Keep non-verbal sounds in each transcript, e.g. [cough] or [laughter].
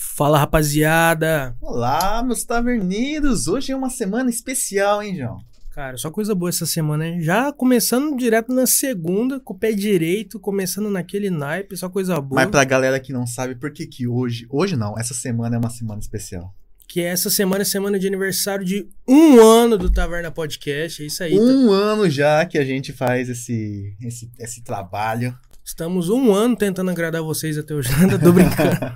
Fala rapaziada! Olá, meus taverneiros! Hoje é uma semana especial, hein, João? Cara, só coisa boa essa semana, hein? Já começando direto na segunda, com o pé direito, começando naquele naipe, só coisa boa. Mas tá- pra galera que não sabe, por que que hoje... Hoje não, essa semana é uma semana especial. Que essa semana é semana de aniversário de um ano do Taverna Podcast, é isso aí. tá? Um ano já que a gente faz esse, esse, esse trabalho. Estamos um ano tentando agradar vocês até hoje, [laughs] nada, tô [laughs] brincando.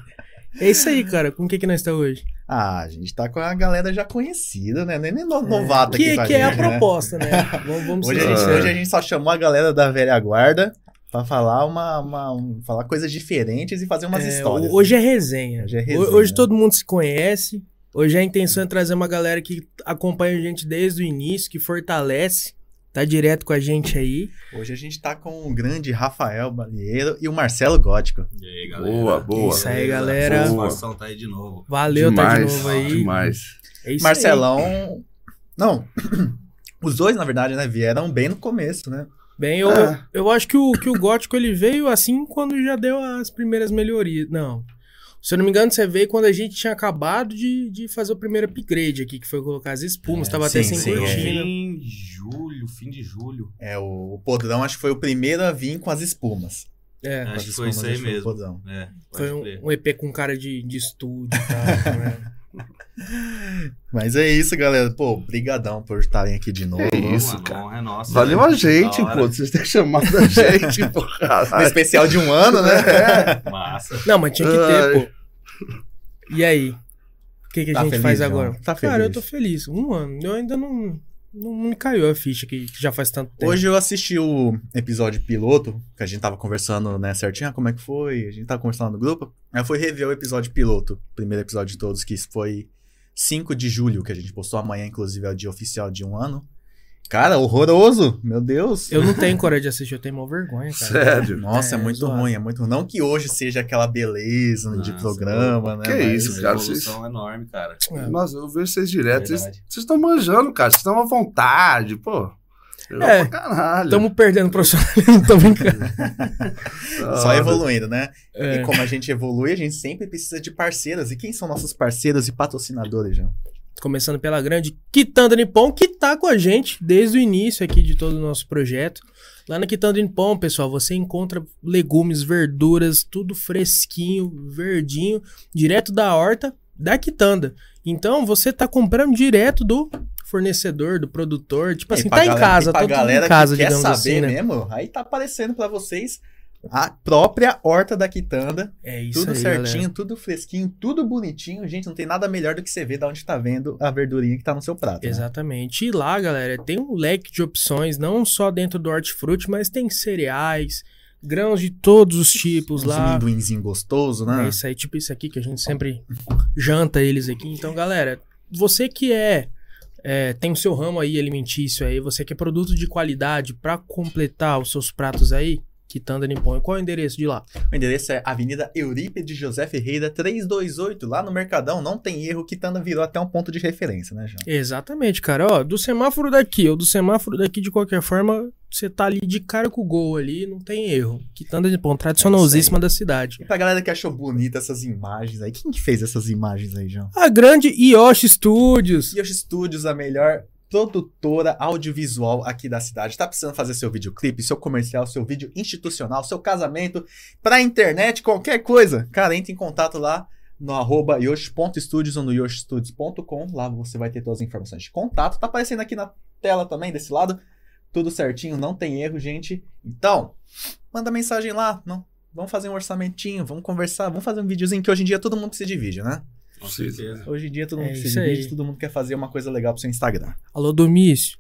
é isso aí, cara, com o que que nós estamos hoje? Ah, a gente tá com a galera já conhecida, né? Nem nem no- novato aqui Que, com que é a É. gente, né? proposta, né? [laughs] Vamos, vamos Hoje ser a, gente, sinceros. hoje a gente só chamou a galera da velha guarda pra falar uma, uma- um- falar coisas diferentes e fazer umas É, histórias. ho- Hoje é resenha. Hoje é Ho- resenha. Hoje todo mundo se conhece. Hoje a intenção é trazer uma galera que acompanha a gente desde o início, que fortalece, tá direto com a gente aí. Hoje a gente tá com o grande Rafael Balieiro e o Marcelo Gótico. E aí, galera? Boa, boa. Isso aí, galera. Satisfação tá aí de novo. Valeu, tá de demais, novo aí. Demais. É isso aí. Marcelão. Não. [clears throat] Os dois, na verdade, né, vieram bem no começo, né? Bem, eu, Ah. eu acho que o, que o gótico ele veio assim quando já deu as primeiras melhorias. Não. Se eu não me engano, você veio quando a gente tinha acabado de, de fazer o primeiro upgrade aqui, que foi colocar as espumas, É, tava até sim, sem sim, é. cortina. Fim de julho, fim de julho. É, o, o Podrão acho que foi o primeiro a vir com as espumas. É. Com as Acho que foi espumas, isso aí acho que mesmo. o Podrão. É, pode Foi um, crer. um EP com cara de, de estúdio e [laughs] tal, né? Mas é isso, galera. Pô, brigadão por estarem aqui de novo. Que isso, Vamos lá, cara. honra é nossa, Valeu né? a gente, Da hora. pô. Vocês terem chamado a gente, pô. No caralho. especial de um ano, [laughs] É. né? Massa. Não, mas tinha que ter, Ai. pô. E aí? O que, que a Tá gente feliz, faz João? agora? Tá Cara, feliz? eu tô feliz. Um ano. Eu ainda não, não me caiu a ficha que, que já faz tanto tempo. Hoje eu assisti o episódio piloto, que a gente tava conversando, né, certinho, ah, como é que foi, a gente tava conversando no grupo. Aí eu fui rever o episódio piloto, primeiro episódio de todos, que foi 5 de julho, que a gente postou amanhã, inclusive, é o dia oficial de um ano. Cara, horroroso, meu Deus. Eu não tenho coragem de assistir, eu tenho mó vergonha, cara. Sério. Nossa, é, É, muito zoado. ruim, é muito ruim. Não que hoje seja aquela beleza de Nossa, programa, né? que mas- isso, Uma cara, evolução enorme, cara. É. Nossa, eu vejo vocês direto. Vocês Verdade. vocês estão manjando, cara. Vocês estão à vontade, pô. Eu É. pra caralho. Tamo perdendo profissionalismo, [laughs] tô brincando. Ah, Só evoluindo, né? tá É. E como a gente evolui, a gente sempre precisa de parceiras. E quem são nossos parceiros e patrocinadores, João? Começando pela grande Quitanda Nippon, que tá com a gente desde o início aqui de todo o nosso projeto. Lá na Quitanda Nippon, pessoal, você encontra legumes, verduras, tudo fresquinho, verdinho, direto da horta da Quitanda. Então, você tá comprando direto do fornecedor, do produtor, tipo assim, E pra tá em galera- casa, e pra tá tudo galera em casa, que quer digamos saber assim, né? mesmo, aí tá aparecendo pra vocês a própria horta da quitanda, É isso tudo aí, certinho, galera. tudo fresquinho, tudo bonitinho. Gente, não tem nada melhor do que você ver da onde tá vendo a verdurinha que tá no seu prato. né? Exatamente. E lá, galera, tem um leque de opções, não só dentro do hortifruti, mas tem cereais, grãos de todos os tipos Uns lá. amendoinzinho gostoso, né? É isso aí, tipo isso aqui que a gente sempre janta eles aqui. Então, galera, você que é, é, tem o seu ramo aí alimentício aí, você quer produto de qualidade pra completar os seus pratos aí, Quitanda Nippon. E Qual é o endereço de lá? O endereço é Avenida Eurípides de José Ferreira 328, lá no Mercadão. Não tem erro, quitanda virou até um ponto de referência, né, João? Exatamente, cara. Ó, do semáforo daqui ou do semáforo daqui, de qualquer forma, você tá ali de cara com o gol ali, não tem erro. Quitanda Nippon, tradicionalzíssima da cidade. E pra galera que achou bonita essas imagens aí, quem que fez essas imagens aí, João? A grande Yoshi Studios. Yoshi Studios, a melhor produtora audiovisual aqui da cidade. Tá precisando fazer seu videoclipe, seu comercial, seu vídeo institucional, seu casamento, pra internet, qualquer coisa. Cara, entre em contato lá no arroba yoshi.studios ou no yoshistudios.com. Lá você vai ter todas as informações de contato. Tá aparecendo aqui na tela também, desse lado. Tudo certinho, não tem erro, gente. Então, manda mensagem lá. Não, vamos fazer um orçamentinho, vamos conversar, vamos fazer um videozinho, que hoje em dia todo mundo precisa de vídeo, né? Com Sim. certeza. Hoje em dia todo mundo É isso precisa de aí. vídeo, todo mundo quer fazer uma coisa legal pro seu Instagram. Alô, Domício.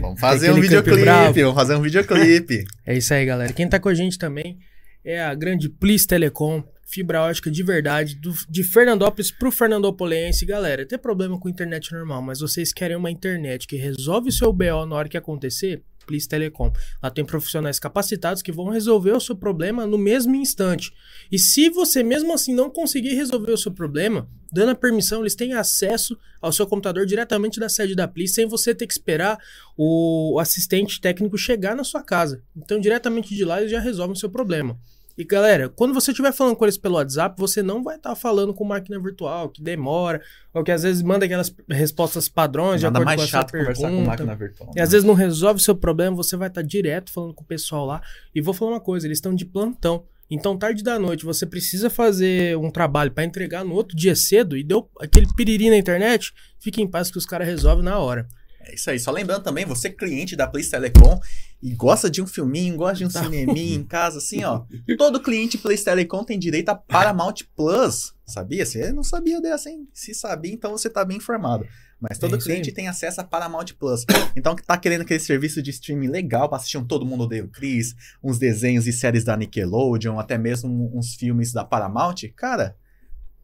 Vamos fazer Aquele um clipe videoclipe, bravo. vamos fazer [laughs] um videoclipe. É isso aí, galera. Quem tá com a gente também é a grande Plis Telecom, fibra ótica de verdade, do- de Fernandópolis pro Fernandópolense. Galera, tem problema com internet normal, mas vocês querem uma internet que resolve o seu BO na hora que acontecer? Plis Telecom. Lá tem profissionais capacitados que vão resolver o seu problema no mesmo instante. E se você mesmo assim não conseguir resolver o seu problema, dando a permissão, eles têm acesso ao seu computador diretamente da sede da Plis, sem você ter que esperar o assistente técnico chegar na sua casa. Então, diretamente de lá, eles já resolvem o seu problema. E galera, quando você estiver falando com eles pelo WhatsApp, você não vai estar falando com máquina virtual, que demora, ou que às vezes manda aquelas respostas padrões de Nada acordo mais com a sua chato conversar com pergunta. máquina virtual. né? E às vezes não resolve o seu problema, você vai estar direto falando com o pessoal lá. E vou falar uma coisa, eles estão de plantão. Então, tarde da noite, você precisa fazer um trabalho para entregar no outro dia cedo e deu aquele piriri na internet, fique em paz que os caras resolvem na hora. É isso aí. Só lembrando também, você é cliente da Place Telecom e gosta de um filminho, gosta de um Tá. cineminha em casa, assim, ó. Todo cliente Place Telecom tem direito a Paramount Plus. Sabia? Você não sabia dessa, hein? Se sabia, então você tá bem informado. Mas todo É isso cliente aí. tem acesso a Paramount Plus. Então, que tá querendo aquele serviço de streaming legal pra assistir um Todo Mundo Odeia o Chris, uns desenhos e séries da Nickelodeon, até mesmo uns filmes da Paramount, cara,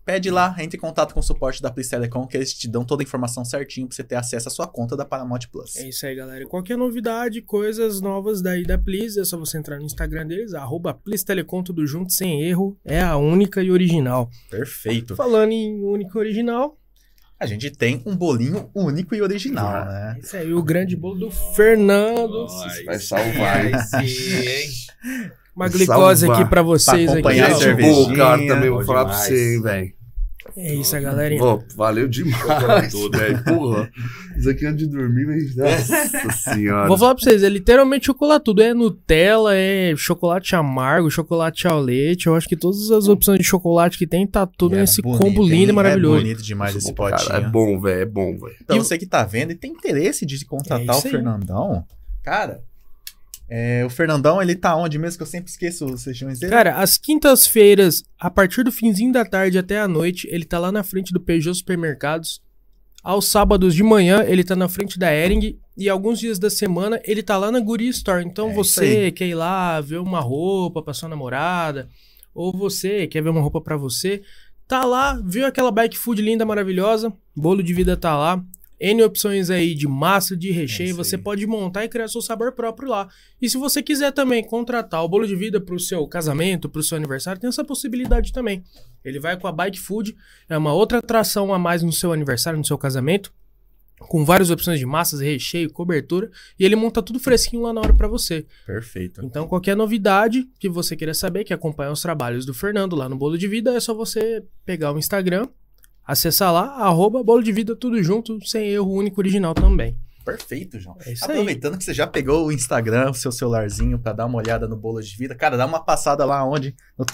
pede lá, entre em contato com o suporte da Plus Telecom, que eles te dão toda a informação certinho pra você ter acesso à sua conta da Paramount Plus. É isso aí, galera. E Qualquer novidade, coisas novas daí da Please, é só você entrar no Instagram deles, arroba Please Telecom, tudo junto, sem erro. É a única e original. Perfeito. Falando em única e original, A gente tem um bolinho único e original, Ah. né? esse aí é o grande bolo do Fernando. Nós. vai salvar, hein? [laughs] Vai ser, hein? Uma glicose Salvar. aqui pra vocês Pra aqui. acompanhar a ó. Gente boa, cervejinha, cara, também vou bom falar pra demais. você, hein, velho. É isso, aí, galerinha. Pô, valeu Procura demais, tudo. velho. Porra, isso aqui é antes de dormir, velho. Nossa senhora. Vou falar pra vocês, é literalmente chocolatudo. É Nutella, é chocolate amargo, chocolate ao leite. Eu acho que todas as opções de chocolate que tem, tá tudo E é nesse bonito, combo lindo hein? e maravilhoso. É bonito demais esse Cara, potinho. é bom, velho, é bom, velho. Então E o- você que tá vendo e tem interesse de É contratar o isso aí. Fernandão, cara, é, o Fernandão ele tá onde mesmo que eu sempre esqueço os regiões dele? Cara, às quintas-feiras, a partir do finzinho da tarde até a noite, ele tá lá na frente do Peugeot Supermercados. Aos sábados de manhã, ele tá na frente da Ering. E alguns dias da semana, ele tá lá na Guri Store. Então É isso você quer ir lá ver uma roupa pra sua namorada, ou você quer ver uma roupa pra você, tá lá, viu aquela bike food linda, maravilhosa, bolo de vida tá lá. N opções aí de massa, de recheio, É isso você aí. pode montar e criar seu sabor próprio lá. E se você quiser também contratar o bolo de vida pro seu casamento, pro seu aniversário, tem essa possibilidade também. Ele vai com a Bike Food, é uma outra atração a mais no seu aniversário, no seu casamento, com várias opções de massas, recheio, cobertura, e ele monta tudo fresquinho lá na hora pra você. Perfeito. Então, qualquer novidade que você queira saber, que acompanha os trabalhos do Fernando lá no Bolo de Vida, é só você pegar o Instagram, acessar lá, arroba Bolo de Vida, tudo junto, sem erro, único original também. Perfeito, João. É isso aí. Aproveitando que você já pegou o Instagram, o seu celularzinho pra dar uma olhada no bolo de vida, cara, dá uma passada lá onde? No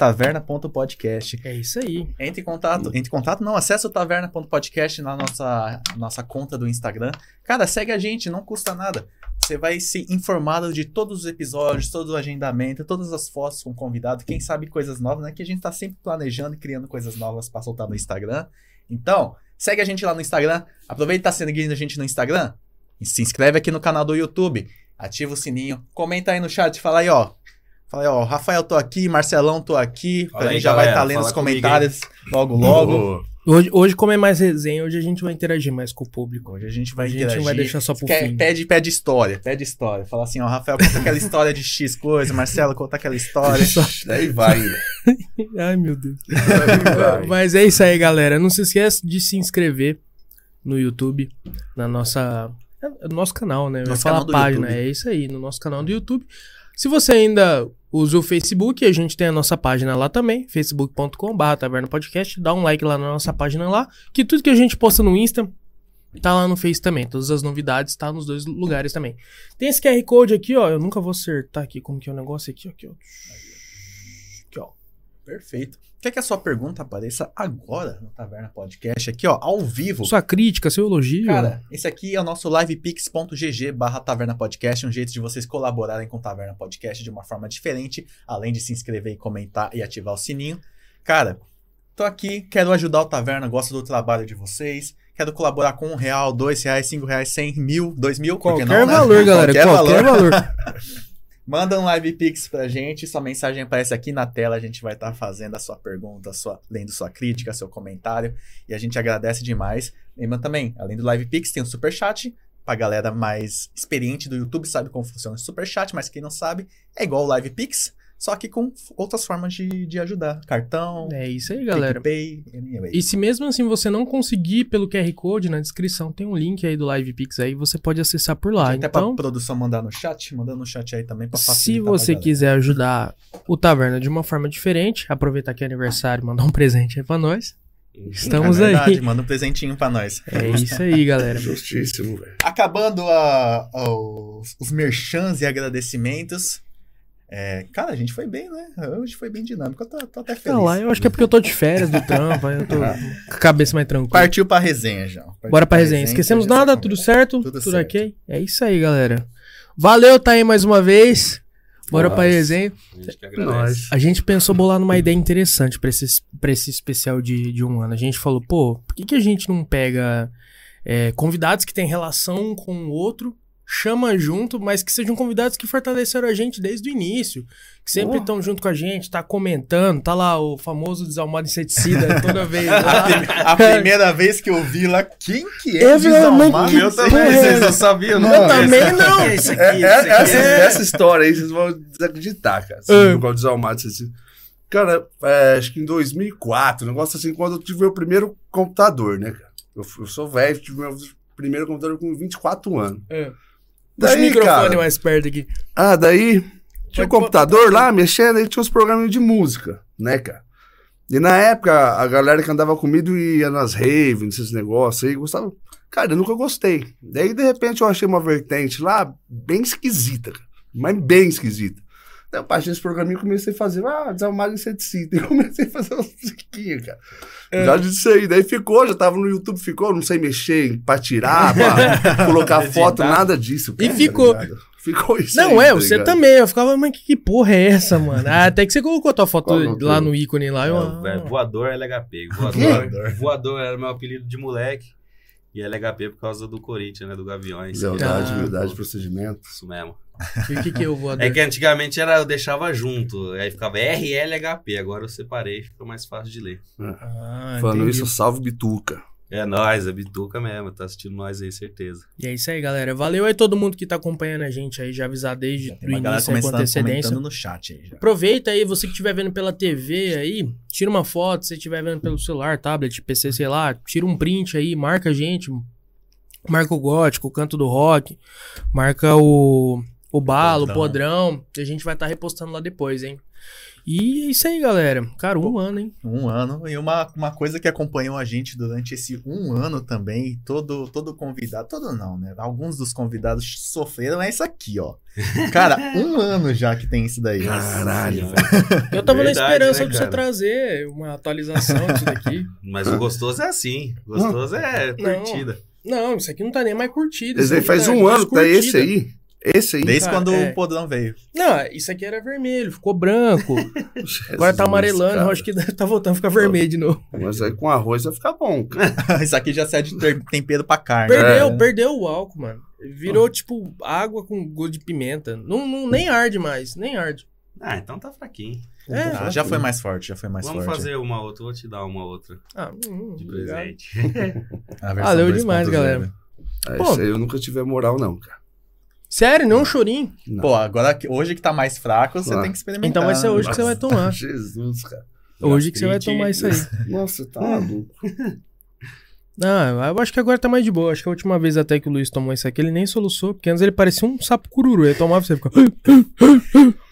taverna.podcast. É isso aí. Entre em contato, entre em contato, não, acessa o taverna.podcast na nossa, nossa conta do Instagram. Cara, segue a gente, não custa nada. Você vai ser informado de todos os episódios, todo o agendamento, todas as fotos com o convidado, quem sabe coisas novas, né? Que a gente tá sempre planejando e criando coisas novas pra soltar no Instagram. Então, segue a gente lá no Instagram, aproveita e tá seguindo a gente no Instagram e se inscreve aqui no canal do YouTube, ativa o sininho, comenta aí no chat, fala aí, ó. Fala aí, ó, Rafael, tô aqui, Marcelão, tô aqui. Fala a aí, gente já vai galera, estar lendo fala os comigo, hein? comentários logo, logo. Hoje, hoje, como é mais resenha, hoje a gente vai interagir mais com o público. Hoje a gente A vai gente não vai interagir. deixar só pro Quer- fim. pede, pede história, pede história. Fala assim, ó, Rafael, conta aquela história de X coisa, Marcelo, conta aquela história. Daí vai, né? [laughs] Ai, meu Deus. Daí vai. Mas é isso aí, galera. Não se esquece de se inscrever no YouTube, na nossa. é No nosso canal, né? Eu ia Nosso falar canal do página. YouTube. É isso aí, no nosso canal do YouTube. Se você ainda usa o Facebook, a gente tem a nossa página lá também, facebook.com.br Taverna Podcast. Dá um like lá na nossa página lá, que tudo que a gente posta no Insta tá lá no Face também. Todas as novidades tá nos dois lugares também. Tem esse QR Code aqui, ó. Eu nunca vou acertar aqui como que é o negócio aqui, ó, aqui, ó. Aqui, ó. Perfeito. Quer que a sua pergunta apareça agora no Taverna Podcast, aqui, ó, ao vivo. Sua crítica, seu elogio. Cara, esse aqui é o nosso livepix.gg barra Taverna Podcast, um jeito de vocês colaborarem com o Taverna Podcast de uma forma diferente, além de se inscrever e comentar e ativar o sininho. Cara, tô aqui, quero ajudar o Taverna, gosto do trabalho de vocês, quero colaborar com um real, dois reais, cinco reais, cem, mil, dois mil, por que Qualquer não, né? valor, galera. Qualquer, valor. Manda um live pix pra gente, sua mensagem aparece aqui na tela, a gente vai estar fazendo a sua pergunta, a sua, lendo sua crítica, seu comentário, e a gente agradece demais. Lembrando também, além do live pix, tem o super chat, pra galera mais experiente do YouTube sabe como funciona o super chat, mas quem não sabe, é igual o live pix, só que com f- outras formas de, de ajudar. Cartão, É isso aí, galera. PicPay, anyway. E se mesmo assim você não conseguir pelo QR Code, na descrição tem um link aí do Live Pix aí, você pode acessar por lá. Até Então, pra produção mandar no chat, mandando no chat aí também pra se facilitar pra você galera. quiser ajudar o Taverna de uma forma diferente, aproveitar que é aniversário, e mandar um [laughs] presente aí pra nós. Estamos é verdade, aí. manda um presentinho pra nós. É isso aí, galera. Justíssimo, velho. Acabando a- a- os, os merchans e agradecimentos. É, cara, a gente foi bem, né? Hoje foi bem dinâmico. Eu tô, tô até Tá feliz. lá, eu acho que é porque eu tô de férias do trampo, aí eu tô Ah. com a cabeça mais tranquila. Partiu pra resenha, já. Partiu Bora pra resenha. Esquecemos que hoje nada, essa tudo conversa- certo? Tudo Tudo, certo. ok? É isso aí, galera. Valeu, tá aí mais uma vez. Bora pra Nós. resenha. A gente que agradece. Nós. A gente pensou bolar Hum. numa ideia interessante pra esse, pra esse especial de, de um ano. A gente falou, pô, por que, que a gente não pega é, convidados que têm relação um com o outro, chama junto, mas que sejam convidados que fortaleceram a gente desde o início, que sempre Porra. estão junto com a gente, tá comentando, tá lá o famoso desalmado inseticida [laughs] toda vez. lá. [laughs] A primeira vez que eu vi lá, quem que é Eu vi, mãe, desalmado? O meu também, Porra. vocês não sabiam, não? Eu também [laughs] não. É isso aqui, É, isso é- aqui. essa, É. essa história aí, vocês vão desacreditar, cara. Vocês É. vão igual desalmado. Vocês... assim. Cara, é, acho que em 2004, um negócio assim, quando eu tive meu primeiro computador, né, cara? Eu, f- eu sou velho, tive meu primeiro computador com 24 anos. É. Puxa o Daí, microfone cara, mais perto aqui. Ah, daí Pode tinha o computador lá mexendo e tinha uns programinhos de música, né, cara? E na época a galera que andava comigo ia nas raves, nesses negócios aí, gostava. Cara, eu nunca gostei. Daí de repente eu achei uma vertente lá bem esquisita, cara. mas bem esquisita. Daí eu baixei esse programinha e comecei a fazer, ah, desalmado inseticida. [laughs] E comecei a fazer umas musiquinhas, cara. Por causa disso aí. Daí ficou, já tava no YouTube, ficou, não sei mexer pra tirar, pra colocar foto, Editar. nada disso. E tá ficou. ligado? Ficou isso Não, aí, é, tá você ligado? também. Eu ficava, mas que, que porra é essa, mano? Ah, Até que você colocou tua foto Qual é não lá tem? no ícone lá. eu- "Ah, Não, velho, voador é LHP. Voador, voador era meu apelido de moleque. E é LHP por causa do Corinthians, né? Do Gaviões. Lealdade, Ah, humildade, procedimento. Isso mesmo. E o que que eu vou É que antigamente era, eu deixava junto. Aí ficava RLHP. Agora eu separei, fica mais fácil de ler. Ah, Falando entendi. isso, salve Bituca. É nóis, é bituca mesmo. Tá assistindo nós aí, certeza. E é isso aí, galera. Valeu aí todo mundo que tá acompanhando a gente aí, já avisar desde Já o Tem uma galera início aí é com começando, antecedência. comentando no chat aí já. Aproveita aí, você que estiver vendo pela TV aí, tira uma foto, se você estiver vendo pelo celular, tablet, PC, sei lá, tira um print aí, marca a gente, marca o Gótico, o Canto do Rock, marca o, o Balo, o Podrão, e a gente vai estar repostando lá depois, hein? E é isso aí, galera. Cara, um ano, hein? Um ano. E uma, uma coisa que acompanhou a gente durante esse um ano também, todo, todo convidado, todo não, né? Alguns dos convidados sofreram, é isso aqui, [laughs] ó. Cara, um ano já que tem isso daí. Caralho, Nossa senhora. Eu tava na Verdade, esperança né, de você cara? trazer uma atualização disso daqui. Mas o gostoso é assim. Gostoso é curtida. Não, isso aqui não tá nem mais curtido. Esse isso aí aqui faz tá um ano que tá descurtido. esse aí. Esse aí. Desde Cara, quando é. o Podrão veio. [laughs] Não, isso aqui era vermelho, ficou [laughs] branco. Agora Jesus, tá amarelando, cara. eu acho que tá voltando a ficar vermelho de novo. Mas aí com arroz vai ficar bom, cara. isso aqui já serve de ter- tempero pra carne. Perdeu, é. né? perdeu o álcool, mano. Ah. Virou, tipo, água com gosto de pimenta. Não, não- nem arde mais, nem arde. Ah, então tá fraquinho. É. Ah, já foi mais forte, já foi mais né? Vamos forte. fazer uma outra. Vou te dar uma outra Ah, hum, de obrigado. presente. A versão Valeu Ah, demais, 2.0. galera. Ah, Pô. Esse aí eu nunca tive moral, não, cara. Sério, não um chorinho? Não. Pô, agora que- hoje que tá mais fraco, você Ah. tem que experimentar. Então vai ser hoje que né? você vai tomar. [laughs] Jesus, cara. Hoje que você vai Gastrite. tomar isso aí. [laughs] Nossa, Hum. tá maluco. Não, eu acho que agora tá mais de boa. Acho que a última vez até que o Luiz tomou isso aqui, ele nem soluçou, porque antes ele parecia um sapo cururu. Ele tomava e você ficava.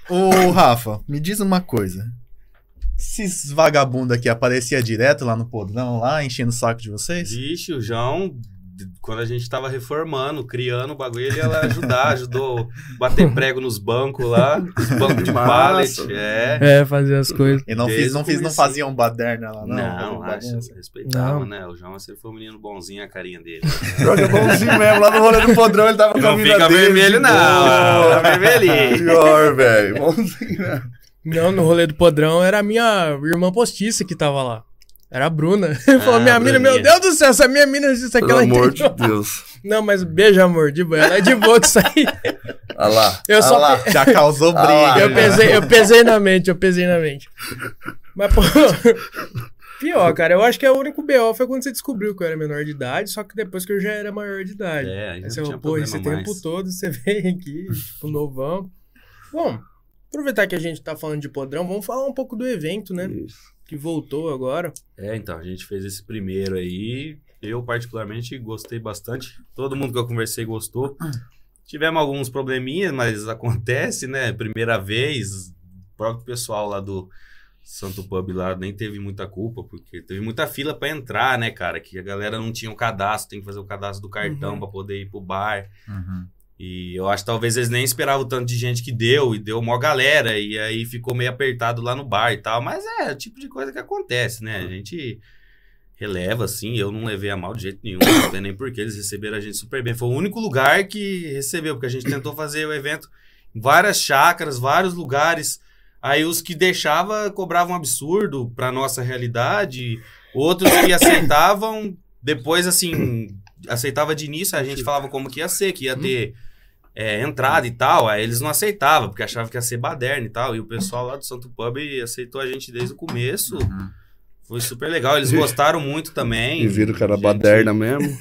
Ô, Rafa, me diz uma coisa. Esses vagabundos aqui aparecia direto lá no podrão, lá enchendo o saco de vocês? Vixe, o João, d- quando a gente tava reformando, criando o bagulho, ele ia lá [laughs] ajudar, ajudou bater prego nos bancos lá, os bancos de pallet, Massa. é. [laughs] É, fazer as coisas. E não Desde fiz, não o fiz, não comecinho. faziam baderna lá, não. Não, faziam acho, bagunça. respeitava, Não. né? O João sempre foi um menino bonzinho, a carinha dele. Pior que [laughs] é bonzinho mesmo. Lá no rolê do podrão ele tava com a Não mina fica dele, vermelho, de boa. não, não [laughs] fica [laughs] vermelhinho. Pior, velho. Bonzinho, né? Não, no rolê do podrão era a minha irmã postiça que tava lá. Era a Bruna. [laughs] Ele falou, Ah, minha mina, meu Bruninha. Deus do céu, essa minha mina disse Pelo aquela amor de Deus. Não, mas beijo, amor, de boa. Ela é de boa que isso aí. Olha lá. Eu Ah só. lá, já causou briga. né? Ah lá, Eu já. pesei, eu pesei na mente, eu pesei na mente. Mas, pô. [laughs] Pior, cara, eu acho que é o único BO foi quando você descobriu que eu era menor de idade, só que depois que eu já era maior de idade. É, aí Aí já você não falou, tinha pô, problema esse mais. tempo todo você vem aqui, tipo, novão. Bom, Aproveitar que a gente tá falando de podrão, vamos falar um pouco do evento, né? Isso. Que voltou agora. É, então, a gente fez esse primeiro aí. Eu, particularmente, gostei bastante. Todo mundo que eu conversei gostou. Tivemos alguns probleminhas, mas [laughs] acontece, né? Primeira vez, o próprio pessoal lá do Santo Pub lá nem teve muita culpa, porque teve muita fila pra entrar, né, cara? Que a galera não tinha o cadastro, tem que fazer o cadastro do cartão Uhum. pra poder ir pro bar. E eu acho que talvez eles nem esperavam o tanto de gente que deu, e deu mó galera, e aí ficou meio apertado lá no bar e tal. Mas é, é o tipo de coisa que acontece, né? A gente releva, assim, eu não levei a mal de jeito nenhum, [coughs] não tem nem porquê, eles receberam a gente super bem. Foi o único lugar que recebeu, porque a gente tentou fazer o evento em várias chácaras, vários lugares. Aí os que deixava cobravam um absurdo pra nossa realidade, outros que aceitavam, depois assim, aceitava de início, a gente falava como que ia ser, Uhum. que ia ter é, entrada e tal, aí eles não aceitavam, porque achavam que ia ser baderna e tal. E o pessoal lá do Santo Pub aceitou a gente desde o começo. Foi super legal. Eles gostaram muito também. Uhum. E vira o cara Gente- baderna mesmo. [laughs]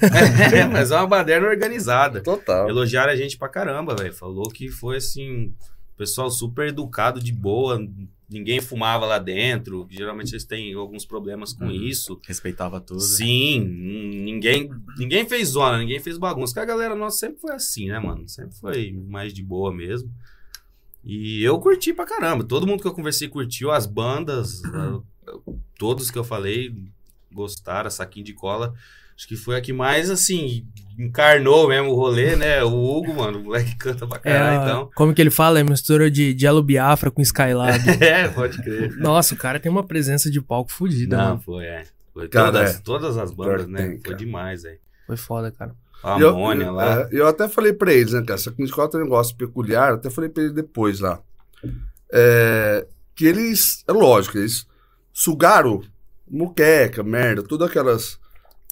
é, mas é uma baderna organizada. Total. Elogiaram a gente pra caramba, velho. Falou que foi assim. Pessoal super educado, de boa. Ninguém fumava lá dentro. Geralmente eles têm alguns problemas com Uhum. isso. Respeitava tudo. Sim, n- ninguém, ninguém fez zona, ninguém fez bagunça. Porque a galera nossa sempre foi assim, né, mano? Sempre foi mais de boa mesmo. E eu curti pra caramba. Todo mundo que eu conversei curtiu, as bandas, a- todos que eu falei gostaram, saquinho de cola. Acho que foi a que mais, assim, encarnou mesmo o rolê, né? O Hugo, mano, o moleque canta pra caralho, então. É, Como que ele fala? É mistura de Jello Biafra com Skylab. [laughs] [laughs] É, pode crer. Nossa, o cara tem uma presença de palco fodida, Não, mano. foi, é. Foi Cara, todas, é. todas as bandas, Pior que né? tem, Foi cara. demais, velho. Foi foda, cara. A Eu- Amônia eu, lá. é, eu até falei pra eles, né, cara? Essa Queen Scott é um negócio peculiar, eu até falei pra ele depois lá. É, que eles, é lógico, eles sugaram muqueca, merda, todas aquelas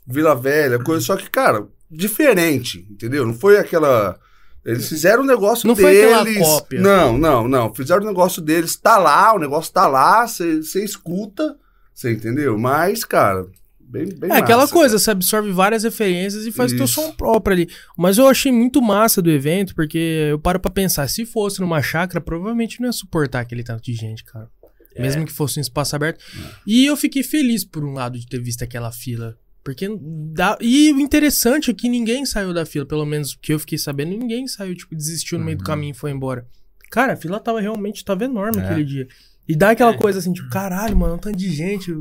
Vila Velha, coisa, só que, cara, diferente, entendeu? Não foi aquela. Eles fizeram o negócio Não foi deles. aquela cópia. Não, não, não. Fizeram o negócio deles, tá lá, o negócio tá lá, você escuta, você entendeu? Mas, cara, bem, bem É aquela massa, coisa, você absorve várias referências e faz teu Isso. som próprio ali. Mas eu achei muito massa do evento, porque eu paro pra pensar, se fosse numa chácara, provavelmente não ia suportar aquele tanto de gente, cara. É. Mesmo que fosse um espaço aberto. E eu fiquei feliz, por um lado, de ter visto aquela fila. Porque dá... E o interessante é que ninguém saiu da fila, pelo menos que eu fiquei sabendo, ninguém saiu, tipo, desistiu no meio do Uhum. caminho e foi embora. Cara, a fila tava realmente, tava enorme É. aquele dia. E dá aquela É. coisa assim, tipo, caralho, mano, um tanto de gente.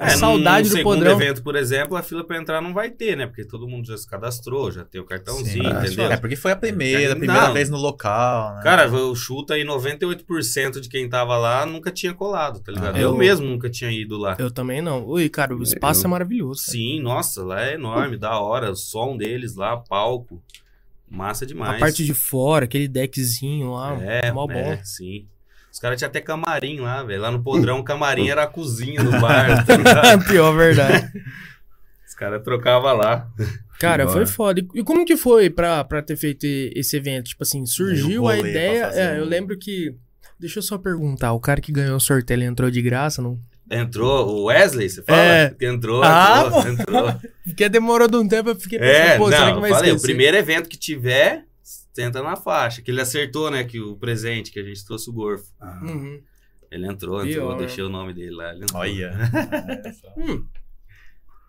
A É, num- saudade num do segundo podrão. evento, por exemplo, a fila pra entrar não vai ter, né? Porque todo mundo já se cadastrou, já tem o cartãozinho, Sim, é, Então, entendeu? É, porque foi a primeira, a primeira Não. vez no local, né? Cara, eu chuto aí 98% de quem tava lá nunca tinha colado, tá ligado? Ah, eu... eu- mesmo nunca tinha ido lá. Eu também não. Ui, cara, o espaço Eu- é maravilhoso. cara. Sim, nossa, lá é enorme, da hora. O som deles lá, palco. Massa demais. A parte de fora, aquele deckzinho lá, mó bom. É, sim. Os caras tinham até camarim lá, velho. Lá no podrão, o camarim era a cozinha do bar. tá [laughs] ligado? [laughs] Pior verdade. Os caras trocavam lá. Cara, Da foi hora. foda. E- E como que foi pra, pra ter feito e- esse evento? Tipo assim, surgiu a rolê pra ideia. fazer É, né? um- eu lembro que. Deixa eu só perguntar, o cara que ganhou o sorteio ele entrou de graça, não? Entrou o Wesley, você fala? É. Que entrou, Ah, entrou, entrou. Porque demorou de um tempo, eu fiquei pensando, É, pô, será não, que eu vai falei, o esquecer? primeiro evento que tiver, tenta na faixa. Que ele acertou, né, que o presente que a gente trouxe o Gorfo. cara. Ah. Uhum. Ele entrou, Que entrou, eu hora. deixei o nome dele lá. ele entrou. [laughs] Olha. Hum.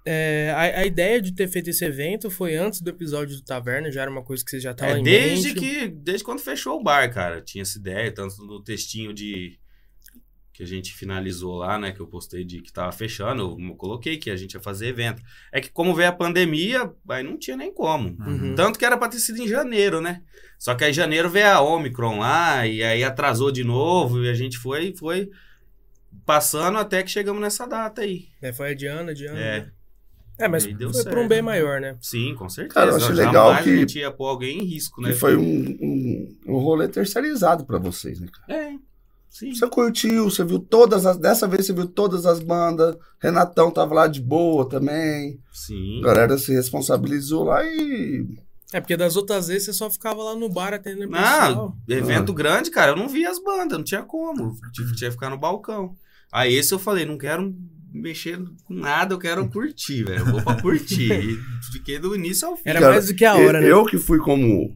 É, a, a ideia de ter feito esse evento foi antes do episódio do Taverna, já era uma coisa que você já tava É, em desde mente. que, desde quando fechou o bar, cara, tinha essa ideia, tanto no textinho de que a gente finalizou lá, né, que eu postei de que tava fechando, eu coloquei que a gente ia fazer evento. É que como veio a pandemia, aí não tinha nem como. Uhum. Tanto que era pra ter sido em janeiro, né? Só que aí janeiro veio a Omicron lá, e aí atrasou de novo, e a gente foi, foi passando até que chegamos nessa data aí. É, foi adiando, adiando. É. né? É, mas E foi aí deu pra um certo. bem maior, né? Sim, com certeza. Cara, eu acho Não, legal jamais que- a gente ia pôr alguém em risco, né? Que foi um, um, um rolê terceirizado pra vocês, né, cara? É, sim. Você curtiu, você viu todas as. Dessa vez você viu todas as bandas. Renatão tava lá de boa também. Sim. A galera se responsabilizou lá e. É, porque das outras vezes você só ficava lá no bar atendendo o pessoal. Não, evento grande, cara, eu não vi as bandas, não tinha como. Tive tinha que ficar no balcão. Aí esse eu falei, não quero mexer com nada, eu quero curtir, velho. Eu vou pra curtir. E fiquei do início ao fim. Era Cara, mais do que a hora, E- né? Eu que fui como.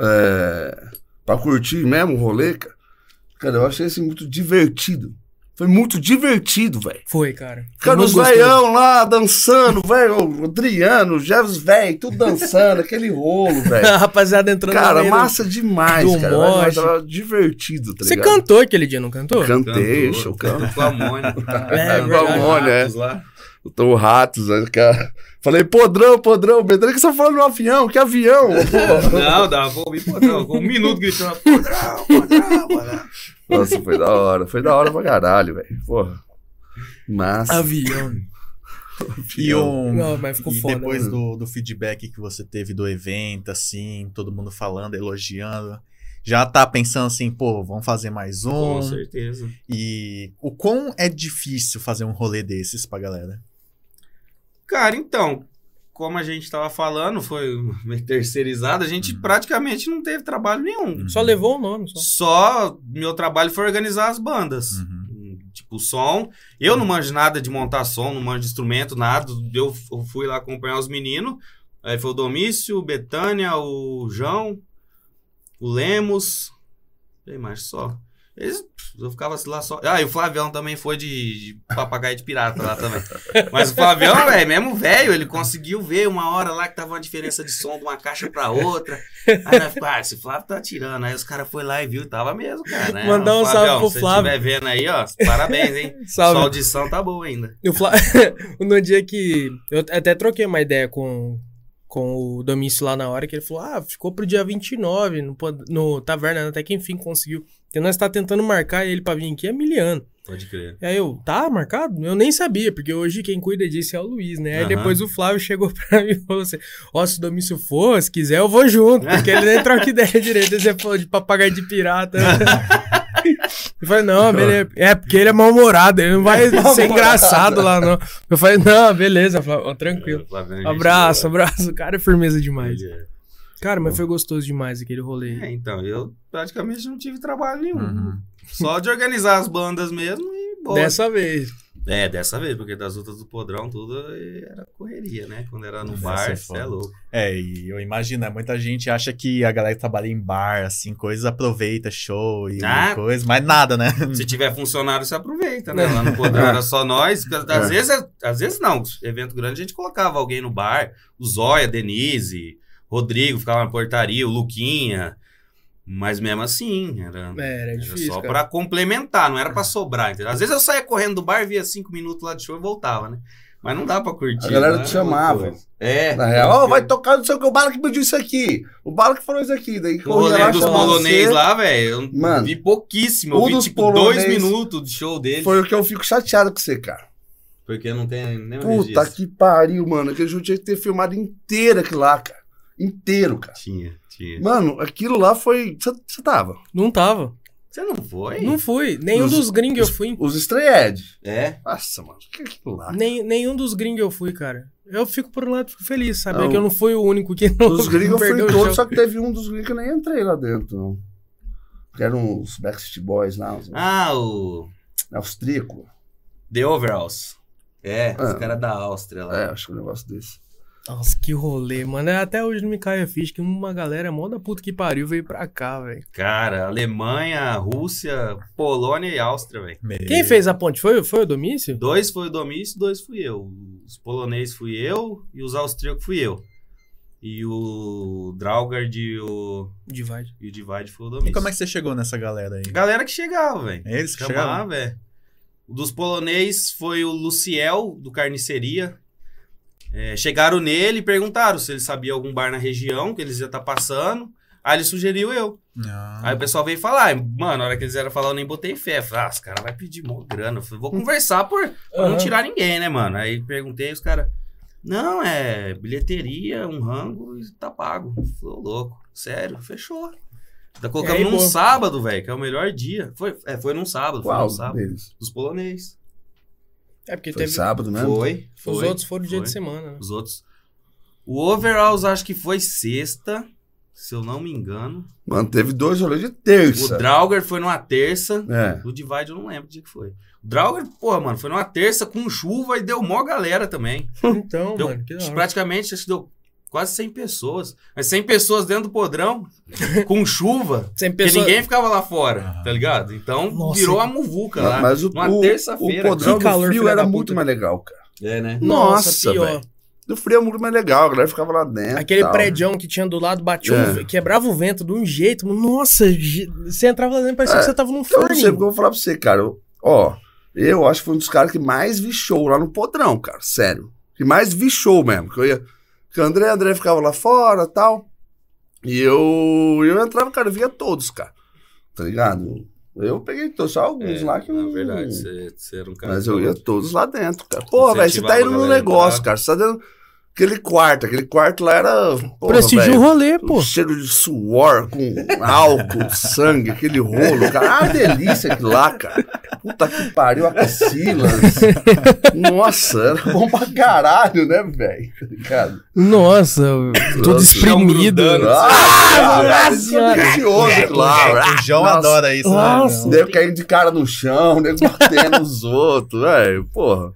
É, pra curtir mesmo o rolê, cara. Cara, eu achei assim muito divertido. Foi muito divertido, velho. Foi, cara. Foi Cara, muito os gostoso. veião lá dançando, velho. O Adriano, o Jefferson, velho, tudo dançando, aquele rolo, velho. [laughs] A rapaziada entrando Cara, no meio do- massa demais, do cara. Mas mosh. Tava divertido, tá Você ligado? cantou aquele dia, não cantou? Cantei, show, canto. canto. [laughs] Flamônio. É, Os verdade. Flamônio, é. ratos né? lá. Então, o Ratos, né, cara. Falei, podrão, podrão, Pedro, que você tá falando do avião, que avião, pô. Não, dá, vou ouvir, pô, não, com um minuto gritando. Podrão, podrão, podrão. Nossa, foi da hora, foi da hora pra caralho, velho. Porra. Massa. Avião. E um. Não, mas ficou e foda. depois mano. do, do feedback que você teve do evento, assim, todo mundo falando, elogiando, já tá pensando assim, pô, vamos fazer mais um. [laughs] Com certeza. E o quão é difícil fazer um rolê desses pra galera? Cara, então, como a gente tava falando, foi meio terceirizado, a gente Uhum. praticamente não teve trabalho nenhum. Só levou o nome, só. Só meu trabalho foi organizar as bandas. Uhum. Tipo, som. Eu não manjo nada de montar som, não manjo de instrumento, nada. Eu f- fui lá acompanhar os meninos. Aí foi o Domício, o Betânia, o João, o Lemos. Tem mais só. Eles, pff, eu ficava lá só. Ah, e o Flavião também foi de, de papagaio de pirata [laughs] lá também. Mas o Flavião, velho, mesmo velho, ele conseguiu ver uma hora lá que tava uma diferença de som de uma caixa pra outra. Aí nós ficamos, ah, esse Flávio tá tirando. Aí os caras foram lá e viu, tava mesmo, cara. né? Mandar um Ô, Flavião, salve pro se Flávio. estiver vendo aí, ó, parabéns, hein? Sua [laughs] Salve. audição tá boa ainda. Eu fala... [laughs] no dia que. Eu até troquei uma ideia com, com o Domício lá na hora, que ele falou: ah, ficou pro dia 29 no, pod- no Taverna, até que enfim conseguiu. Porque nós tá tentando marcar ele pra vir aqui há mil anos. Pode crer. E aí eu, tá marcado? Eu nem sabia, porque hoje quem cuida disso é o Luiz, né? Aí Aham. depois o Flávio chegou [laughs] pra mim e falou assim: Ó, se o Domício for, se quiser eu vou junto, porque ele nem troca ideia direito. Você falou de papagaio de [laughs] pirata. Eu falei, não, beleza. É, porque ele é mal-humorado, ele não vai é ser engraçado lá, não. Eu falei, não, beleza, Flávio, ó, tranquilo. É, Flavião, gente Abraço, boa. abraço. Cara, é firmeza demais. Ele é. Cara, mas foi gostoso demais aquele rolê. É, então, eu praticamente não tive trabalho nenhum. Uhum. Só de organizar as bandas mesmo e boa. Dessa vez. É, dessa vez, porque das outras do Podrão tudo era correria, né? Quando era no Nossa, é bar, você é foda. louco. É, e eu imagino, né, muita gente acha que a galera que trabalha em bar, assim, coisas aproveita, show e Ah. coisa, mas nada, né? Se tiver funcionário, você aproveita, né? Lá no Podrão era só nós. porque Às, Hum. [laughs] É. vezes, às vezes não. Evento grande, a gente colocava alguém no bar. O Zóia, Denise, Rodrigo, ficava na portaria, o Luquinha. Mas mesmo assim, era, É, era era difícil. só cara. pra complementar, não era pra sobrar. Entendeu? Às vezes eu saía correndo do bar, via cinco minutos lá de show e voltava, né? Mas não dá pra curtir. A galera né? te chamava. Outra coisa. É. Na real, ó, vai tocar não sei o que, o Bala que pediu isso aqui. O Bala que falou isso aqui. Daí O rolê lá, dos chamava polonês você. lá, velho, eu Mano, vi pouquíssimo. Eu um vi dos tipo dois polonês minutos de show dele. Foi o que eu fico chateado com você, cara. Porque não tem nem Puta que pariu, mano. Aquele jogo tinha que ter filmado inteiro aquilo lá, cara. Inteiro, cara. Tinha, tinha. Mano, aquilo lá foi. Você tava. Não tava. Você não foi? Não fui. Nenhum Os- dos gringos eu fui. Os estreed. É. Nossa, mano, o que é aquilo lá? Nem, nenhum dos gringos eu fui, cara. Eu fico por um lado, fico feliz, sabe? Não. que eu não fui o único que não. Dos gringos eu perdeu o fui todos, show. só que teve um dos gringos que eu nem entrei lá dentro, não. Que eram os Backstreet Boys lá, os, Ah, o é, os Trico. The Overalls. É, os Ah. caras da Áustria lá. É, acho que um negócio desse. Nossa, que rolê, mano. É, Até hoje não me cai a ficha que uma galera mó da puta que pariu veio pra cá, velho. Cara, Alemanha, Rússia, Polônia e Áustria, velho. É. Quem fez a ponte? Foi, foi o Domício? Dois foi o Domício, dois fui eu. Os polonês fui eu e os austríacos fui eu. E o Draugard e o, Divide. e o Divide foi o E Domício. como é que você chegou nessa galera aí? Galera que chegava, velho. É eles que chegaram? Chamava, é. O Dos polonês foi o Luciel, do Carniceria. É, chegaram nele e perguntaram se ele sabia algum bar na região que eles iam estar passando. Aí ele sugeriu eu. Ah. Aí o pessoal veio falar, mano, na hora que eles eram falar, eu nem botei fé. Falei, ah, os caras vão pedir mó grana. Eu falei, vou conversar por pra não Aham. tirar ninguém, né, mano? Aí perguntei, os caras, não, é bilheteria, um rango e tá pago. Falei, ô, louco, sério, fechou. Tá colocando E aí, num boa. sábado, velho, que é o melhor dia. Foi, é, foi num sábado, foi Qual num sábado. deles? Dos polonês. É porque Foi teve. sábado mesmo? Foi, foi. Os outros foram dia de foi. semana. né? Os outros. O overalls acho que foi sexta, se eu não me engano. Mano, teve dois rolês de O terça. Drauger foi numa terça. É. O Divide eu não lembro o dia que foi. O Drauger, porra, mano, foi numa terça com chuva e deu mó galera também. Então, Hum. Deu mano, que da hora. praticamente, acho que deu Quase 100 pessoas. Mas 100 pessoas dentro do podrão, [laughs] com chuva, Sem porque pessoa... ninguém ficava lá fora, Ah. tá ligado? Então Nossa. virou a muvuca lá. Mas o, Uma o, o terça-feira. podrão Que calor, do frio filha era da muito puta. mais legal, cara. É, né? Nossa, Nossa, pior. Do frio é muito mais legal, a galera ficava lá dentro. Aquele tal. né? prédião que tinha do lado batia um É. ve- quebrava o vento de um jeito. mano, Nossa, ge- você entrava lá dentro, parecia É, que você tava num Eu não sei porque forno. eu vou falar pra você, cara. Eu- Ó, eu acho que foi um dos caras que mais vi show lá no podrão, cara. Sério. Que mais vi show mesmo. Que eu ia. Que o André, André ficava lá fora tal. E eu. Eu entrava, cara, eu via todos, cara. Tá ligado? Eu peguei todos, só alguns É, lá que na não- verdade, você, você era um cara. Mas eu que- ia todos lá dentro, cara. Porra, velho, você tá Incentivava indo a no galera a negócio, entrar. cara. Você tá dando aquele quarto. Aquele quarto lá era. porra, Prestigia o velho, rolê, um pô. cheiro de suor, com álcool, sangue, aquele rolo, cara. Ah, delícia aquilo lá, cara. Puta que pariu, axilas. Nossa, era bom pra caralho, né, velho? Tá ligado? Nossa, todo Nossa, espremido. grudando. Ah, nossa isso é delicioso, claro. o João Nossa. adora isso, Nossa. né? Nego caindo de cara no chão, nego batendo nos outros, velho. Porra.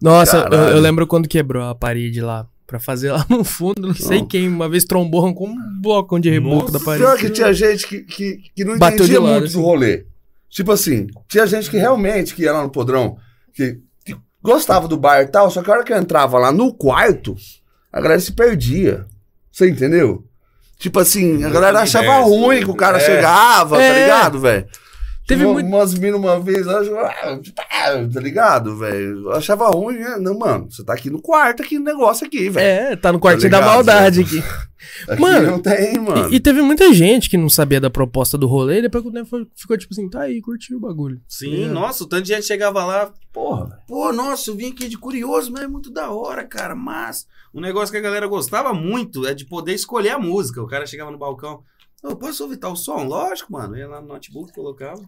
Nossa, eu, Caralho. eu lembro quando quebrou a parede lá. Pra fazer lá no fundo, não sei Não. quem. Uma vez trombou, arrancou um blocão de reboco Nossa da parede. Pior que tinha gente que, que, que não Bateu de entendia lado, muito assim. do rolê. Tipo assim, tinha gente que realmente que ia lá no podrão, que, que gostava do bar e tal, só que a hora que eu entrava lá no quarto, a galera se perdia. Você entendeu? Tipo assim, a galera achava universo, ruim que o cara é. chegava, tá É. ligado, velho? Teve Uma- muito- Umas minas uma vez, lá, eu- ah, tá ligado, velho? Eu Achava ruim, né? Não, mano, você tá aqui no quarto, aqui no negócio aqui, velho. É, tá no quartinho da ligado, maldade aqui. Aqui Mano, não tem, mano. E, e teve muita gente que não sabia da proposta do rolê, e depois que o tempo foi- ficou tipo assim, tá aí, curtiu o bagulho. Sim, É. nossa, o tanto de gente chegava lá. porra, velho. Pô, nossa, eu vim aqui de curioso, mas é muito da hora, cara. Mas o negócio que a galera gostava muito é de poder escolher a música. O cara chegava no balcão. Eu posso ouvir tal som? Lógico, mano. Ia lá no notebook, colocava.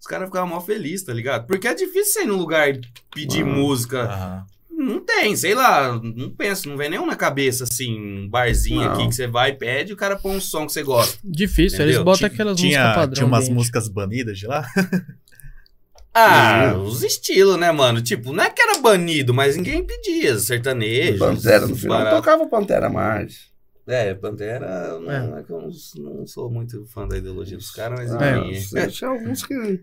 Os caras ficavam mó felizes, tá ligado? Porque é difícil você ir num lugar e pedir Ah. música. Aham. Não tem, sei lá, não penso, não vem nenhum na cabeça assim, um barzinho Não. aqui que você vai e pede e o cara põe um som que você gosta. Difícil, Entendeu? eles botam Ti- aquelas músicas Tinha, padrão. tinha umas ambiente. músicas banidas de lá? Ah, Uhum. os estilos, né, mano? Tipo, não é que era banido, mas ninguém pedia. Sertanejo. Pantera no final É, barato. tocava Pantera mais. É, Pantera, não é que eu não, não sou muito fã da ideologia dos caras, mas É, enfim. [laughs] É, tinha alguns que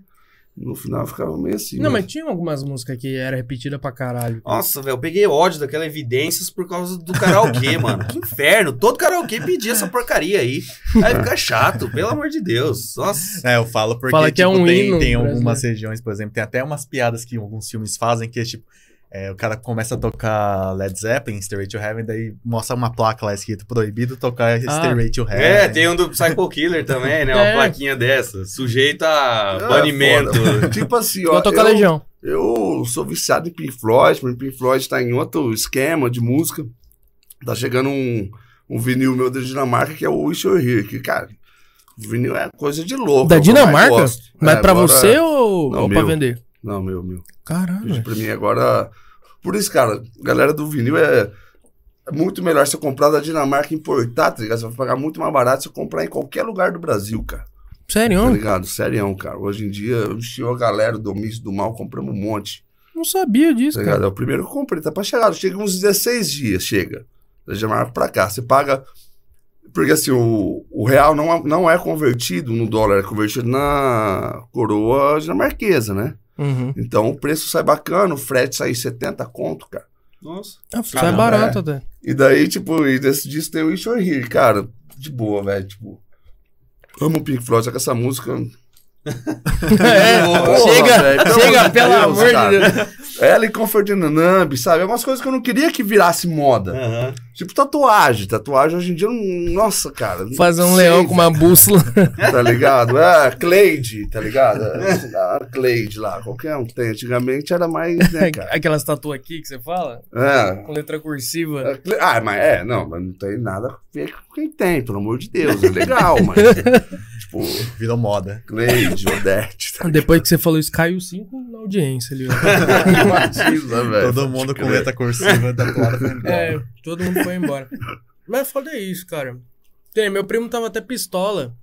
no final ficavam meio assim. Não, mas tinha algumas músicas que era repetida pra caralho. Nossa, velho, eu peguei ódio daquela evidências por causa do [laughs] karaokê, mano. Que inferno. Todo karaokê pedia essa porcaria aí. Aí fica chato, pelo amor de Deus. Nossa. É, eu falo porque Fala que é tipo, um tem, hino tem algumas brasileiro. regiões, por exemplo, tem até umas piadas que alguns filmes fazem que é tipo. é, o cara começa a tocar Led Zeppelin, Stairway to Heaven, daí mostra uma placa lá escrito proibido Ah. tocar Stairway to Heaven. É, tem um do Psycho Killer também, né? Uma É. plaquinha dessa. Sujeita a É, Ah, banimento. foda. [laughs] Tipo assim, ó. Igual toca eu, Legião. eu sou viciado em Pink Floyd, mas Pink Floyd tá em outro esquema de música. Tá chegando um, um vinil meu da Dinamarca, que é o Wish You're Here, que, cara, o vinil é coisa de louco. Da é o que eu mais Dinamarca? gosto. Mas É, pra agora- você ou, Não, ou pra meu. vender? Não, meu, meu. Hoje, Caralho. pra mim agora. Por isso, cara, a galera do vinil é, é muito melhor você comprar da Dinamarca e importar, tá ligado? Você vai pagar muito mais barato se você comprar em qualquer lugar do Brasil, cara. Sério? Tá ligado? Serião, cara. Hoje em dia, eu enchi a galera do Mício do Mal, compramos um monte. Não sabia disso, Tá cara. ligado? É o primeiro que eu comprei, tá pra chegar. Chega uns 16 dias, chega. Da Dinamarca pra cá. Você paga. Porque assim, o, o real não, é- não é convertido no dólar, é convertido na coroa dinamarquesa, né? Uhum. Então o preço sai bacana, o frete sai 70 conto, cara. Nossa. Ah, isso é Caramba, barato [laughs] até. E daí, tipo, e nesse disco tem o Wish You're Here, cara, de boa, velho, tipo... Amo o Pink Floyd, só que essa música... É, Porra, chega, velho, [laughs] pelo chega, pelo amor de Deus. Ela e Comfort and Numb, sabe? É umas coisas que eu não queria que virasse É. moda. Aham. Tipo tatuagem. Tatuagem hoje em dia, eu não- nossa, cara. não Fazer um sei, leão com uma bússola. Tá ligado? É, Cleide, tá ligado? É, a Cleide lá, qualquer um tem. Antigamente era mais, [laughs] [laughs] né, cara? Aquelas tatuas aqui que você fala, É, com letra cursiva. É, cle- Ah, mas é, não, mas não tem nada a ver com quem tem, pelo amor de Deus. É legal, mas. [laughs] tipo, Virou moda. Cleide, Odete, tá Depois que você falou isso, caiu 5 na audiência ali, ó. [laughs] Matiza, tá É, velho. Todo mundo com crer. letra cursiva da [laughs] Clara foi embora. [laughs] É, todo mundo foi embora. Mas foda é isso, cara. Tem, meu primo tava até pistola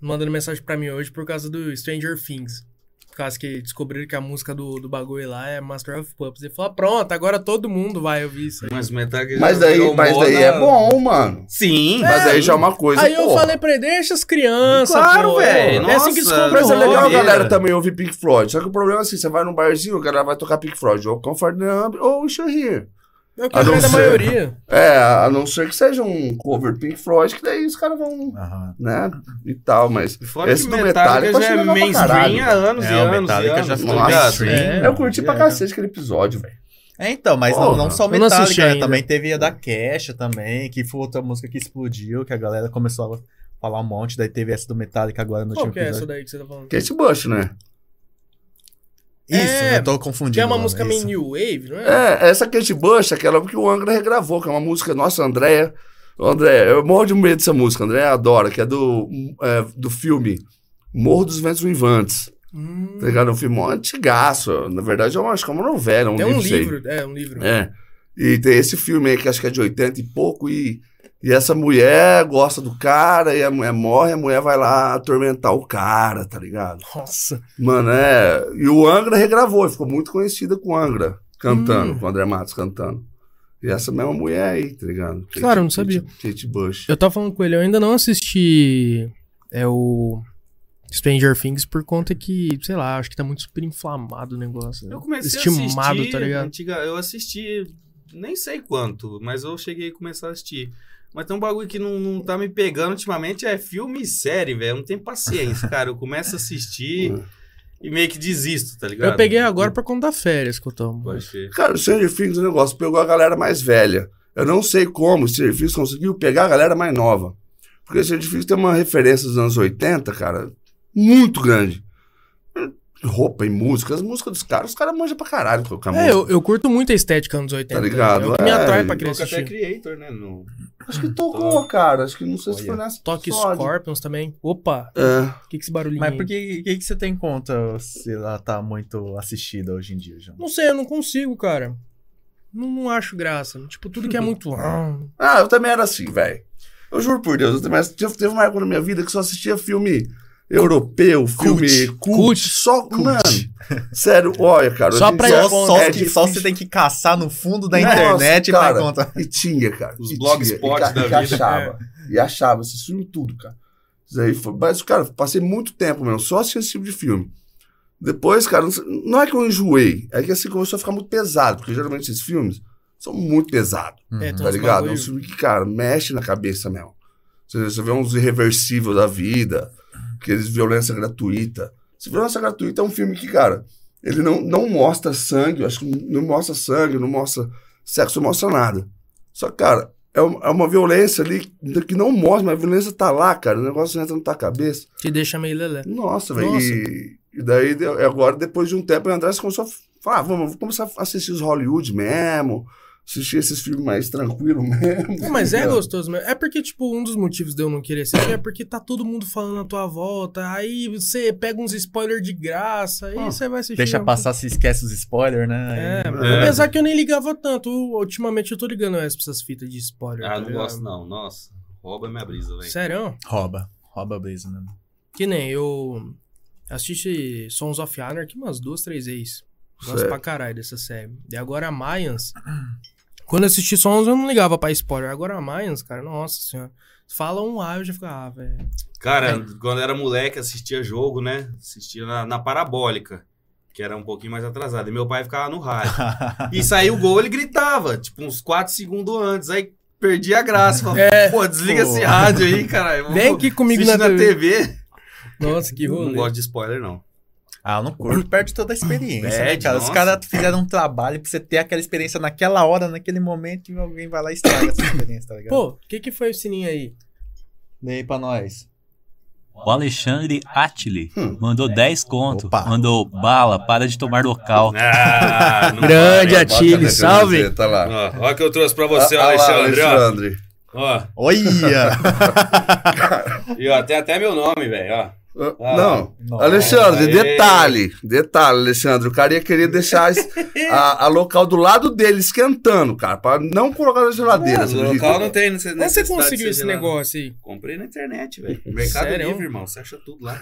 mandando mensagem pra mim hoje por causa do Stranger Things. Por causa que descobriram que a música do, do bagulho lá é Master of Puppets. Ele falou: "Ah, pronto, agora todo mundo vai ouvir isso aí. Mas metal que Mas já daí, virou mas daí moda- é bom, mano. Sim. Mas aí já é uma coisa. Aí eu porra. falei pra ele: deixa as crianças. Claro, pô. velho. É assim que Nossa, descobre. Mas é o rock. legal a Doideira. galera também ouvir Pink Floyd. Só que o problema é assim, você vai num barzinho, a galera vai tocar Pink Floyd, ou Comfort the Amp, ou Wish You Here. É o que A a não grande ser. maioria. É, a não ser que seja um cover Pink Floyd, que daí os caras vão, Aham. né, e tal, mas... Fora Esse que do Metallica já é Metallica eu achei legal pra mainstream há caralho. anos e É, o anos. e Metallica anos, já tá ficou ligado? mainstream. É. Eu curti pra É. cacete aquele episódio, velho. É, então, mas Porra. não, não só Eu não assisti Metallica, né? ainda. também teve a da Kesha também, que foi outra música que explodiu, que a galera começou a falar um monte, daí teve essa do Metallica agora no Qual último que é essa episódio. daí que você tá falando? Kate Bush, né? Isso, É, eu tô Que confundindo. é uma mano, música meio isso. New Wave, não é? É, essa Kate Bush, aquela que o Angra regravou, que é uma música, nossa, Andréia... André, eu morro de medo dessa música, André adora, que é do, é, do filme Morro dos Ventos Vivantes. Hum, Tá ligado? É um filme mó antigaço. Na verdade, eu acho que é uma novela, é um tem livro. um sei. livro. É, um livro. É. E tem esse filme aí que acho que é de 80 e pouco, e, e essa mulher gosta do cara, e a mulher morre, a mulher vai lá atormentar o cara, tá ligado? Nossa. Mano, é. E o Angra regravou, ficou muito conhecida com o Angra cantando, Hum. com o André Matos cantando. E essa mesma mulher aí, tá ligado? Claro, eu não sabia. Kate, Kate Bush. Eu tava falando com ele, eu ainda não assisti é o Stranger Things por conta que, sei lá, acho que tá muito super inflamado o negócio. né? Eu comecei a Estimado, assistir. tá ligado? antiga- eu assisti nem sei quanto, mas eu cheguei a começar a assistir. Mas tem um bagulho que não, não tá me pegando ultimamente, é filme e série, velho. Eu não tenho paciência, cara. Eu começo a assistir e meio que desisto, tá ligado? Eu peguei agora por conta da férias que eu tomo. Pode ser. Cara, o Stranger Things, o negócio pegou a galera mais velha. Eu não sei como o Stranger Things conseguiu pegar a galera mais nova. Porque o Stranger Things tem uma referência dos anos 80, cara, muito grande. Roupa e música. As músicas dos caras, os caras manjam pra caralho colocar É, música. eu, eu curto muito a estética anos 80. Tá ligado? É o que me atrai É, pra querer Toca até assistir. Creator, né? No... Acho que tocou, cara. Acho que não sei se foi nessa. Toque episódio. Scorpions também. Opa, É. o que, que esse barulhinho Mas aí? por que, que, que você tem em conta se ela tá muito assistida hoje em dia, João? Não sei, eu não consigo, cara. Não, não acho graça. Tipo, tudo que é muito... [laughs] Ah, eu também era assim, velho. Eu juro por Deus, eu também assisti- teve uma época na minha vida que só assistia filme europeu, filme cult, Cult. só, mano, sério, olha, cara. Só hoje em pra dia- ir Só, só, é que, só difícil. você tem que caçar no fundo da Nossa, internet pra cara. encontrar. E tinha, cara. Os e blogspot tinha, e, ca- da e vida. achava. E achava, esses filmes tudo, cara. Isso aí foi, mas, cara, passei muito tempo mesmo, só assistindo esse tipo de filme. Depois, cara, não, sei- não é que eu enjoei, é que assim começou a ficar muito pesado, porque geralmente esses filmes são muito pesados, É, Uhum. tem tá uns ligado? É um bagulho- filme que, cara, mexe na cabeça mesmo. Você, você vê uns irreversíveis da vida, aqueles violência gratuita. Se violência gratuita é um filme que, cara, ele não, não mostra sangue, eu acho que não mostra sangue, não mostra sexo, não mostra nada. Só que, cara, é uma, é uma violência ali que não mostra, mas a violência tá lá, cara. O negócio entra na tua cabeça. Te deixa meio lelé. Nossa, velho. Nossa. E, e daí, deu- agora, depois de um tempo, o André começou a falar, ah, vamos, vamos começar a assistir os Hollywood mesmo, assistir esses filmes mais tranquilos mesmo. Não, mas é entendeu? gostoso mesmo. É porque, tipo, um dos motivos de eu não querer assistir é porque tá todo mundo falando à tua volta. Aí você pega uns spoilers de graça aí Ah, você vai assistir. Deixa mesmo. passar se esquece os spoilers, né? É, Aí- É. apesar que eu nem ligava tanto. Ultimamente eu tô ligando mais pra essas fitas de spoiler. Ah, tá não ligado? gosto não. né? Nossa, rouba minha brisa, velho. Sério? Rouba. Rouba a brisa né? mesmo. Que nem eu assisti Sons of Anarchy umas duas, três vezes. Gosto Sério. pra caralho dessa série. E agora a Mayans. Quando eu assisti Sons, eu não ligava pra spoiler. Agora a Mayans, cara, nossa senhora. Fala um A, eu já fico, ah, velho. Cara, quando era moleque, assistia jogo, né? Assistia na, na parabólica, que era um pouquinho mais atrasado. E meu pai ficava no rádio. E saiu o gol, ele gritava, tipo, uns 4 segundos antes. Aí perdi a graça. Falei, pô, desliga Pô. esse rádio aí, caralho. É. Vem aqui comigo na Assiste TV. TV. Nossa, que Não rolê. gosto de spoiler, não. Ah, eu não curto. Perde toda a experiência, né, Perde, cara? Os nossa. caras fizeram um trabalho pra você ter aquela experiência naquela hora, naquele momento, e alguém vai lá e estraga essa experiência, tá ligado? Pô, o que que foi o sininho aí? Lê aí pra nós. O Alexandre Attili Hum. mandou 10 conto. Opa. Mandou bala, para de tomar local. Ah, não Grande vai. Atila. Chile, Bota na salve. camiseta tá lá. Ó, ó o que eu trouxe pra você, Ah, lá, Alexandre. ó. Alexandre. [laughs] Ó, Olha! e ó, tem até meu nome, velho. ó. Ah, Ah, não. Nossa. Alexandre, Aê. detalhe, detalhe, Alexandre. O cara ia querer [laughs] deixar es- a, a local do lado dele esquentando, cara, pra não colocar na geladeira. Ah, você no acredita? local não tem nesse- Como você necessidade de conseguiu ser esse gelado. negócio aí? Comprei na internet, velho. Mercado Sério? Livre, irmão. Você acha tudo lá.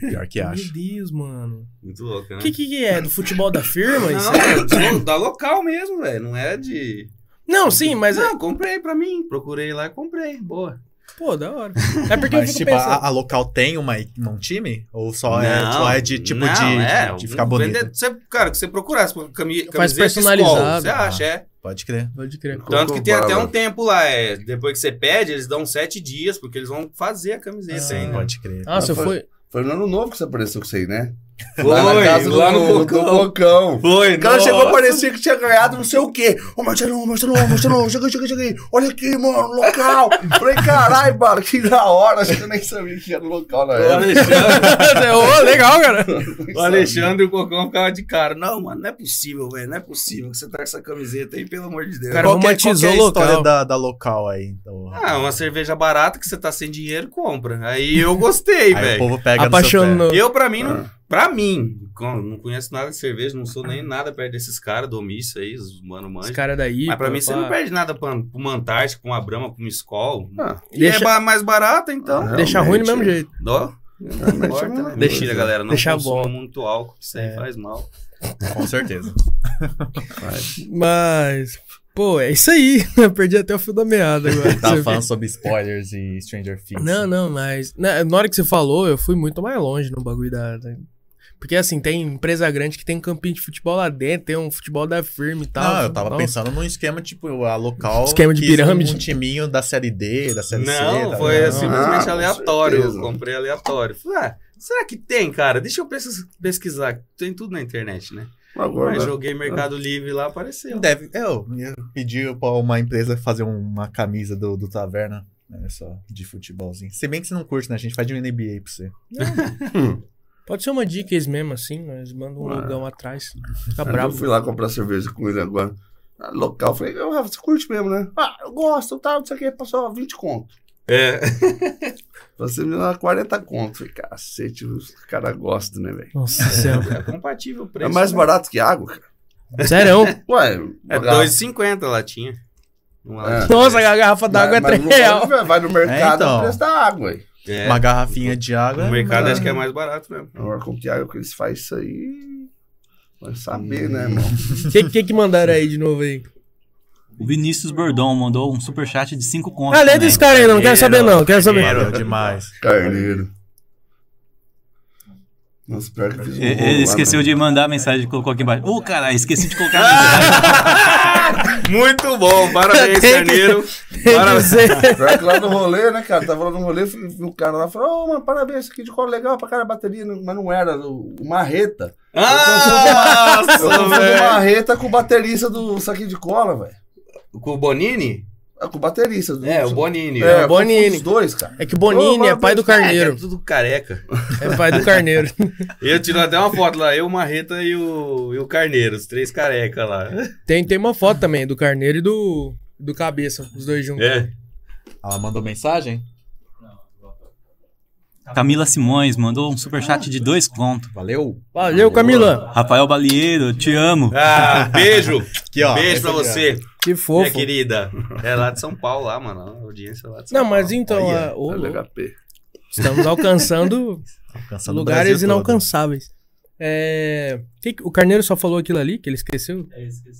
Pior que acho. Meu Deus, mano. Muito louco, O né? que, que que é? Do futebol da firma? isso? Não, é do- da local mesmo, velho. Não é de. Não, sim, mas. é- Não, comprei pra mim. Procurei lá e comprei. Boa. Pô, da hora. É porque eu Mas, fico tipo, pensando. a, a local tem uma, um time? Ou só, é, Não, só é de tipo não, de, é, de ficar um bonito? vende- você- cara, que você procurasse cami- camiseta Faz personalizado. personalizado. você acha, é. Pode crer. Pode crer. Colocou Tanto que tem até bala. um tempo lá. É, depois que você pede, eles dão sete dias, porque eles vão fazer a camiseta Ah. ainda. Pode crer. Nossa, eu Mas fui. Foi no ano novo que você apareceu com isso aí, né? Foi, Lá na casa do, do Bocão. Foi, O cara nossa. É chegou, parecia que tinha ganhado não sei o quê. Ô, Marcelão, Marcelão, Marcelão, [laughs] chega aí, chega aí, chega aí. Olha aqui, mano, local. Falei, caralho, mano, que da hora. Acho que eu nem sabia que era local na O época. Alexandre, [laughs] Ô, legal, cara. o Alexandre e o Cocão ficavam de cara. Não, mano, não é possível, velho. Não é possível que você tá com essa camiseta aí, pelo amor de Deus. Cara, qual que, é- qual que é romantizou a o história local. da, da local aí? Então, Ah, uma cerveja barata que você tá sem dinheiro, compra. Aí eu aí gostei, o velho. povo pega no seu Apaixonou. Eu, pra mim, Ah. não, pra mim, com- não conheço nada de cerveja, não sou nem nada perto desses caras do Omissa aí, os mano Os manja. caras daí. Mas pra mim, você não perde. perde nada pra, pra uma Antártica, pra uma Brahma, pra uma Skol. Ah, E deixa- é ba- mais barata, então. Ah, Deixa ruim do mesmo Realmente, jeito. Dó. Não importa, né? Deixa- Mentira, galera. Não deixa consuma bom. É. muito álcool, que isso aí faz mal. pé. [laughs] Com certeza. Mas. Pô, é isso aí. [laughs] Eu perdi até o fio da meada agora. Tá Você falando assim. sobre spoilers e Stranger Things. Não, não, mas né, na, na hora que você falou, eu fui muito mais longe no bagulho da, da- Porque assim, tem empresa grande que tem um campinho de futebol lá dentro, tem um futebol da firma e tal. Não, Ah, eu tava Nossa. pensando num esquema, tipo, a local. Esquema de quis pirâmide. Um timinho da série D, da é série C. Não, tá foi assim, ligado? Ah, simplesmente com aleatório. certeza. Eu comprei aleatório. Falei, ah, será que tem, cara? Deixa eu pes- pesquisar. Tem tudo na internet, né? Agora, Mas joguei Mercado Livre lá, apareceu. Deve, eu, eu pedi pra uma empresa fazer uma camisa do, do Taverna. Olha só, de futebolzinho. Se bem que você não curte, né? A gente faz de um NBA pra você. Hum. Pode ser uma dica eles mesmo, assim, nós mandam um Ah. logão atrás. Fica Tá Eu bravo. fui lá comprar cerveja com ele agora. Ah, Local, falei, ô, Rafa, você curte mesmo, né? Ah, eu gosto, tá, não sei o que, passou 20 conto. É. Você me deu 40 conto. Falei, cacete, os caras gostam, né, velho? Nossa do céu. É compatível o preço. É mais né? barato que água, cara. Sério? [laughs] Ué, É 2,50 a latinha. Uma É. latinha. Nossa, a garrafa d'água é 3 real. Vai, vai no mercado, É, então. o preço da água, velho. É. Uma garrafinha de água. No mercado mano. acho que é mais barato mesmo. Agora, como que água que eles fazem isso aí, vai saber, né, irmão? O que, que que mandaram aí de novo aí? O Vinícius Bordon mandou um superchat de 5 contos. Ah, lê desse cara aí, não quero saber não, quero saber. Dinheiro. Valeu demais. Carneiro. Nossa, pior que eu fiz um Ele, bolo lá, esqueceu né? de mandar a mensagem e colocou aqui embaixo. Ô, cara, esqueci de colocar a [laughs] mensagem. Muito bom, [laughs] parabéns, Tem que- Carneiro. [laughs] Tem que Parabéns. ser. Pior que lá no rolê, né, cara? Tava lá no rolê, fui- vi um cara lá e falou, ô, mano, parabéns, isso aqui de cola é legal pra cara a bateria, não- mas não era, o o marreta. Ah, [laughs] Eu Nossa, confundo o velho. marreta com o baterista do saquinho de cola, velho. Com o Bonini? É, com o baterista. Do, É, o Bonini. É, o o Bonini. Bonini. Os dois, cara. É que o Bonini é pai do É, carneiro. tudo careca. É pai do carneiro. Eu tirei até uma foto lá, eu, o Marreta e o, e o Carneiro, os três careca lá. Tem, tem uma foto também do carneiro e do, do cabeça, os dois juntos. É. Ela mandou mensagem? Camila Simões mandou um superchat de 2 contos. Valeu. Valeu, Camila. Rafael Balieiro, te amo. Ah, [laughs] beijo. Aqui, ó. beijo pra Essa aqui, você, Que minha fofo. querida. É lá de São Paulo, lá, mano. A audiência é lá de São Não, mas Paulo. então, Olha, ah, É ô, louco, LHP. estamos alcançando ó. Alcançando o lugares Brasil todo. inalcançáveis. É, que que- o Carneiro só falou aquilo ali, que ele esqueceu.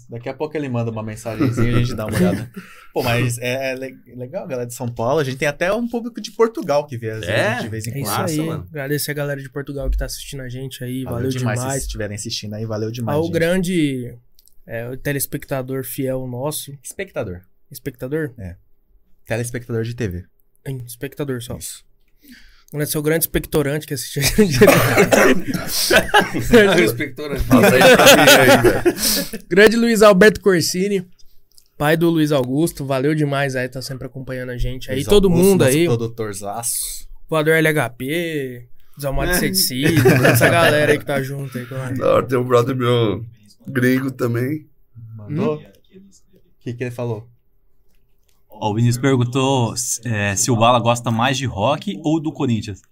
Daqui a pouco ele manda uma mensagenzinha e a gente dá uma olhada. Pô, mas é, é le- legal, galera de São Paulo. A gente tem até um público de Portugal que vê a gente É? de vez em É quando. isso Massa, aí. mano. Agradecer a galera de Portugal que tá assistindo a gente aí. Valeu, demais. Se estiverem assistindo aí, valeu demais. Ao gente. grande é, o telespectador fiel nosso. Espectador. Espectador? Telespectador de TV. Hein, espectador só. Isso. Agradecer ao grande espectorante que assistiu a [laughs] gente. O inspector, né? Nossa, aí pra mim aí, velho. Grande Luiz Alberto Corsini, pai do Luiz Augusto, valeu demais aí, tá sempre acompanhando a gente aí. Luiz todo Augusto, mundo nosso aí, Produtorzaço. voador LHP, Desalmado É. Inseticida, toda essa galera aí que tá junto aí. com a- Da hora, tem um brother meu gringo também. Mandou? Hum? O que, que ele falou? Ó, o Vinícius perguntou é, se o Bala gosta mais de rock ou do Corinthians.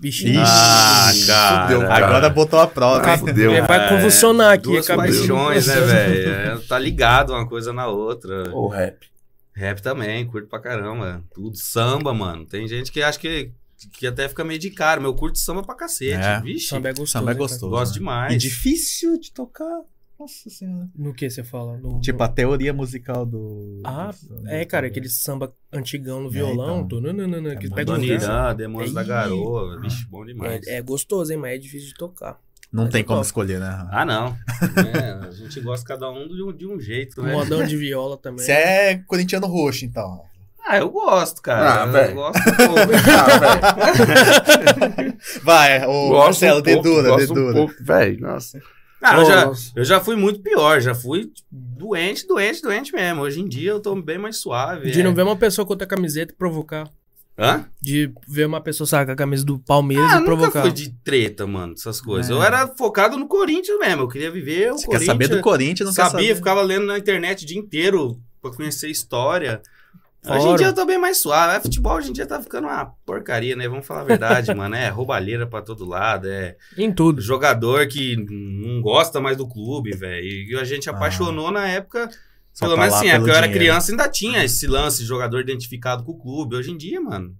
Vixe. Ixi, Ah, cara. fudeu, cara. Agora botou a prova. Ah, hein? fudeu. É, vai convulsionar aqui Duas a cabeça. paixões, [laughs] né, velho? É, Tá ligado uma coisa na outra. O rap. Rap também, curto pra caramba. Tudo. Samba, mano. Tem gente que acha que, que até fica meio de cara. Meu, eu curto samba pra cacete. É. Vixe, Samba é gostoso. Samba é né, gostoso. gosto né? demais. E difícil de tocar. Nossa senhora. cara? No que você fala? No- Tipo, a teoria musical do. Ah, do- É, cara, aquele samba antigão no É, violão. então. tu- nu, nu, nu, nu, É que bom pega um Dona gancho. Irã, Demônios da Ih. ah, Garoa. Vixe, bom demais. é, é gostoso, hein, mas é difícil de tocar. Não tem como Top. escolher, né? Ah, não. É, a gente gosta cada um de um, de um jeito, Um né? modão de viola também. Você é corintiano roxo, então. Ah, eu gosto, cara. Ah, eu velho. gosto um pouco. [laughs] Ah, velho. Vai, ô Marcelo, dedura, gosto Um dedura. pouco, velho, nossa. Ah, eu Ô, já, nossa. eu já fui muito pior. Já fui doente, doente, doente mesmo. Hoje em dia eu tô bem mais suave. De é. não ver uma pessoa com outra camiseta e provocar. Hã? De ver uma pessoa sacar a camisa do Palmeiras Ah, e nunca provocar. fui de treta, mano, essas coisas. É. Eu era focado no Corinthians mesmo. Eu queria viver o Você quer Corinthians. saber do Corinthians, não quer Sabia, saber. ficava lendo na internet o dia inteiro pra conhecer história. Hoje em Fora. dia eu tô bem mais suave. É, futebol hoje em dia tá ficando uma porcaria, né? Vamos falar [laughs] a verdade, mano. É roubalheira pra todo lado. É Em tudo. jogador que não gosta mais do clube, velho. E a gente Ah. apaixonou na época. Só pelo tá menos lá assim, é, pelo porque eu era dinheiro. criança ainda tinha esse lance de jogador identificado com o clube. Hoje em dia, mano.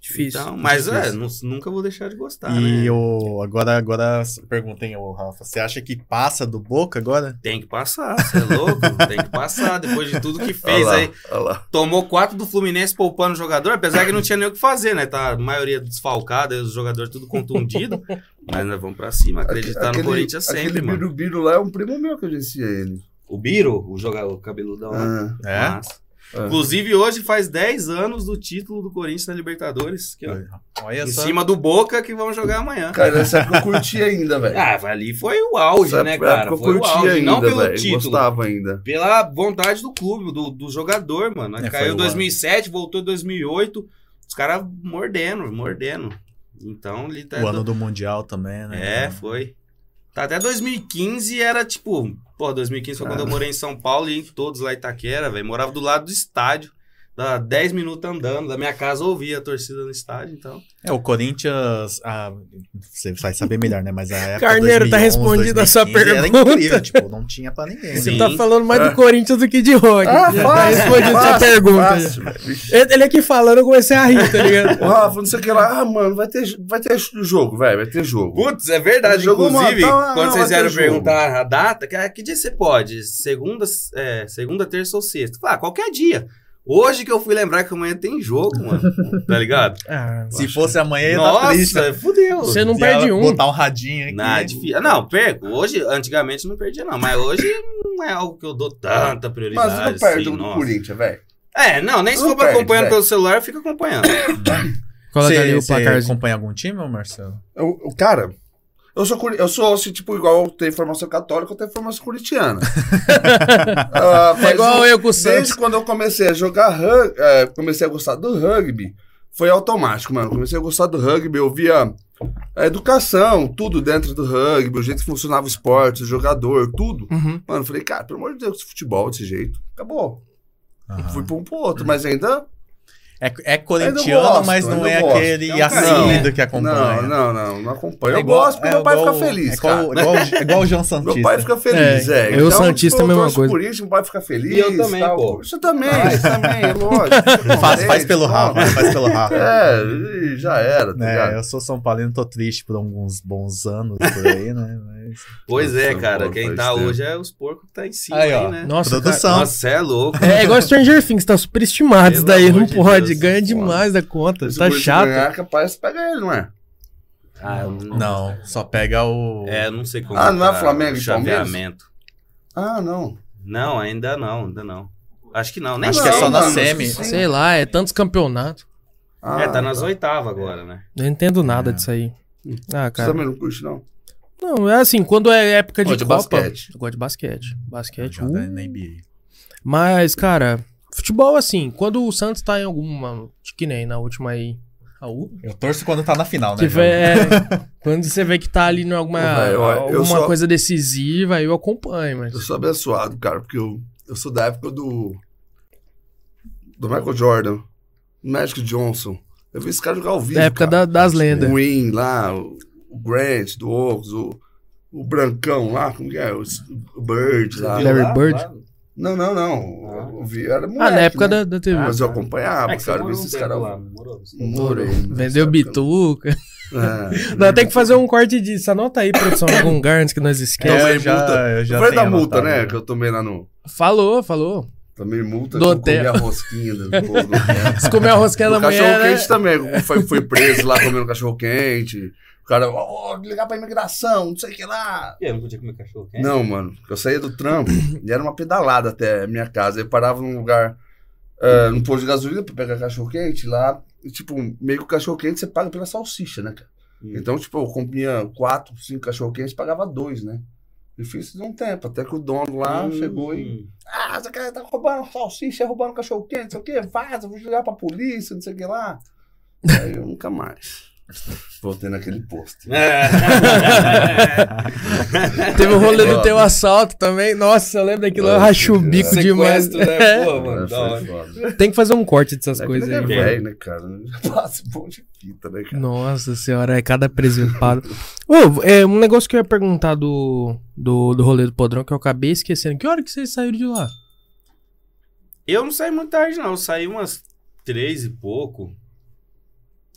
Difícil. Então, mas é, Difícil. nu- nunca vou deixar de gostar. né? E o agora, agora perguntem o Rafa, você acha que passa do Boca agora? Tem que passar, você é louco? [laughs] tem que passar. Depois de tudo que Olha fez lá, aí. olha lá. Tomou quatro do Fluminense poupando o jogador, apesar que não tinha nem o que fazer, né? Tá a maioria desfalcada, os jogadores tudo [laughs] contundido. mas nós vamos pra cima, acreditar Aquele- no Corinthians sempre, Aquele mano. birubiru lá é um primo meu que agencia ele. O Biro, o jogador cabeludão. né? Ah, É? Massa. É. Inclusive, hoje faz 10 anos do título do Corinthians na Libertadores. É. que, ó, Olha em só. cima do Boca que vamos jogar amanhã. Cara, nessa época eu curti ainda, velho. Ah, ali foi o auge, Nessa né, época cara? eu Foi o curti auge, ainda, não pelo velho. título, Gostava ainda. pela vontade do clube, do, do jogador, mano. É, foi Caiu o em 2007, voltou em 2008. Os caras mordendo, mordendo. Então, ele tá. O ano do Mundial também, né? É, foi. Tá até 2015 era tipo. Pô, 2015 foi quando eu morei em São Paulo e em todos lá em Itaquera, velho. Morava do lado do estádio. Dá 10 minutos andando. Da minha casa eu ouvia a torcida no estádio, então. É, o Corinthians, ah, você vai saber melhor, né? Mas a época Carneiro, tá 2011, respondido a sua 2015, Era pergunta. incrível, tipo, não tinha pra ninguém. né? Você Sim. Ah. tá falando mais do Corinthians do que de rock. Ah, Já tá fácil, respondendo essa fácil, pergunta. já. fácil, velho. Vixe. Ele ele aqui falando, eu comecei a rir, tá [laughs] ligado? O Rafa, não sei o que lá. Ah, mano, vai ter, vai ter jogo, velho. Vai ter jogo. Putz, é verdade. Jogou Inclusive, uma- tá- quando vocês vai ter vieram jogo. perguntar a data, que, é, que dia você pode? Segunda, é, segunda, terça ou sexta? Falei, Ah, qualquer dia. Hoje que eu fui lembrar que amanhã tem jogo, mano. Tá ligado? Ah, Se fosse amanhã, ia dar É, tá triste. Nossa, fudeu. Você não Se perde ela um. Botar um radinho aqui. Não, é difícil. Não, perco. Hoje, antigamente não perdia, não. Mas hoje não é algo que eu dou tanta prioridade. Mas eu não perdo assim, do nossa. Corinthians, velho. É, não, nem se Não for perde, acompanhando velho. pelo celular, fica acompanhando. Coloca Você- ali o você placarzinho. acompanha algum time, ô Marcelo? Eu- eu- Cara, eu sou, curi- eu sou assim, tipo, igual eu tenho formação católica, eu tenho [laughs] formação corintiana. Ah, É faz igual um- eu com o Santos. Desde quando eu comecei a jogar rugby, comecei a gostar do rugby, foi automático, mano. Comecei a gostar do rugby, eu via a educação, tudo dentro do rugby, o jeito que funcionava o esporte, o jogador, tudo. Uhum. Mano, eu falei, cara, pelo amor de Deus, futebol desse jeito, acabou. Aham. Fui pra um pro outro, mas ainda. É, é Eu corintiano, não gosto, mas eu não não é gosto. aquele É um carinho, assíduo que acompanha. Não, não, não, não acompanho. Eu É igual- gosto porque é meu pai igual- fica feliz, é igual, cara. igual, igual o João Santista. Meu pai fica feliz, É, é. eu, Santista, tipo, eu mesma torço coisa. Por isso, meu pai fica feliz. E eu também, tal. pô. Você também, você [laughs] também, é lógico. você Faz, faz também, pelo pô. Rafa, faz pelo Rafa. É, e já era, É, tá Né, ligado? eu sou São Paulino, tô triste por alguns bons [laughs] anos por aí, né? Mas... Pois é, Nossa, cara. porra, Quem faz tá tempo. hoje é os porcos que tá em cima Aí, aí, ó. né? Nossa, cara. Produção. Nossa, você é louco. É, é igual Stranger Things, tá superestimado isso Pelo daí, amor não de pode, Deus, é ganha foda. demais da conta, Se o tá Corinthians chato. ganhar, capaz, pega ele, não é? Ah, eu não. é. Não, só pega o. É, eu não sei como. Ah, não é tá Flamengo o e Palmeiras? chaveamento. Ah, não. Não, ainda não, ainda não. Acho que não. Nem Acho Não, que é só na mano, semi. sim. Sei lá, é tantos campeonatos. Ah, É, tá nas oitavas agora, né? Eu não entendo nada É. disso aí. Hum. Ah, Você cara. também não curte, não? Não, é assim, quando é época de, Ou de Copa, basquete. Ah, eu gosto de basquete. Basquete, Joga uh. né? na NBA. Mas, cara, futebol assim, quando o Santos tá em alguma, que nem na última aí, a U, Eu torço quando tá na final, né? que vê, João? é, [laughs] quando você vê que tá ali em alguma, Ô, velho, ó, eu alguma só- coisa decisiva, eu acompanho, mas Eu sou abençoado, cara, porque eu, eu sou da época do. Do Michael Jordan, Magic Johnson, Eu vi esse cara jogar ao vivo. Da época cara. da- das lendas. O Win lá, o o Grant do Oaks, o, o Brancão lá, como que é? O, S- o Bird lá. É. Larry Bird? Não, não, não. Eu vi, eu era Ah, moleque, na época né? da, da TV. Mas eu acompanhava, É que você cara, eu vi morou um esses tempo caras. lá, não morou? assim. Morei. nessa Vendeu época. [laughs] bituca. É. [laughs] Nós tem que fazer um corte disso. Anota aí, [laughs] produção, algum Garns que é nós É. esquece. Então Tomei eu já- multa. eu já Foi da tenho multa, anotado, né? né? Que eu tomei lá no. Falou, falou. Tomei multa. Do que eu hotel. Comi a rosquinha do bolo. [laughs] Se comer a rosquinha da O mulher, né? cachorro-quente também. Foi, fui preso lá comendo cachorro-quente. O cara, ó, ligar pra imigração, não sei o que lá. Eu não podia comer cachorro quente. Não, mano. Eu saía do trampo e era uma pedalada até a minha casa. Eu parava num lugar, é, num posto de gasolina pra pegar cachorro-quente lá. E, tipo, meio que o cachorro-quente você paga pela salsicha, né, cara? Hum. Então, tipo, eu comia quatro, cinco cachorro-quentes pagava dois, né? E fiz isso de um tempo, até que o dono Hum. lá chegou e... Ah, você cara tá roubando salsicha, roubando cachorro-quente, não sei o quê, vaza, vou ligar pra polícia, não sei o que lá. Aí eu nunca mais voltei naquele posto. Hum. É. Teve o rolê do Ó. teu assalto também. Nossa, eu lembro daquilo. Eu racho o bico demais. Sequestro, né? Pô, É, mano, da foi hora. foda. Tem que fazer um corte dessas É, coisas que aí. ele é velho. velho, né, cara? Já [laughs] passa um monte de fita, né, cara? Nossa senhora, é cada presentado. [laughs] Ô, é um negócio que eu ia perguntar do, do, do rolê do podrão que eu acabei esquecendo. Que hora que vocês saíram de lá? Eu não saí muito tarde, não. Eu saí umas três e pouco.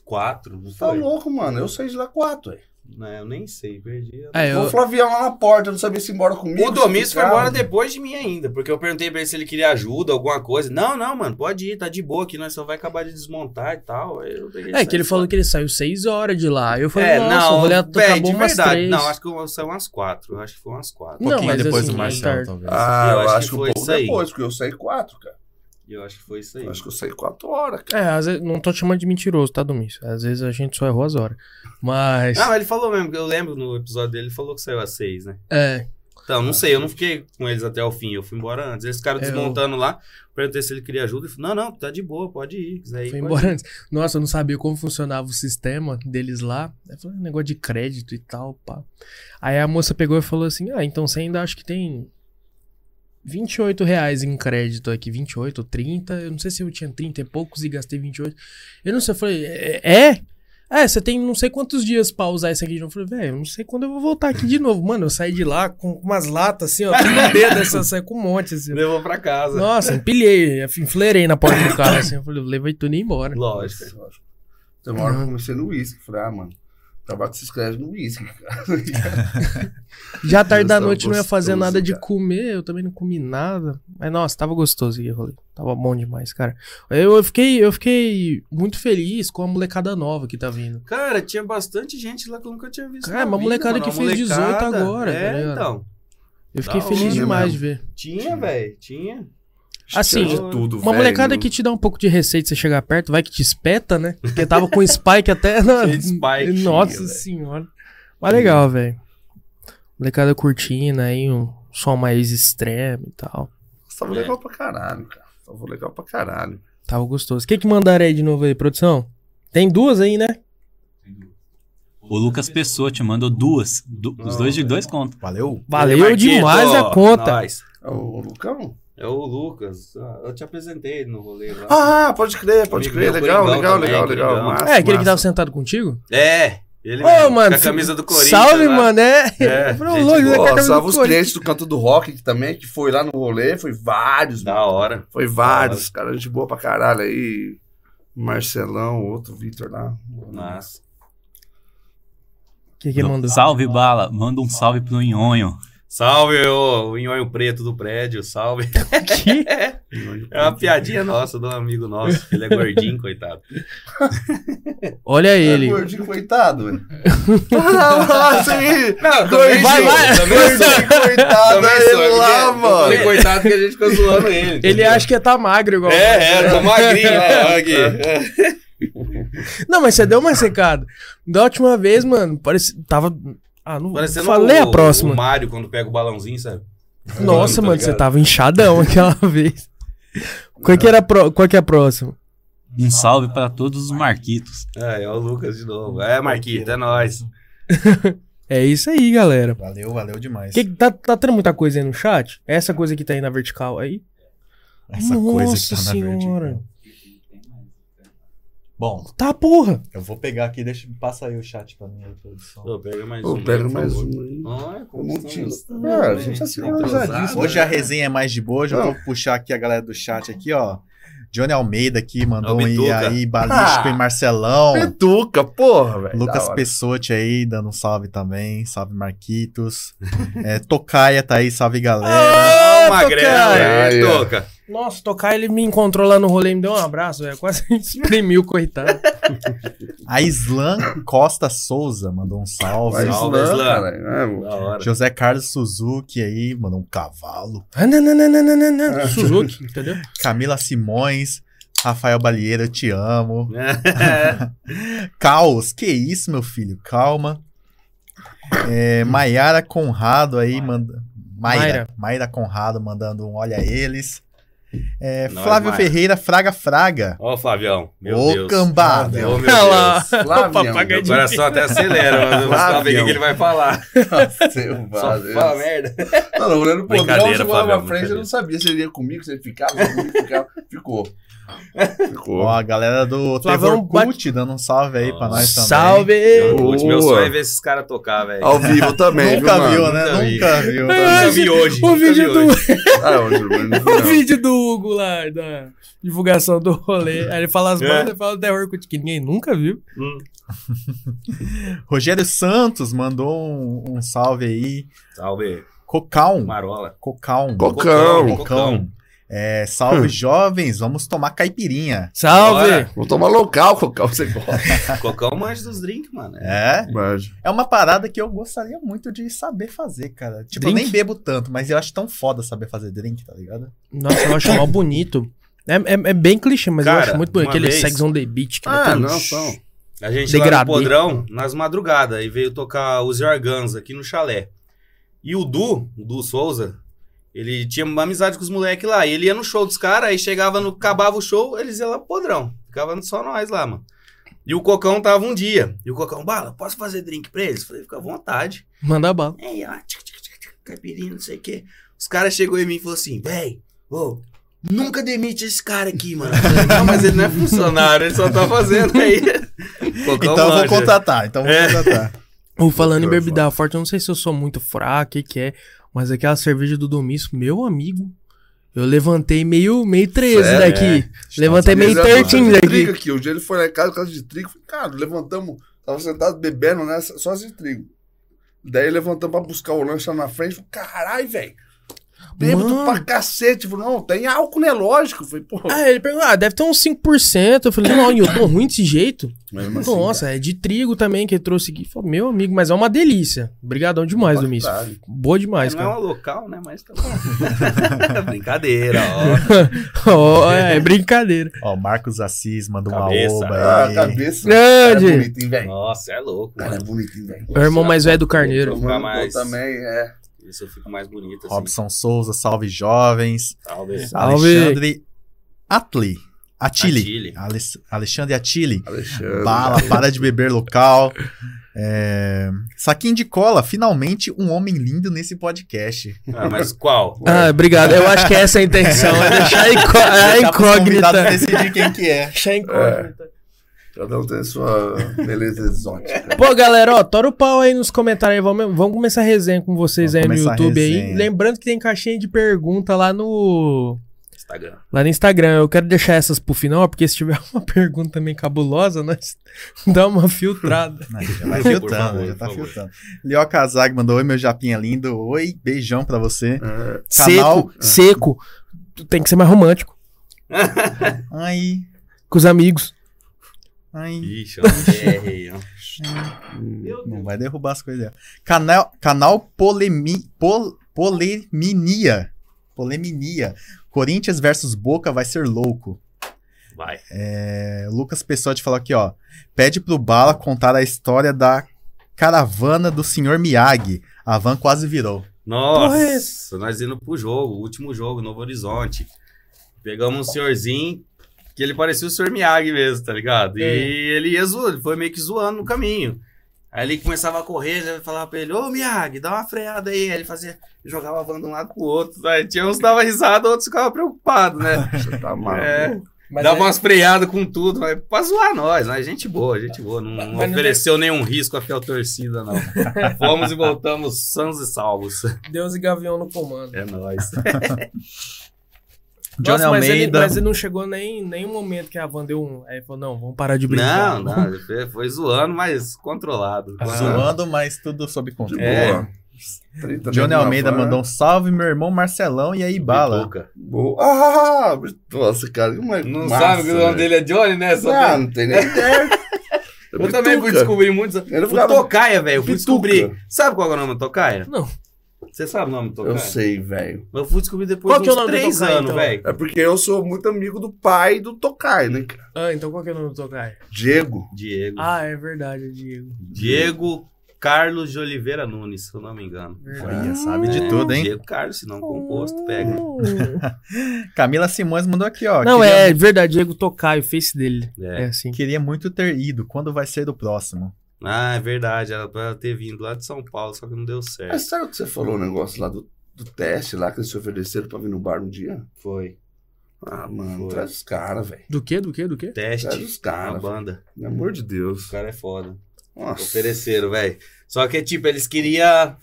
Quatro, não Tá foi? louco, mano. Eu saí de lá quatro, velho. Né, eu nem sei, perdi. a- É, eu- O Flavião lá na porta, eu não sabia se ia embora comigo. O Domício se foi ficava. embora depois de mim ainda, porque eu perguntei pra ele se ele queria ajuda, alguma coisa. Não, não, mano, pode ir, tá de boa aqui, nós só vai acabar de desmontar e tal. Aí eu peguei e É, saí que ele falou fora. que ele saiu 6 horas de lá. Eu falei, é, nossa, não, o rolê véi, acabou de umas verdade. 3. Não, acho que eu- saiu umas quatro. eu Acho que foi umas quatro. Não, Um pouquinho mas depois assim, do mais Marcelo, tarde. talvez. Ah, eu acho, que foi um pouco isso aí. depois, porque eu saí quatro, cara. E Eu acho que foi isso aí. Eu acho que eu saí quatro horas, cara. É, às vezes, não tô te chamando de mentiroso, tá, Domingos? Às vezes a gente só errou as horas. Mas. Não, é ele falou mesmo, que eu lembro no episódio dele, ele falou que saiu às seis, né? É. Então, Ah, não sei, eu não fiquei com eles até o fim, eu fui embora antes. Eles ficaram É, Eu- desmontando lá, perguntei se ele queria ajuda. Ele falou, não, não, tá de boa, pode ir. quiser ir, Foi pode embora ir." antes. Nossa, eu não sabia como funcionava o sistema deles lá. Aí falou, negócio de crédito e tal, pá. Aí a moça pegou e falou assim: Ah, então você ainda acho que tem 28 reais em crédito aqui, 28, 30. Eu não sei se eu tinha 30 e poucos e gastei 28. Eu não sei, eu falei, é? é? É, você tem não sei quantos dias pra usar isso aqui de novo. Eu falei, velho, eu não sei quando eu vou voltar aqui de novo. Mano, eu saí de lá com umas latas assim, ó, tudo no dedo, essa, saí com um monte [laughs] assim. ó. Levou pra casa. Nossa, empilhei, enfileirei na porta do carro assim. Eu falei, levei tudo e ia embora. Lógico. Lógico. Tem uma hora que eu comecei no uísque. Falei, ah, mano, trabalho que se escreve no uísque, cara. Já tarde da Nossa, noite eu não ia fazer gostoso, nada de cara. comer, eu também não comi nada. Mas nossa, tava gostoso aqui, rolê. Tava bom demais, cara. Eu, eu fiquei, eu fiquei muito feliz com a molecada nova que tá vindo. Cara, tinha bastante gente lá que eu nunca tinha visto. Cara, na uma vida, molecada mano, que uma fez 18 molecada. agora, tá É, ligado? então. Eu fiquei Da feliz hora, né, demais mano. de ver. Tinha, velho, tinha. Assim, de tudo, Uma velho, molecada não- que te dá um pouco de receita, você chegar perto, vai que te espeta, né? Porque tava com spike até. Na... [laughs] Cheio de spike, [laughs] Nossa velho. senhora. Mas legal, velho. Molecada curtindo aí, um som mais extremo e tal. Tava É. tá legal pra caralho, cara. Tava legal pra caralho. Tava gostoso. O que que mandaram aí de novo aí, produção? Tem duas aí, né? O Lucas Pessoa te mandou duas. du- os dois de dois contos. Valeu. Valeu Marquinhos, demais é ó, a conta. nós. É o Lucão? É o Lucas. Ah, Eu te apresentei no rolê lá. Ah, pode crer, pode Amigo meu, crer. Legal, Coringão legal, também, legal, legal. Coringão. Massa, É, aquele que massa. tava sentado contigo? É, ele Ô, mesmo, mano, com a camisa do Corinthians. né? Salve, lá. mano. É. É, Eu falei, ô, gente louco, boa. né, cara? Ó, Camisa salve do os Corinthians. clientes do Canto do Rock que também, que foi lá no rolê, foi vários, mano. Da hora. Foi vários, cara, gente boa pra caralho aí. Marcelão, outro Vitor lá. Nossa. O que que [laughs] mandou? Salve, Bala. Manda um salve pro Nhonho. Salve, ô, o Inhonho Preto do prédio, salve. [laughs] Que? É uma piadinha nossa, de um amigo nosso, que ele é gordinho, [laughs] coitado. Olha ele. É gordinho, coitado, velho. Ah, [laughs] sim. Não, Gordinho, vai, vai. gordinho, coitado, Também sou, é porque lá, eu falei, mano. coitado que a gente ficou zoando ele. Ele entendeu? acha que né? tá magro igual. É, é, tô magrinho, ó, ó aqui. Não, mas você deu uma secada. Da última vez, mano, parece. Tava. Ah, não. Parecendo Falei o- a próxima. O Mário, quando pega o balãozinho, sabe? Nossa, Tá mano, ligado? você tava inchadão aquela [laughs] vez. Qual que, era a pro... Qual que é a próxima? Um salve pra todos os Marquitos. É, é o Lucas de novo. É, Marquinhos, é nóis. É isso aí, galera. Valeu, valeu demais. Que, tá, tá tendo muita coisa aí no chat? Essa coisa que tá aí na vertical aí? Essa Nossa coisa que tá na senhora. verdinha. Bom, Tá, porra. eu vou pegar aqui, deixa, passa aí o chat pra mim aí, produção. Ô, pega mais Pô, um. pega por mais favor. um aí. Olha, Um como montinho. estamos também, É, a gente hein? tá se Bem organizadíssimo. pesado, Hoje né? a resenha é mais de boa, hoje eu vou puxar aqui a galera do chat aqui, ó. Johnny Almeida aqui mandou Ó, um e Bituca. aí, Balístico Ah. e [laughs] Marcelão. Petuca, porra, velho. Lucas da hora. Pessotti aí, dando um salve também. Salve, Marquitos. é, Tocaia tá aí, salve, [laughs] galera. Ô, Ah, é. Tocaia. Magrela, toca. Nossa, tocar ele me encontrou lá no rolê, me deu um abraço, velho. Quase [laughs] exprimiu, coitado. A Islan Costa Souza mandou um salve. Vai, Salve, Islã, Islã. caralho. É, mano. Da hora. José Carlos Suzuki aí, mandou um cavalo. Ah, não, não, não, não, não, não, Ah. não. Suzuki, entendeu? Camila Simões. Rafael Balieira, eu te amo. Caos, que isso, meu filho? Calma. É, Maiara Conrado aí manda. Mayra, Mayra. Mayra Conrado mandando um olha eles. É, Nós, Flávio Mayra. Ferreira Fraga Fraga. [laughs] Ó, o Flavião. Meu Ô, Deus. Ah, cambada. Ô, meu Olha lá. Deus. Flavião. papagaio Meu de- coração até acelera, mas eu vou só ver o que que ele vai falar. Seu Só vaso. fala merda. Não, não, o Leandro Podrão Brincadeira, chegou lá Fabião, na frente, eu não brincadeira. sabia se ele ia comigo, se ele ficava, se ele ficava. Ficou. Ó, Ficou. a galera do Flavão Terror Cult dando um salve aí pra nós também. Salve! Meu, Boa. meu sonho é ver esses caras tocar, velho. Ao vivo também, Nunca viu, viu, mano? né? Nunca vi. Nunca viu. Nunca vi hoje. O nunca vi vídeo do, hoje. Ah, hoje, mano, [laughs] não o viu, não. vídeo do Hugo lá, da divulgação do rolê. Aí ele fala as É. bandas e fala o terror que ninguém nunca viu. Hum. Rogério Santos mandou um, um salve aí. Salve, Cocão. Marola. Cocão. Cocão. Cocão. É, salve, jovens. Vamos tomar caipirinha. Salve! Bora. Vou tomar local, Cocão, você gosta. Cocão manja dos drinks, mano. É. Mas, É uma parada que eu gostaria muito de saber fazer, cara. Tipo, eu Drink? nem bebo tanto, mas eu acho tão foda saber fazer drink, tá ligado? Nossa, eu acho mal bonito. É, é- é bem clichê, mas eu Cara, acho muito bonito. uma Aquele vez- Sex on the Beach, cara. ah, tudo- não, são. A gente lá no Degradê. Podrão, nas madrugadas, e veio tocar os Organs aqui no chalé. E o Du, o Du Souza, ele tinha uma amizade com os moleques lá. E ele ia no show dos caras, aí chegava no. Acabava o show, eles iam lá pro Podrão. Ficava só nós lá, mano. E o Cocão tava um dia. E o Cocão, bala, posso fazer drink pra eles? Falei, fica à vontade. Manda bala. É, ó, tchic, tchic, tchic, tchic, caipirinha, não sei o quê. Os caras chegou em mim e falou assim, véi, ô, nunca demite esse cara aqui, mano. Eu falei, não, mas ele não é funcionário, ele só tá fazendo aí. Cocão então eu vou manja. contratar, então eu É. vou contratar. Ou falando em Cara, bebida forte, eu não sei se eu sou muito fraco, o que, que é, mas aquela cerveja do Domiço, meu amigo. Eu levantei meio, meio 13 Sério? daqui. Levantei meio Eles eram 13 de trigo daqui. aqui. Um dia ele foi lá em casa, casa de trigo. Falei, cara, levantamos. Tava sentado bebendo, né? Só de trigo. Daí levantamos pra buscar o lanche lá na frente. Falei, caralho, velho. Bêbado Mano. pra cacete. Falei, não, tem álcool, né? Lógico. Falei, pô. Ah, ele perguntou, ah, deve ter uns 5%. Eu falei, não, eu tô ruim desse jeito. Mesmo assim, Nossa, é de trigo também que eu trouxe aqui. Falei, meu amigo, mas é uma delícia. Obrigadão demais, Pra Domiço. caralho. Boa demais, não é cara. um local, né? Mas tá bom. [laughs] Brincadeira, ó. [laughs] Ó, é brincadeira. Ó, o Marcos Assis mandou Cabeça. uma oba Ah, aí. cabeça. Cara, é Grande! bonito, hein, velho. Nossa, é louco, Cara, é mano. bonito, hein, velho. É o irmão mais velho do Carneiro. Fica Tomando mais. pô também, é. Isso eu fico mais bonito, assim. Robson Souza, salve jovens. Talvez. Ah, Salve. Alexandre Atli. Atili. Atili. Alex- Alexandre Atili. Alexandre. Bala, para de beber local. É, Saquinho de cola, finalmente um homem lindo nesse podcast. Ah, mas qual? Ah, obrigado. Eu acho que essa é a intenção. É deixar a incó- a Deixar pros convidados incógnita. decidir quem que tá é. Deixar a incógnita. Cada um tem sua beleza [laughs] exótica. É, Pô, galera, ó, tora o pau aí nos comentários aí. Vamos, vamos começar a resenha com vocês Vamos aí no começar a YouTube aí. resenha. Lembrando que tem caixinha de pergunta lá no. Instagram. Lá no Instagram, eu quero deixar essas pro final, porque se tiver [laughs] uma pergunta também cabulosa, nós [laughs] dá uma filtrada. Não, já [laughs] vai Por filtrando, favor, já tá por favor. filtrando. Leo Kazag mandou, oi meu japinha lindo, oi, beijão pra você. É. Canal- Seco, seco. Tu Tem que ser mais romântico. Ai, Com os amigos. ai, [laughs] Ixi, é um ó. errei, ó. não vai derrubar as coisas. dela. Canal, canal Polemi, Pol- Poleminia, Poleminia, Corinthians versus Boca vai ser louco. Vai. É, Lucas Pessotti falou aqui, ó, pede pro Bala contar a história da caravana do senhor Miyagi, a van quase virou. Porra, é Nossa, nós indo pro jogo, o último jogo, Novo Horizonte. Pegamos um senhorzinho que ele parecia o senhor Miyagi mesmo, tá ligado? E É. ele ia zoando, ele foi meio que zoando no caminho. Aí ele começava a correr, eu falava pra ele, ô Miyagi, dá uma freada aí. Aí ele fazia, jogava a van de um lado pro outro. Aí tinha uns que dava risada, outros ficavam preocupados, né? Você tá maluco. É. Mas Dava aí- umas freadas com tudo, mas pra zoar nós, mas gente boa, gente boa. Não, não mas não ofereceu nenhum risco à fiel [laughs] torcida, não. Fomos e voltamos sãos e salvos. é Deus e Gavião no comando. É [laughs] nóis. Johnny Nossa, mas, ele, Almeida. mas ele não chegou nem nenhum momento que a Van deu um. Aí ele falou: não, vamos parar de brincar. Não, não, ele foi- foi zoando, mas controlado. Zoando, mas tudo sob controle. É. Boa. 30 Johnny na Almeida van. mandou um salve, meu irmão Marcelão, e aí bala. Pipoca. Boa. Ah, nossa, cara. que moleque Não massa, sabe que o nome velho. dele é Johnny, né? Só Ah, tem- não tem nem ideia. [laughs] Eu também fui descobrir muitos. Ele O ficava- Tocaia, velho, eu fui Pituca. descobrir. Sabe qual é o nome do Tocaia? Não. Você sabe o nome do Tocaia? Eu sei, velho. Eu fui descobrir depois Qual de que é o uns nome do três Tocaia, anos, então? velho. É porque eu sou muito amigo do pai do Tokai, né, cara? Ah, então qual que é o nome do Tokai? Diego. Diego. Ah, é verdade, é Diego. Diego Carlos de Oliveira Nunes, se eu não me engano. Verdade. Olha, Ah, sabe de É, tudo, hein? Diego Carlos, se não composto, Hum. pega. Uh. Camila Simões mandou aqui, ó. Não, queria, é verdade, Diego Tokai, o face dele. É. É, assim. Queria muito ter ido. Quando vai ser o próximo? Ah, é verdade, era pra ela ter vindo lá de São Paulo, só que não deu É certo. sério que você falou o negócio lá do, do teste lá que eles se ofereceram pra vir no bar um dia? Foi. Ah, mano, Foi. traz os caras, velho. Do que, do que, do que? Traz Teste. os A caras. banda. Pelo amor de O Deus. cara é foda. Nossa. Ofereceram, velho. Só que, tipo, eles queriam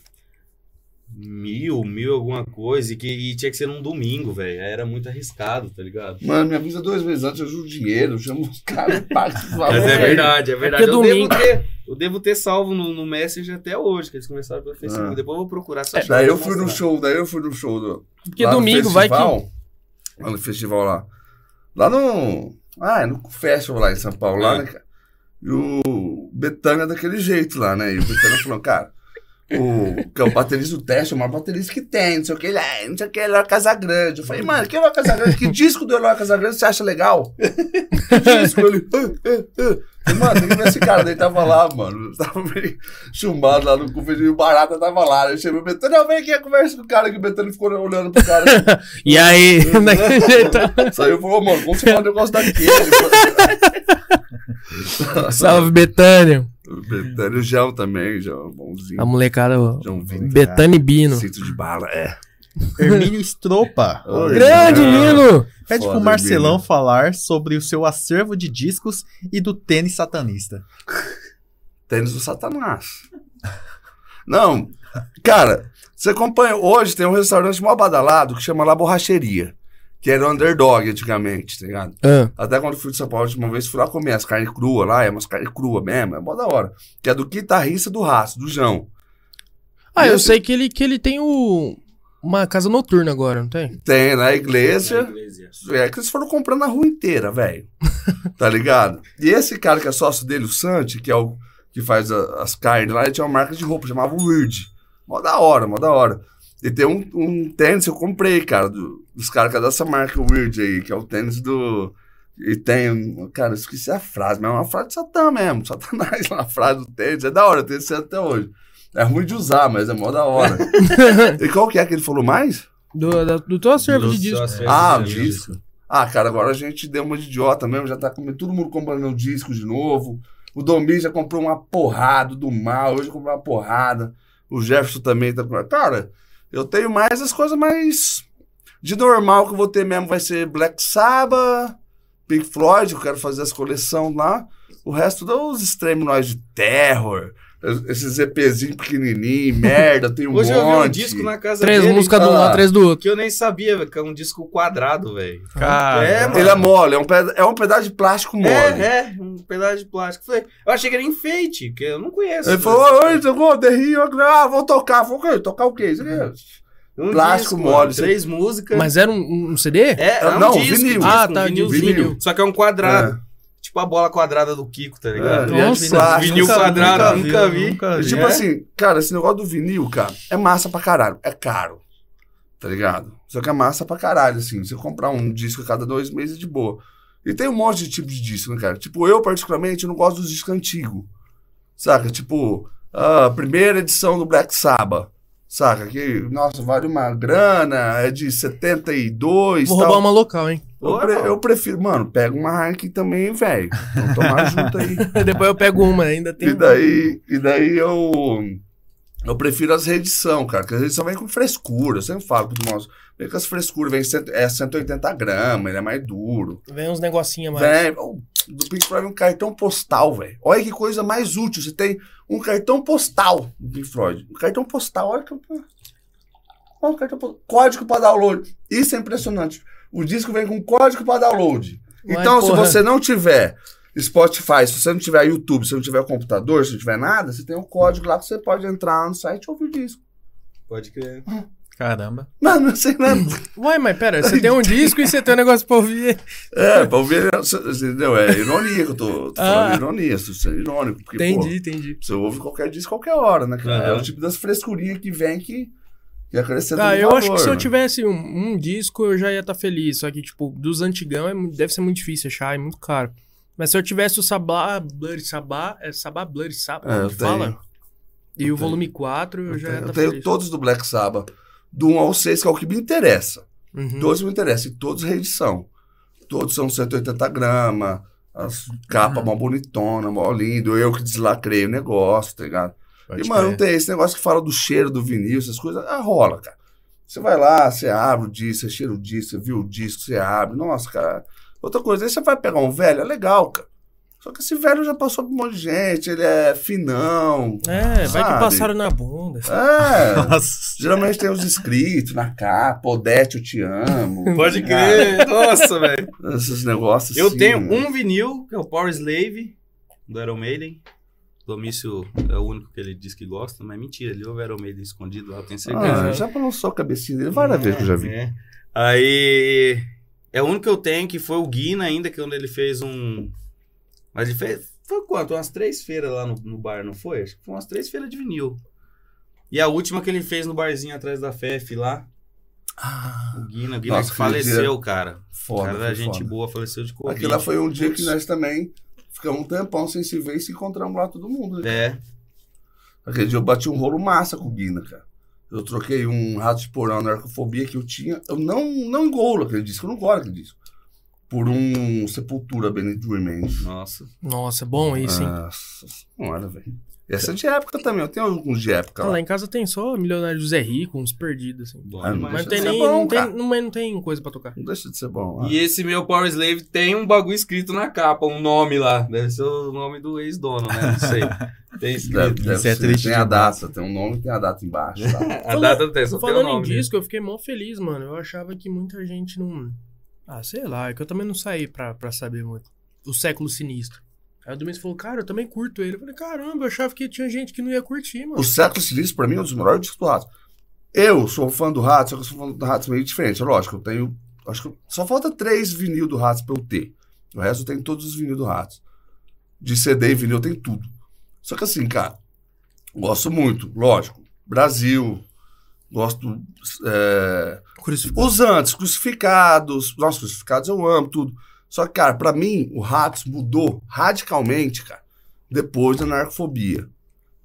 mil, mil alguma coisa e, que, e tinha que ser num domingo, velho. Era muito arriscado, tá ligado? Mano, me avisa dois meses antes, eu juro dinheiro, eu chamo os caras e pago os Mas Ah, valores. é verdade, é verdade. eu, devo domingo- ter, eu devo ter salvo no, no Messenger até hoje, que eles começaram pelo Facebook. Ah. Depois eu vou procurar se É, achar, daí eu vou fui no mostrar. show, daí eu fui no show do. Porque domingo vai que. Lá no festival lá. Lá no. Ah, é no festival lá em São Paulo, lá, É. né, cara? E o Betânia é daquele jeito lá, né? E o Betânia falou, cara. O, que é o baterista do teste, é o maior baterista que tem, não sei o que, ele é, não sei o que, Eloy Casagrande. Eu falei, mano, que é Eloy Casagrande? Que disco do Eloy é Casagrande você acha legal? Que disco? Ele, "Ah, ah, ah." Eu, mano, tem que ver esse cara, daí tava lá, mano, tava meio chumbado lá no convênio, e o Barata tava lá, né? eu chamei o Betânia, não, vem aqui, conversa com o cara, que o Betânia ficou olhando pro cara, assim, E aí, [laughs] né, daquele jeito. Saiu e falou, mano, como você fala um negócio daquele? Ele Salve, Betânia. falou, Betânia, o Jão também, Jão, bonzinho. A molecada. ó. Jão Vini, Betânia e Bino. cinto de bala, é. [laughs] Hermínio Estropa. Oi. Grande, Ah, Nino! Pede Foda, pro Marcelão Hermínio. falar sobre o seu acervo de discos e do tênis satanista. Tênis do Satanás. Não, cara, você acompanha, hoje tem um restaurante mó badalado que chama La Borracheria, que era o underdog antigamente, tá ligado? Ah, Até quando fui de São Paulo a última vez, fui lá comer as carnes cruas lá, é umas carnes cruas mesmo, é mó da hora. Que é do guitarrista do Raço, do Jão. Ah, eu Esse- sei que ele, que ele tem o. Uma casa noturna agora, não tem? Tem na Na igreja, igreja. É que eles foram comprando a rua inteira, velho. tá ligado? E esse cara que é sócio dele, o Santi, que é o que faz a- as carnes lá, ele tinha uma marca de roupa, chamava Weird. Mó da hora, mó da hora. E tem um, um tênis que eu comprei, cara, do- dos caras que é dessa marca Weird aí, que é o tênis do. E tem. um- Cara, eu esqueci a frase, mas é uma frase de Satã mesmo. [laughs] Satanás lá, a frase do tênis. É da hora, tem esse até hoje. É ruim de usar, mas é mó da hora. e qual que é que ele falou mais? Do, da- do teu acervo Do de disco. sócio- Ah, o do sócio- disco. Ah, cara, agora a gente deu uma de idiota mesmo, já tá com todo mundo comprando um disco de novo. O Domi já comprou uma porrada do mal, hoje comprou uma porrada. O Jefferson também tá com. Cara, eu tenho mais as coisas mais. De normal que eu vou ter mesmo vai ser Black Sabbath, Pink Floyd, que eu quero fazer as coleções lá. O resto dá os extremos nós de terror, esses EPzinhos pequenininhos, merda, tem um Hoje monte. eu vi um disco na casa Três dele músicas de um ah. lado, três do outro. que eu nem sabia, velho, que é um disco quadrado, velho. Cara, é, mano. Ele é mole, é um, peda- é um pedaço de plástico mole. É, é, um pedaço de plástico. Falei, eu achei que era enfeite, que eu não conheço. Ele falou, oi, tocou, The Rio, ah, vou tocar. Vou "Ok, tocar o quê? Isso aqui é Um Plástico disco, mole, mano, você- Três músicas. Mas era um, um CD? É, é um Não, disco, vinil. disco, Ah, um tá, de vinilzinho. vinil. Só que é um quadrado. Tipo a bola quadrada do Kiko, tá ligado? É, e é de Nossa. plástico. Vinil Nunca vi, quadrado, nunca vi. nunca vi. Nunca E vi. tipo É? assim, cara, esse negócio do vinil, cara, é massa pra caralho. É caro, tá ligado? Só que é massa pra caralho, assim. Você comprar um disco a cada dois meses é de boa. E tem um monte de tipo de disco, né, cara? Tipo, eu, particularmente, não gosto dos discos antigos. Saca? Tipo, a primeira edição do Black Sabbath. Saca? Que, nossa, vale uma grana, é de 72 Vou tal. roubar um uma local, hein? Eu, pre- eu prefiro, mano, pega uma Heineken também, velho. [laughs] Vamos tomar junto aí. Depois eu pego uma, ainda tem. E daí, e daí eu. Eu prefiro as reedição, cara, porque a reedição vem com frescura. Eu sempre falo pro nosso. Vem com as frescuras, vem cento, é 180 gramas, ele é mais duro. um, Vem uns negocinhos a mais. Vem, oh, do Pink Floyd um cartão postal, velho. Olha que coisa mais útil. Você tem um cartão postal do Pink Floyd. Um cartão postal, olha que. Olha o cartão postal. Código para download. Isso é impressionante. O disco vem com código para download. Uai, então, se porra. você não tiver Spotify, se você não tiver YouTube, se não tiver computador, se não tiver nada, você tem um código lá que você pode entrar no site e ouvir o disco. [laughs] Pode crer. Caramba. Mano, não sei nada. Uai, mas pera, você tem [laughs] um disco e você tem um negócio pra ouvir. É, pra ouvir, você- você entendeu? É ironia que eu tô, tô falando, ironia, isso é irônico. Porque, pô, Ah. Entendi, entendi. você ouve qualquer disco qualquer hora, né? cara? É Aham. o tipo das frescurinhas que vem que, que acrescenta Ah, um eu valor, acho que se eu né? tivesse um, um disco, eu já ia estar feliz. Só que, tipo, dos antigão é mu- deve ser muito difícil achar, é muito caro. Mas se eu tivesse o Sabá, Blurry Sabá, é Sabá, Blurry Sabá, É, eu como que fala? E Eu o volume 4, eu, Eu já tenho, ia eu estar tenho feliz. todos do Black Sabbath, do 1 ao 6, que é o que me interessa. Uhum. Todos me interessam, e todos reedição. Todos são 180 gramas, as capas mó bonitona, mó lindo, eu que deslacrei o negócio, tá ligado? Pode e, mano, crer. tem esse negócio que fala do cheiro do vinil, essas coisas, ah, rola, cara. Você vai lá, você abre o disco, você cheira o disco, você viu o disco, você abre. Nossa, cara. Outra coisa, aí você vai pegar um velho, é legal, cara. Só que esse velho já passou por um monte de gente, ele é finão. É, vai que Sabe? passaram na bunda. [laughs] É. Nossa. Geralmente tem os escritos na capa, Odete, eu te amo. Pode tá ligado? crer. Nossa, velho. Esses negócios Ah. Eu assim, tenho né? um vinil, que é o Power Slave, do Iron Maiden. Domício é o único que ele diz que gosta, mas mentira, ele ouve Iron Maiden escondido lá, eu tenho certeza. Ah, já balançou a cabecinha dele várias vezes que eu já vi. É. Aí. É o único que eu tenho que foi o Guina ainda, que quando ele fez um. Mas ele fez. Foi quanto? Umas três feiras lá no, no bar, não foi? Acho que foi umas três feiras de vinil. E a última que ele fez no barzinho atrás da FEF lá. O Guina, o Guina Nossa, que aquele dia- faleceu, cara. O Foda, cara da foi gente foda. boa faleceu de Covid. Aquilo lá foi um dia que nós também ficamos um tempão sem se ver e se encontramos lá todo mundo. né? É. Aquele dia eu bati um rolo massa com o Guina, cara. Eu troquei um rato de porão na arcofobia que eu tinha. Eu não, não engolo aquele disco, eu não gosto daquele disco. Por um Sepultura Benedict Remains. Nossa. Nossa, Ah, bom isso, hein? Nossa senhora, velho. Essa é de época também, eu tenho alguns de época Ah, lá. lá em casa tem só milionário do Zé Rico, uns perdidos, assim. Bom, Ah, não Mas demais. Mas não tem isso é nem. bom, não, tem, cara. não, mas não tem coisa pra tocar. Não deixa de ser bom. E esse meu Power Slave tem um bagulho escrito na capa, um nome lá. Deve ser o nome do ex-dono, né? Não [laughs] sei. Tem escrito. Deve, Isso deve é ser. triste Tem a demais. data, tem um nome e tem a data embaixo. tá? A data não tem, só tem o Falando em nome. né? dele. disco, eu fiquei mó feliz, mano. Eu achava que muita gente não. Ah, sei lá, é que eu também não saí pra, pra saber muito. O século sinistro. Aí o Domingos falou, cara, eu também curto ele. Eu falei, caramba, eu achava que tinha gente que não ia curtir, mano. [laughs] o Século Silício, pra mim, é um dos melhores discos do Ratos. Eu sou um fã do Ratos, só que eu sou fã do Ratos meio diferente. é Lógico, eu tenho. Acho que só falta três vinil do Ratos pra eu ter. O resto eu tenho todos os vinil do Ratos. De CD e vinil eu tenho tudo. Só que assim, cara, gosto muito, lógico. Brasil, gosto. é, Crucif- Os antes, crucificados. Nossa, crucificados eu amo tudo. Só que, cara, pra mim, o Ratos mudou radicalmente, cara, depois da narcofobia.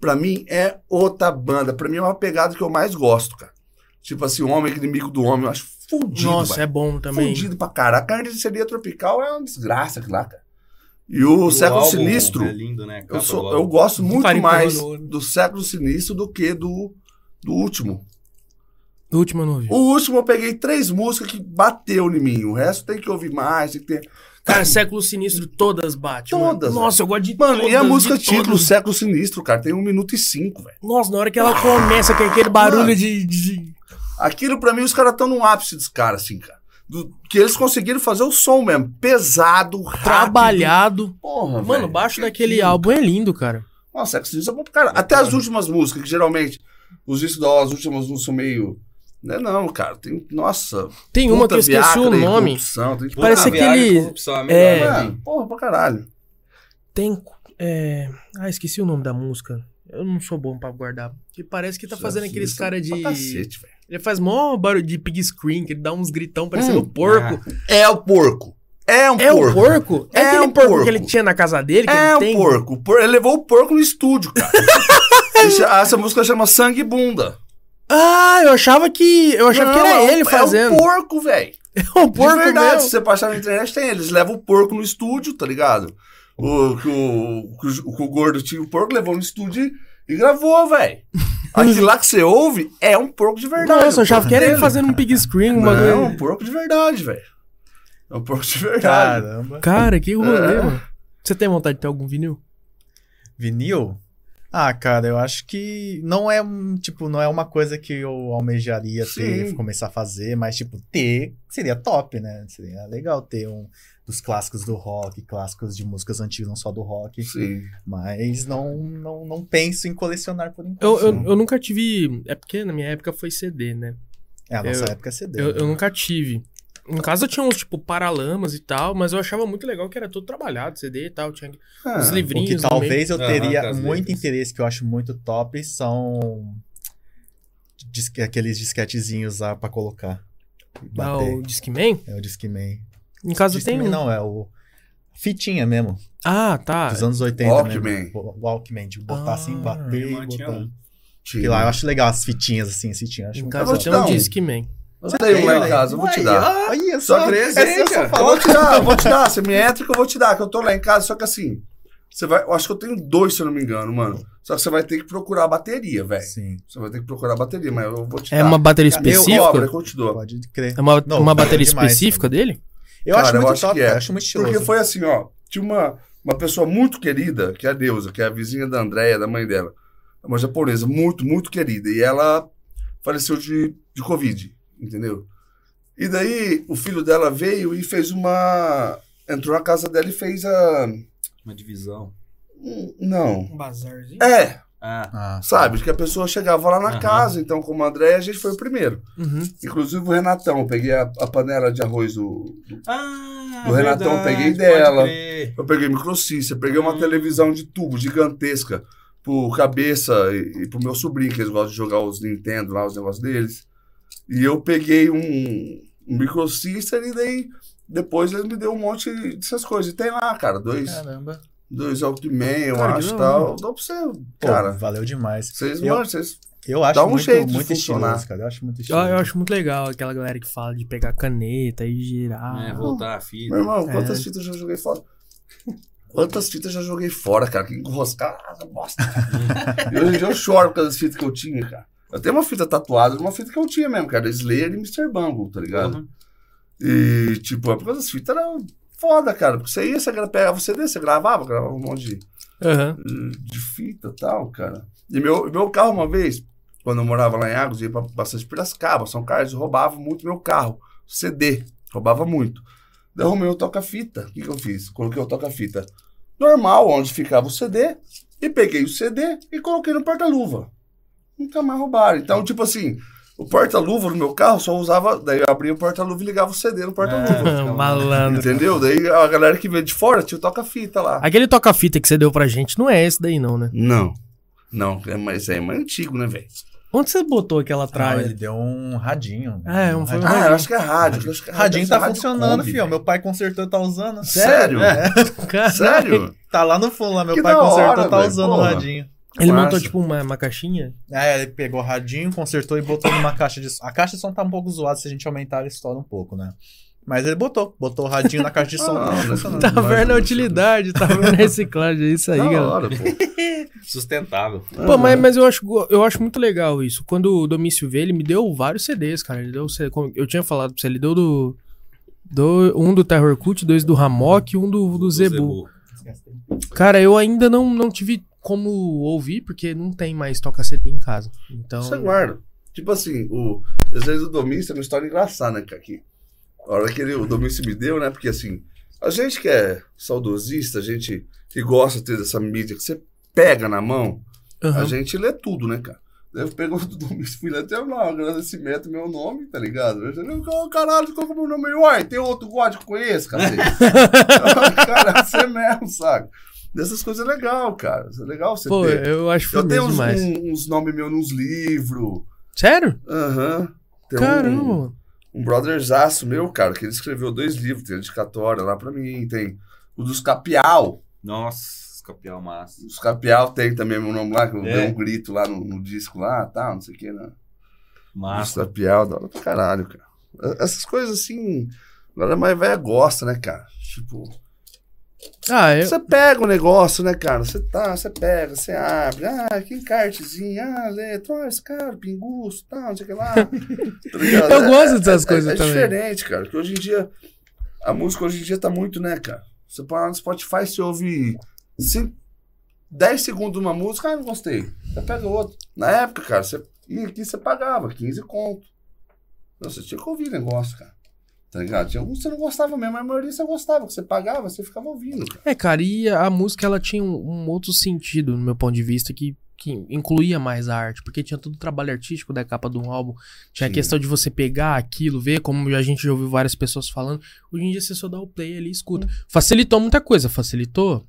Pra mim, é outra banda. Pra mim, é uma pegada que eu mais gosto, cara. Tipo assim, o homem é inimigo do homem. Eu acho fudido, Nossa, velho. é bom também. Fudido pra caralho. A carniceria tropical é uma desgraça aquilo lá, cara. E o, O Século álbum Sinistro, É lindo, né? eu, Capa sou- do eu álbum. gosto muito Farinha mais pegando no olho. do Século Sinistro do que do, do último. O último eu não ouvi. O último eu peguei três músicas que bateu em mim. O resto tem que ouvir mais, tem que ter. Cara, século sinistro, todas batem. mano. Todas, Nossa, eu gosto de Mano, todas, e a música de título, todas. Século Sinistro, cara, tem um minuto e cinco, velho. Nossa, na hora que ela começa, que é aquele barulho Mano. de, de- Aquilo, pra mim, os caras estão no ápice dos caras, assim, cara. Do- que eles conseguiram fazer o som mesmo. Pesado, rápido. trabalhado. Porra, Mano, Ah, velho, o baixo que daquele aquilo? álbum é lindo, cara. Nossa, Século Sinistro é bom pra caralho. Até as últimas músicas, que geralmente, os discos da as últimas músicas são meio. Não é não, cara. Tem. Nossa. Tem uma puta que eu esqueci o Viagra e nome. corrupção, tem que- Puta, Parece a Viagem aquele- de Corrupção É, a melhor, Mano, né? porra, pra caralho. Tem. É... Ah, esqueci o nome da música. Eu não sou bom pra guardar. Que parece que tá fazendo Século aqueles Sinistro é cara de. pra cacete, velho. Ele faz mó barulho de pig screen, que ele dá uns gritão parecendo Hum. um porco. É o porco. É um é porco. o porco? É, É aquele um porco, porco. que ele tinha na casa dele? Que É ele um tem? porco. O por- Ele levou o porco no [laughs] estúdio, cara. Esse- Essa música chama Sangue e Bunda. Ah, eu achava que. Eu achava que Não, era é um- ele fazendo. É um porco, velho. [laughs] É um De porco verdade, se mesmo. você passar na internet, tem eles. Levam o porco no estúdio, tá ligado? [laughs] O que o, que o, que o gordo tinha o porco, levou no estúdio e- e gravou, velho. Aquilo lá que você ouve é um porco de verdade. Nossa, eu achava que era ele porco fazendo um pig screen, um dele. Não, é um bagulho. porco de verdade, velho. É um porco de verdade. Caramba. Cara, que rolê, É. mano. Você tem vontade de ter algum vinil? Vinil? Ah, cara, eu acho que não é um, tipo, não é uma coisa que eu almejaria ter, Sim. começar a fazer, mas tipo, ter seria top, né? Seria legal ter um dos clássicos do rock, clássicos de músicas antigas, não só do rock, Sim. mas não não, não penso em colecionar por enquanto. Eu, eu, não. eu nunca tive. É porque na minha época foi CD, né? é, a nossa eu- época é CD. Eu, né? eu nunca tive. No caso, eu tinha uns, tipo, paralamas e tal, mas eu achava muito legal que era todo trabalhado, CD e tal. Tinha Ah, os O livrinhos. que no meio. talvez eu Aham, teria das muito letras. interesse, que eu acho muito top, são disque- aqueles disquetezinhos lá pra colocar. Ah, Bater. o Discman? É o Discman. Em casa Discman tem um. não, é o fitinha mesmo, Ah, tá. dos anos 80 é. Walkman. mesmo. O- Walkman, de botar Ah, assim, Minha bater e irmã tinha botar. um. tinha. Sei lá, eu acho legal as fitinhas assim, as fitinhas. Acho Em muito casa vou eu legal. te tem um dar um. Discman. Tá. Você tem um lá em Aí, casa, eu vou te dar. Aí, ó, Olha Só só. que essa eu só cara. Eu falo. vou te dar, eu vou te dar. Você me entra que eu vou te dar, que eu tô lá em casa, só que assim. Você vai, eu acho que eu tenho dois, se eu não me engano, mano. Só que você vai ter que procurar a bateria, velho. Sim, Você vai ter que procurar a bateria, mas eu vou te É dar. uma bateria Cadê o Eu cobro, específica? que eu te dou. pode crer. É uma, Não, uma cara, bateria demais, né? específica dele? Eu Cara, acho eu muito acho top, que é. eu acho muito estiloso. Porque foi assim, ó. Tinha uma, uma pessoa muito querida, que é a Deusa, que é a vizinha da Andréia, da mãe dela. É uma japonesa muito, muito querida. E ela faleceu de, de Covid, entendeu? E daí o filho dela veio e fez uma. Entrou na casa dela e fez a. Uma divisão. Hum, Não. bazarzinho? É, Ah, Ah, sabe? Que a pessoa chegava lá na Aham. casa. Então, como a Andréia, a gente foi o primeiro. Uhum. Inclusive o Renatão, eu peguei a, a panela de arroz do. do- ah Do Renatão, verdade, peguei pode dela. crer. Eu peguei microcista, peguei uma Hum. televisão de tubo gigantesca pro cabeça e, e pro meu sobrinho, que eles gostam de jogar os Nintendo lá, os negócios deles. E eu peguei um, um microcista e daí. Depois ele me deu um monte dessas coisas. E tem lá, cara, dois, Caramba. dois Walkman, eu Cara, que da acho e hora. tal. Dá pra você, Pô, cara. valeu demais. Vocês, eu- mano, vocês. Eu acho Dá um muito, jeito de muito funcionar. estiloso, cara. Eu acho Ah, muito Eu, estiloso. eu acho muito legal aquela galera que fala de pegar caneta e girar. É, voltar a fita. Meu irmão, É. quantas fitas eu já joguei fora? Quantas fitas eu já joguei fora, cara? Que enroscada, [laughs] bosta. cara. e hoje em dia eu choro por causa das fitas que eu tinha, cara. Eu tenho uma fita tatuada, uma fita que eu tinha mesmo, cara. Slayer e Mr. Bungle, tá ligado? E, tipo, é por causa das fitas era foda, cara. Porque você ia, você gra- pegava o CD, você gravava, gravava um monte de, Aham. de fita e tal, cara. E meu, meu carro, uma vez, quando eu morava lá em Águas, eu ia pra bastante Piracicaba, São Carlos, eu roubava muito meu carro. CD, roubava muito. Daí eu arrumei o toca-fita. O que, que eu fiz? Coloquei o toca-fita normal, onde ficava o CD, e peguei o CD e coloquei no porta-luva. Nunca mais roubaram. Então, tipo assim, o porta-luva no meu carro só usava. Daí eu abria o porta-luva e ligava o CD no porta-luva. [laughs] É. [laughs] Malandro. Entendeu? Daí a galera que veio de fora tinha o toca-fita lá. Aquele toca-fita que você deu pra gente não é esse daí, não, né? Não. Não, é mais, é mais antigo, né, velho? Onde você botou aquela Não, tralha? Ah, ele deu um radinho. É, um- foi um radinho. Ah, eu acho que é rádio. eu acho que é Radinho Deve tá ser rádio funcionando, Kombi, fio. velho. Meu pai consertou, tá usando. É. Sério? Cara, [laughs] Sério? Tá lá no fundo, lá. Meu Que pai da consertou, hora, tá velho, usando o porra. radinho. Ele Massa. montou tipo uma, uma caixinha? É, ele pegou o radinho, consertou e botou numa caixa de som. A caixa de som tá um pouco zoada, se a gente aumentar ela estoura um pouco, né? Mas ele botou, botou o radinho na caixa de som. [laughs] Ah, tá não, funcionando. não. Taverna Vai, utilidade, [laughs] taverna reciclagem, é Tá isso aí, Ah, Da galera. hora, Então- pô. Sustentável. Pô, mas, mas eu, acho, go- eu acho muito legal isso. Quando o Domício veio, ele me deu vários CDs, cara. Ele deu, um C- como eu tinha falado pra você, ele deu do, do- um do Terror Cult, dois do Ramok e um do, do, Zebu. Cara, eu ainda não, não tive como ouvir, porque não tem mais toca CD em casa. Então. Você guarda. Tipo assim, o, às vezes o Domício é uma história engraçada, né, cara? Que, a hora que ele, o Domício me deu, né? Porque assim, a gente que é saudosista, a gente que gosta de ter essa mídia que você pega na mão, Aham. a gente lê tudo, né, cara? Daí Eu pego [laughs] o do Domício, fui lá, tem lá um agradecimento, meu nome, tá ligado? Eu falei, "Ô, caralho, ficou com o meu nome aí, uai, tem outro gótico que eu [laughs] conheço, cacete. [laughs] cara, você mesmo, sabe? Dessas coisas é legal, cara. Isso é legal você Pô, ter. eu acho Eu tenho firmeza uns, demais. um- uns nomes meus nos livros. Sério? Aham. Tem um- Caramba, mano. Um, brotherzaço meu, cara, que ele escreveu dois livros. Tem a dedicatória lá pra mim. Tem o dos Capial. Nossa, campeão massa. Os Capial tem também meu nome lá, que eu É. dei um grito lá no, no disco lá, tá, não sei o que, né? Os Massa. Capial, da hora pra caralho, cara. Essas coisas assim, a galera mais velha gosta, né, cara? Tipo, Ah, eu, Você pega o negócio, né, cara? Você tá, você pega, você abre, ah, que encartezinho, ah, letra, ah, esse cara, pinguço, tal, não sei o que [laughs] lá. Tá ligado? Eu gosto dessas coisas é, também. diferente, cara, porque hoje em dia, a música hoje em dia tá muito, né, cara? Você põe lá no Spotify, você ouve cinco, 10 segundos de uma música, ah, não gostei. Você pega outra. Na época, cara, você ia aqui, você pagava 15 conto. Não, Você tinha que ouvir negócio, cara. Tá ligado? Tinha alguns que você não gostava mesmo, mas a maioria você gostava, que você pagava, você ficava ouvindo, cara. É, cara, e a música ela tinha um, um outro sentido, no meu ponto de vista, que, que incluía mais a arte, porque tinha todo o trabalho artístico da capa de um álbum, tinha a Sim. questão de você pegar aquilo, ver, como a gente já ouviu várias pessoas falando. Hoje em dia você só dá o play ali e escuta. Facilitou muita coisa, facilitou,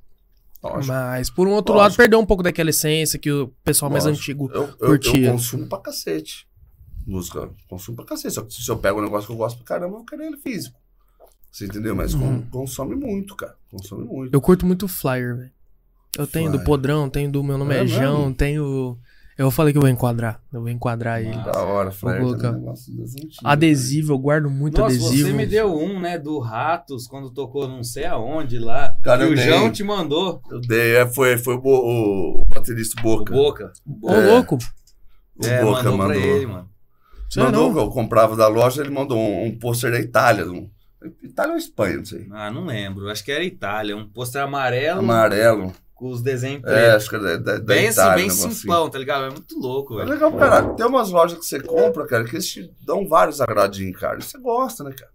Lógico. mas por um outro Lógico. lado perdeu um pouco daquela essência que o pessoal mais Lógico. antigo. Eu, eu, curtia. eu consumo pra cacete. Música, consumo pra cacete. Só que se eu pego um negócio que eu gosto pra caramba, eu vou querer ele físico. Você entendeu? Mas con- Uhum. consome muito, cara. Consome muito. Eu curto muito flyer, velho. Eu tenho do Flyer. Podrão, tenho do Meu Nome é, É Jão, mesmo? tenho. Eu falei que eu vou enquadrar, eu vou enquadrar ele. Da hora, Flair. colocar. também é um negócio das antigas, Adesivo, eu guardo muito Nossa, adesivo. você me deu um, né, do Ratos, quando tocou não sei aonde lá. Cara, e eu o dei. João te mandou. né? Eu dei, é, foi, foi o, Bo- o baterista O Boca. O, Boca. Ô, É. louco, É, Boca mandou, mandou. pra ele, mano. Sei mandou não. que eu comprava da loja, ele mandou um, um pôster da Itália. um- Itália ou Espanha, não sei. Ah, não lembro. Acho que era Itália. Um pôster amarelo Amarelo. com os desenhos É, pretos. acho que é da, da, da bem assim, Itália. um bem negocinho. simplão, tá ligado? É muito louco, É velho. legal, pra caralho. Tem umas lojas que você compra, cara, que eles te dão vários agradinhos, cara. E você gosta, né, cara?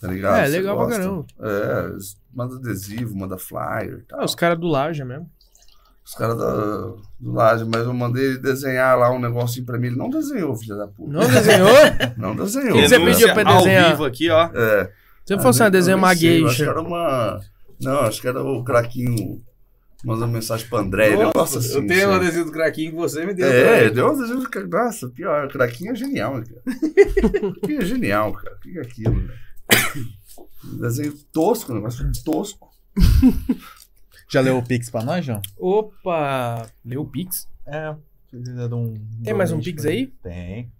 Tá ligado? É, Você legal pra gosta. caramba. É, eles manda adesivo, manda flyer e tal. Ah, os caras do Laja mesmo. Os caras da- do Laje, mas eu mandei ele desenhar lá um negocinho pra mim. Ele não desenhou, filha da puta. Não desenhou? Não desenhou. que você cara. pediu pra Denúncia desenhar? Ao vivo aqui, ó. É. Se Ah, fosse nem- assim, uma desenho eu nem sei, eu Acho que magueixa. era uma. Não, acho que era o craquinho mandando mensagem pra André. Nossa, negócio assim, eu tenho o sabe? adesivo do Craquinho que você me deu. É, cara. deu uma desejo. Nossa, pior, o craquinho é genial, né, cara. Que é genial, cara. O que é aquilo, velho? [coughs] Desenho tosco, negócio é tosco. Já leu o Pix pra nós, João? um- Opa! Leu o Pix? É. precisa de um- Tem mais um donate Pix pra- aí? Tem.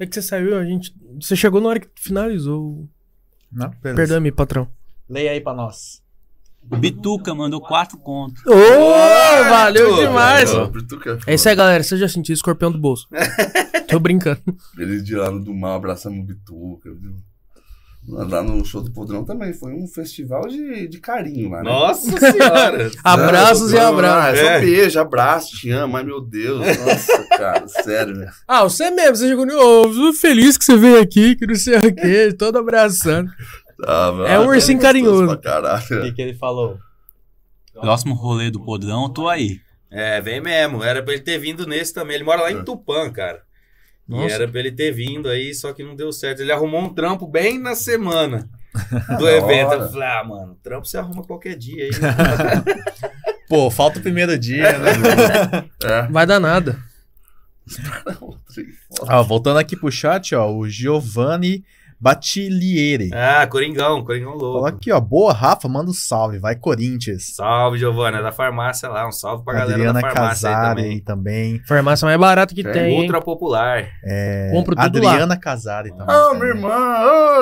É que você saiu, a gente. Você chegou na hora que finalizou. Não? Beleza. Perdoa-me, patrão. Leia aí pra nós. O Bituca mandou quatro contos. Ô, valeu Arthur, É demais! Ó, Brituca, É isso aí, galera. Você já sentiu escorpião do [laughs] bolso. Tô brincando. Eles de lá no do mar, abraçamos o Bituca, viu? Lá no show do Podrão também. Foi um festival de, de carinho lá, né? Nossa senhora. [laughs] Abraços e Não, abraços. não, É É. só beijo, abraço, te amo. Ai, meu Deus. Nossa, cara, [laughs] sério, né? velho. Ah, você mesmo. Você chegou. Ô, eu tô feliz que você veio aqui, que não sei o quê. Todo abraçando. Tava- É um ursinho tava Ah, gostoso carinhoso. pra caralho. [laughs] O que, que ele falou? Próximo rolê do Podrão, eu tô aí. É, vem mesmo. Era pra ele ter vindo nesse também. Ele mora lá É. em Tupã, cara. E Nossa. era pra ele ter vindo aí, só que não deu certo. Ele arrumou um trampo bem na [laughs] semana do da evento. hora. Eu falei, ah, mano, trampo você arruma qualquer dia aí. né?" Pô, falta o primeiro dia, né? É. Vai dar nada. Ó, voltando aqui pro chat, ó, o Giovanni Batilieri. ah, Coringão, Coringão Falou louco. aqui, ó, boa Rafa, manda um salve, vai Corinthians. Salve, Giovana, da farmácia lá. Um salve pra galera Adriana da farmácia aí Casari também. também. Farmácia mais barata que É, tem. hein? Ultra popular. É, Compro tudo Adriana Casari também. Ah, tá minha né? vendo? irmã,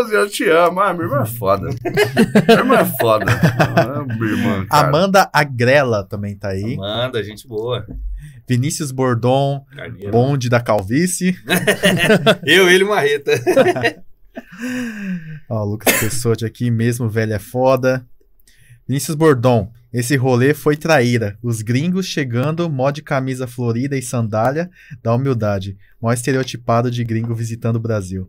oh, eu te amo. Ah, minha irmã é foda. minha irmã é foda. Ah, minha irmã, cara. Amanda Agrela também tá aí. Manda, gente boa. Vinícius Bordon, Carneiro. bonde da calvície. Eu, ele e Marreta. Ó, o Lucas Pessotti aqui, mesmo velho é foda. Vinícius Bordon, esse rolê foi traíra. Os gringos chegando, mó de camisa florida e sandália da humildade. Mó estereotipado de gringo visitando o Brasil.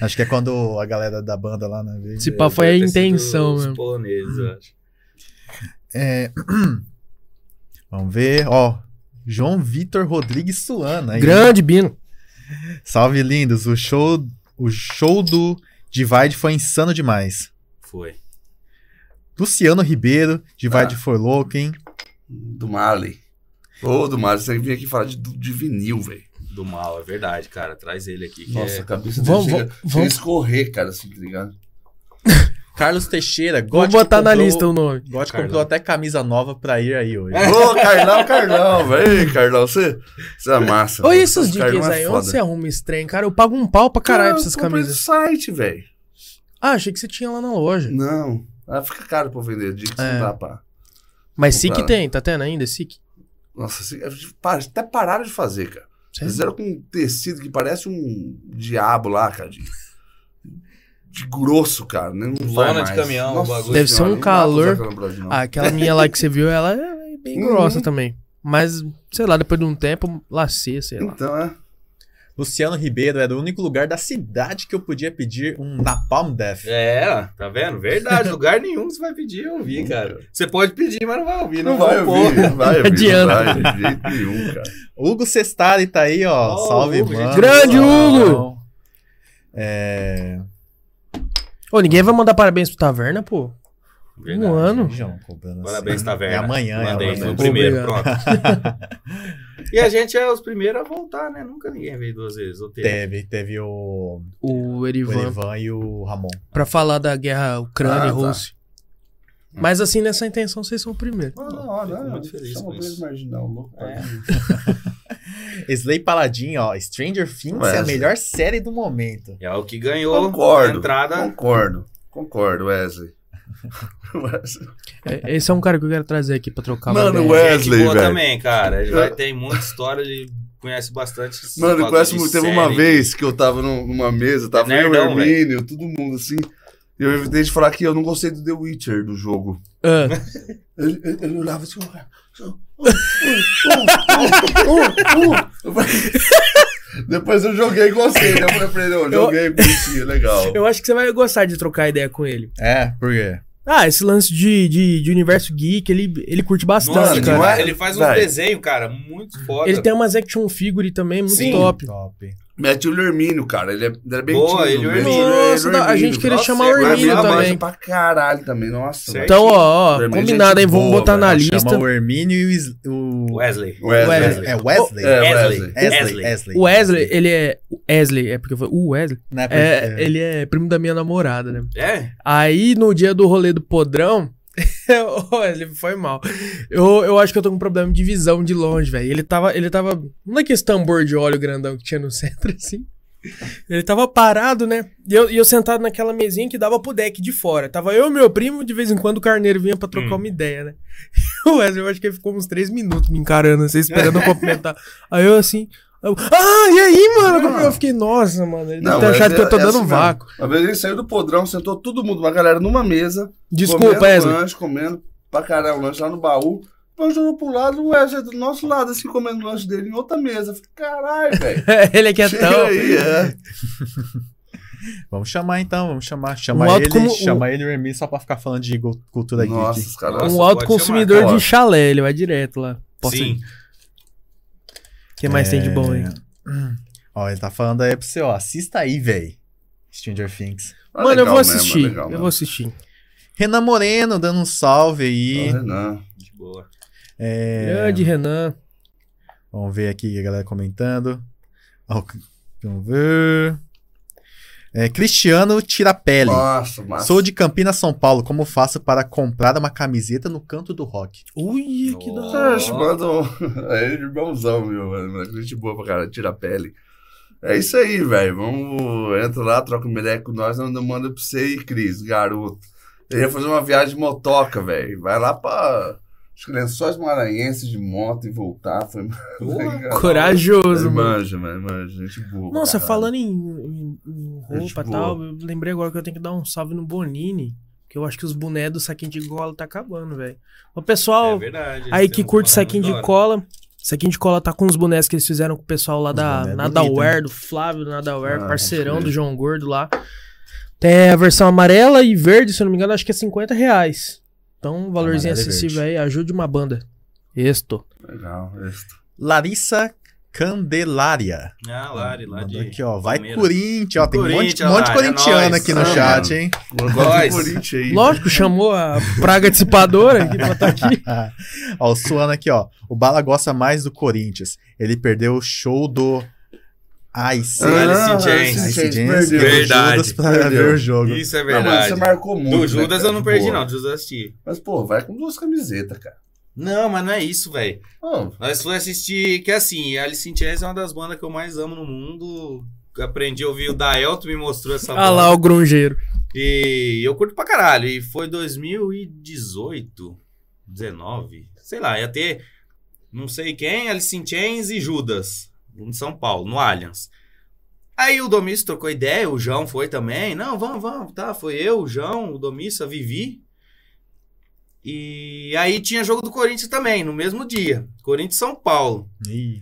Acho que é quando a galera da banda lá, né? veio. Se é, pá, foi a Deve ter sido intenção os mesmo. poloneses, eu acho. É, Vamos ver, ó. João Vitor Rodrigues Suana. aí. Grande Bino. Salve, lindos. O show, o show do Divide foi insano demais. Foi. Luciano Ribeiro, Divide Ah. foi louco, hein? Do Marley. Ô, do Marley, você vir aqui falar de, de vinil, velho. Do mal, é verdade, cara. Traz ele aqui. que Nossa, a é- cabeça dele Vamos, chega, vamos, chega a vamos, escorrer, cara, assim, tá ligado? Carlos Teixeira, vou botar na lista o nome. Gotti Carlão. comprou até camisa nova pra ir aí hoje. É. Ô, Carlão, Carlão, velho. Ei, Carlão, você, você é massa. Ô, e velho. esses Carlão dicas é aí? foda. Onde você arruma esse trem, cara? Eu pago um pau pra caralho pra essas Cara, eu comprei camisas. do site, velho. Ah, achei que você tinha lá na loja. Não. Ah, fica caro pra vender, dica que É. não dá pra. Mas SIC Cara. tem, tá tendo ainda SIC? Nossa, assim, eu- pa- até pararam de fazer, cara. é. Fizeram com um tecido que parece um diabo lá, cara. De, de grosso, cara. né? Não Lona vai de mais. caminhão, Nossa o bagulho. Deve ser um senhora, não dá pra usar calor. aquela no Brasil, não. Ah, aquela minha lá que você viu, ela é bem Uhum. grossa também. Mas, sei lá, depois de um tempo, lacia, sei lá. então, é. Luciano Ribeiro era o único lugar da cidade que eu podia pedir um Napalm Death. É, tá vendo? Verdade, lugar nenhum você vai pedir eu ouvir, cara. Você pode pedir, mas não vai ouvir. Não, Não vai vou pôr. ouvir, não vai ouvir. Adianta. Não vai, de jeito nenhum, [laughs] cara. Hugo Sestari tá aí, ó. Ó, Salve, Hugo, mano. gente. Grande Salve. É... Ô, ninguém vai mandar parabéns pro Taverna, pô. Verdade. Um ano. João, cobrando Parabéns, assim. Taverna. É amanhã, é Mandei, amanhã. foi o primeiro, Obrigado. [laughs] pronto. e a gente é os primeiros a voltar, né? Nunca ninguém veio duas vezes. Ou teve. Teve, teve o, O o Erivan. Elivan e o Ramon. Pra falar da guerra Ucrânia e Ah, tá. Rússia. Mas assim, nessa intenção, vocês são o primeiro. Não, não, não, fico não. muito feliz Chama com o preso isso. marginal, louco. pra É. mim. Slay Paladin, ó. Stranger Things é a Wesley. melhor série do momento. É o que ganhou a Concordo. entrada. Concordo. Concordo, Wesley. [laughs] Wesley. É, Esse é um cara que eu quero trazer aqui pra trocar uma Mano, ideia. o Gente Wesley, boa velho. também, cara. Ele vai, Eu- tem muita história, ele conhece bastante. esse Mano, bagulho conhece de muito. Teve série. uma vez que eu tava num- numa mesa, tava É eu, o nerdão, Hermínio, todo mundo assim. E eu evitei de falar que eu não gostei do The Witcher do jogo. Ah, Ele, ele, ele olhava assim, "Ué, uh, uh, uh, uh, uh." Eu falei- [laughs] Depois eu joguei e gostei. né? Eu falei pra ele, "Não, joguei, bonitinho, legal. [laughs] eu acho que você vai gostar de trocar ideia com ele. É, por quê? Ah, esse lance de, de, de universo geek, ele, ele curte bastante, Nossa, cara. demais. ele faz uns é? Vai. desenhos, cara, muito foda. Ele tem umas action figure também muito Sim. top. Top. Mete o Lermínio, cara. Ele é, ele é bem Boa, tímido, ele e o mete Hermínio. Nossa, ele é e o não, a gente Hermínio. queria Nossa, chamar o agora Hermínio minha Hermínio também. manja é pra caralho também, nossa. Certo. Então, ó, ó, Hermínio é combinado, hein? gente Vamos boa, botar na velho. lista. Chama o Hermínio e o... Is- o... Wesley. Wesley. Wesley. É Wesley? É, Wesley. Wesley. Wesley. Wesley. O Wesley, ele é. o Wesley, é porque eu falei. O Wesley. Né, porque- É, ele é primo da minha namorada, né? É? Aí, no dia do rolê do podrão. [laughs] o Wesley foi mal. Eu, eu acho que eu tô com um problema de visão de longe, velho. Ele tava. Ele tava. Não é que esse tambor de óleo grandão que tinha no [laughs] centro, assim. Ele tava parado, né? E eu, e eu sentado naquela mesinha que dava pro deck de fora. Tava eu e meu primo, de vez em quando o carneiro vinha pra trocar Hum. uma ideia, né? [laughs] O Wesley, eu acho que ele ficou uns três minutos me encarando, assim, [laughs] esperando eu cumprimentar. Aí eu assim. eu, ah, e aí, mano? Eu fiquei, nossa, mano, ele deve ter mas Então, achado que eu tô é dando assim vácuo. mesmo. Uma vez ele saiu do podrão, sentou todo mundo, uma galera numa mesa. Desculpa, comendo Wesley. lanche, comendo pra caralho lanche lá no baú. Nós jogamos pro lado, o Wesley do nosso lado, assim, comendo o lanche dele em outra mesa. Eu falei, Caralho, velho. ele é [laughs] quietão. né? Chega aí, é. Vamos chamar então, vamos chamar. Chama Um alto ele, como- chama ele e o Hermínio só pra ficar falando de go- cultura Nossa, geek. os caras. Nossa, um pode alto consumidor chamar. de chalé, ele vai direto lá. Posso Sim. ir? O que mais tem É, de bom aí? Hum. Ó, ele tá falando aí pra você, ó. Assista aí, véi. Stranger Things. Ah, Mano, eu legal vou mesmo, assistir. legal eu mesmo. vou assistir. Renan Moreno dando um salve aí. Ah, Renan. De boa. É, Grande Renan. Vamos ver aqui a galera comentando. Ó, c- Vamos ver. É, Cristiano Tirapelli. Nossa, massa. Sou de Campinas, São Paulo. Como faço para comprar uma camiseta no canto do rock? Ui, que da Nossa. hora. Acho, mano. [laughs] É irmãozão, meu, mano. Gente boa pra caralho, tira a pele. É isso aí, velho. Vamos. Entra lá, troca um meleco com nós, não manda pra você aí, Cris, garoto. Eu ia fazer uma viagem de motoca, velho. Vai lá pra. Acho que lençóis maranhenses de moto e voltar. Foi Porra. Corajoso, mano. Manja, mano, manja. Gente boa. pra Nossa, caralho. falando em, em- em roupa e Gente tal, boa. eu lembrei agora que eu tenho que dar um salve no Bonini. Que eu acho que os bonés do saquinho de cola tá acabando, velho. O pessoal É verdade. aí eles que têm um curte canal saquinho muito de da hora. cola. Saquinho de cola tá com os bonés que eles fizeram com o pessoal lá Os da boné é bonito, Nadaware, hein? do Flávio do Nadaware, Ah, parceirão pode do crer. João Gordo lá. Tem a versão amarela e verde, se eu não me engano, acho que é 50 reais. Então, um valorzinho Amarela e acessível verde. aí, ajude uma banda. Isto. Legal, é. isso. Larissa Candelária. Ah, Lari, lá Mandou de... aqui, ó. Vai Palmeiras. Corinthians, ó. Tem um monte, Corinthians, um monte de Lari, é corintiano nóis. aqui no Ah, chat, mano. hein? [laughs] Eu gosto Nós. do Corinthians aí. Lógico, chamou a praga dissipadora aqui pra estar aqui. ó, o Suano aqui, ó. O Bala gosta mais do Corinthians. Ele perdeu o show do Ice. Ah, Alice in Chains. Alice in Ice Chains, James perdeu. perdeu o Verdade. Judas pra ver o Perdeu. jogo. Isso é Não, mas verdade. você marcou muito. do Judas né, eu não perdi, cara? não. Boa. Do Judas eu assisti. Mas, pô, vai com duas camisetas, cara. Não, mas não é isso, velho. Pô, Nós fomos assistir... Que assim, Alice in Chains é uma das bandas que eu mais amo no mundo. Aprendi a ouvir o Daelto, me mostrou essa Ah lá, Ah o grungeiro. E eu curto pra caralho. E foi 2018, 19, sei lá, ia ter não sei quem, Alice in Chains e Judas, em São Paulo, no Allianz. Aí o Domício trocou ideia, o João foi também. Não, vamos, vamos, tá. Foi eu, o João, o Domício, a Vivi. E aí tinha jogo do Corinthians também, no mesmo dia. Corinthians e São Paulo. Ih,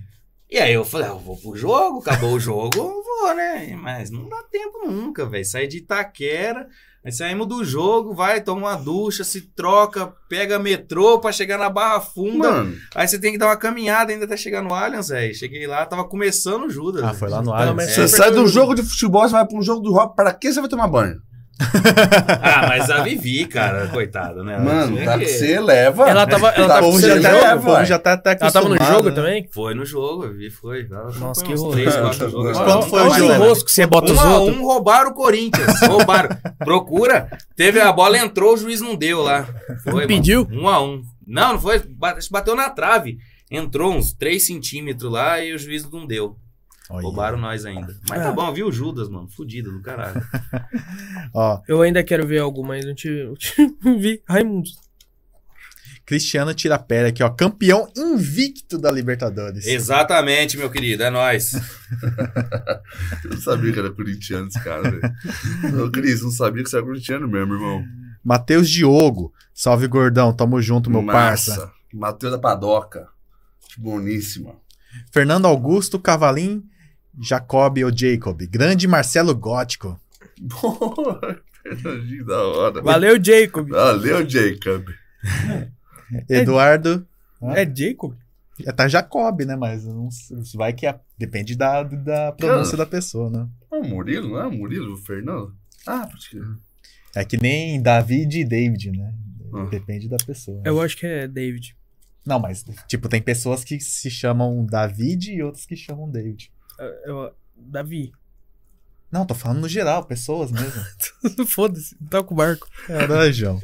E aí eu falei, ah, eu vou pro jogo, acabou o jogo, eu vou, né? Mas não dá tempo nunca, velho. Saí de Itaquera, aí saímos do jogo, vai, toma uma ducha, se troca, pega metrô pra chegar na Barra Funda. Mano, Aí você tem que dar uma caminhada ainda até chegar no Allianz, velho. Cheguei lá, tava começando o Judas. Ah, véi. foi lá no Pelo Allianz. menos É, você sai de um jogo de futebol, você vai pra um jogo do rock, pra que você vai tomar banho? [laughs] Ah, mas a Vivi, cara, coitada, né? Ela Mano, tinha tá que- que você leva. Ela tava- ela Tá tava- bom, O povo você já já, no leva, Ah, tá, o povo vai. já tá, tá Ela tava no acostumado, jogo né? também? Foi no jogo, a Vivi foi. Ela Nossa, foi que uns rolê. três, quatro jogos. Qual foi Ela nunca o Mas mais jogo? levou. churrasco que você bota Um os a outros. um roubaram o Corinthians. Roubaram. Procura. Teve a bola, entrou, o juiz não deu lá. Foi, Impediu? mano. Um a um. Não, não foi. bate- Bateu na trave. Entrou uns 3 centímetros lá e o juiz não deu. Olha. Roubaram nós ainda. Mas Ah. tá bom, viu o Judas, mano? Fudido do caralho. Ó, Eu ainda quero ver alguma, mas não tive. eu tive- não [laughs] vi. Raimundo. Cristiano Tirapera aqui, ó. Campeão invicto da Libertadores. Exatamente, meu querido. É nóis. [laughs] Eu não sabia que era corintiano esse cara, velho. Ô, Cris, não sabia que você era corintiano mesmo, irmão. Matheus Diogo. Salve, gordão. Tamo junto, meu parça. Massa. Matheus da Padoca. Que boníssima. [laughs] Fernando Augusto, Cavalim, Jacob ou Jacob. Grande Marcelo Gótico. Porra, Fernandinho da hora. Valeu, Jacob. Valeu, Jacob. Eduardo. É Jacob? É, tá Jacob, né? Mas não sei, vai que é- depende da, da pronúncia da pessoa, né? É o Murilo, não é o Murilo, o Fernando? Ah, pode que... É que nem David e David, né? Hum. Depende da pessoa. Eu acho que é David. Não, mas, tipo, tem pessoas que se chamam David e outras que chamam David. Eu- É, Davi. [laughs] Não, tô falando no geral, pessoas mesmo. Foda-se, tá com o barco. Caralho, João.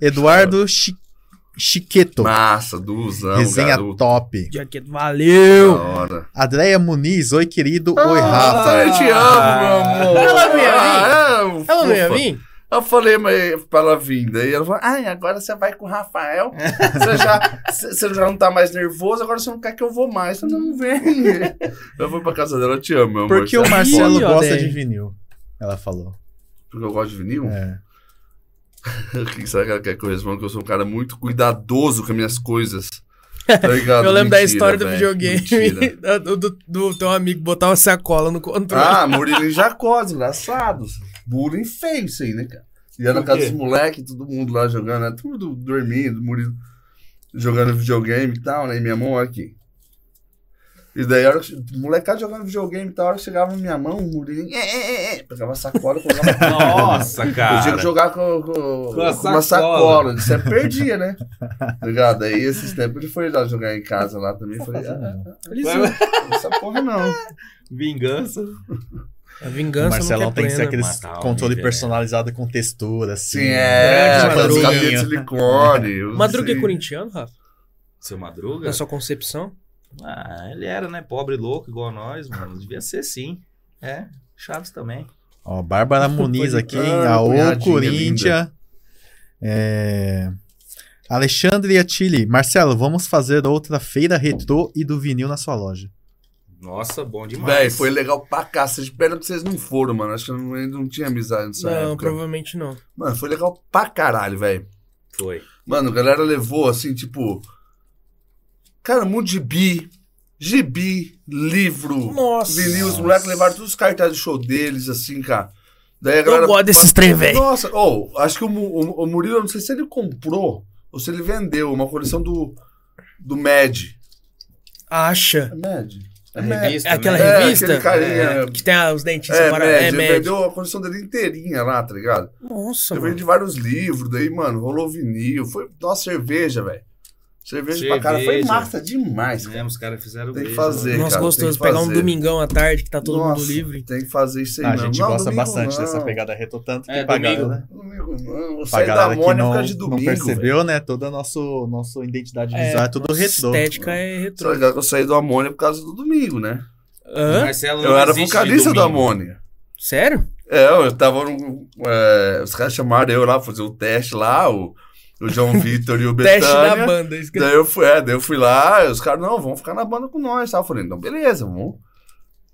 Eduardo Chi- Chiqueto. Massa, duzão, Resenha garoto. top. Jaqueta, é- valeu! Da hora. Andréia Muniz, oi querido, oi Ah, Rafa. eu te amo, meu amor. Ela não ia vir? Ah, é, Ela não ia fofa. vir? Eu falei mas, pra ela vir, daí ela falou, ai, agora você vai com o Rafael, você [laughs] já, você já não tá mais nervoso, agora você não quer que eu vou mais, você não vem. [laughs] Eu fui pra casa dela, eu te amo, meu amor. Porque Você o é Marcelo Ih, gosta Odeia. de vinil. Ela falou. Porque eu gosto de vinil? É. O [laughs] que será que ela quer que eu responda? Que eu sou um cara muito cuidadoso com as minhas coisas. Tá ligado? [laughs] Eu lembro da Mentira, história do velho. videogame [laughs] Mentira. do, do- do teu amigo botar uma sacola no controle. Ah, Murilo e Jacó, desgraçados. Bullying feio isso aí, né, cara? E era na Por casa quê? dos moleques, todo mundo lá jogando, né? Tudo dormindo, Murilo jogando videogame e tal, né? E minha mão aqui. E daí, a hora que, molecada jogando videogame e tal, a hora que chegava na minha mão, o Murilo é, é, é, é, pegava a sacola, colocava. [laughs] Nossa, Eu tinha cara. que jogar com, com- Com a com uma sacola. sacola. Você perdia, né? Ligado? Aí esses tempos ele foi lá jogar em casa lá também. Eu falei, ah, Eles- Vai- essa porra não. Vingança. A O vingança Marcelão não quer tem que ser plena. aquele Matar alguém, controle é. né? personalizado com textura, assim. Sim, é. um Grande Aquelas Madruga. cabeças de silicone. eu Madruga é sei. corintiano, Rafa? Seu Madruga? Na sua concepção? Ah, ele era, né? Pobre e louco, igual a nós, mano. Devia ser sim. É. Chaves também. Ó, [laughs] Bárbara Muniz aqui, hein? Ah, Aô, cunhadinha Corinthians. É... Alexandre Attili, Marcelo, vamos fazer outra feira retrô e do vinil na sua loja. Nossa, bom demais. Véi, foi legal pra cacete. Pena que vocês não foram, mano. Acho que eu não, ainda não tinha amizade nessa não, época. provavelmente não. Mano, foi legal pra caralho, velho. Foi. Mano, a galera levou, assim, tipo... Cara, um muito gibi, gibi, livro, Nossa. vinil. Os moleques levaram todos os cartazes do show deles, assim, cara. Daí a galera Eu gosto desses trem, velho. Nossa, ou acho que o, Mu- o- o Murilo, eu não sei se ele comprou ou se ele vendeu uma coleção do, do Mad. Acha. É Mad? A Mad. revista, é aquela né? revista? aquele carinha. Que tem ah, os dentinhos É, Mad, separados. É, ele médio. vendeu a coleção dele inteirinha lá, tá ligado? Nossa, Eu mano. vendi vários livros, daí, mano, rolou vinil. Foi, nossa, cerveja, velho. Cerveja, pra cara. Foi Cerveja. massa demais, É, cara. os caras fizeram Tem que beijo, fazer. né? Nossa, cara, gostoso. tem que Pegar um fazer. domingão à tarde que tá todo Nossa, mundo livre. Tem que fazer isso aí, Ah, a não. gente Não, gosta domingo bastante não. dessa pegada retrô, tanto que É, pra domingo. galera, Domingo não. Eu pra saí galera da que Mônica por não, causa de não domingo, velho. percebeu, né? Toda a nossa nosso identidade É, visual é tudo retrô. Estética é retrô. Só que eu saí do Amônia por causa do domingo, né? Hã? Marcelo Eu não era existe de vocalista do domingo. Amônia. Sério? É, eu tava no. é, os caras chamaram eu lá fazer um teste lá, o, [laughs] o João Vitor e né, o Betânia. Teste na banda. isso que- Daí eu fui, é, daí eu fui lá, e os caras, não, vão ficar na banda com nós, tá? Eu falei, não, beleza, vamos,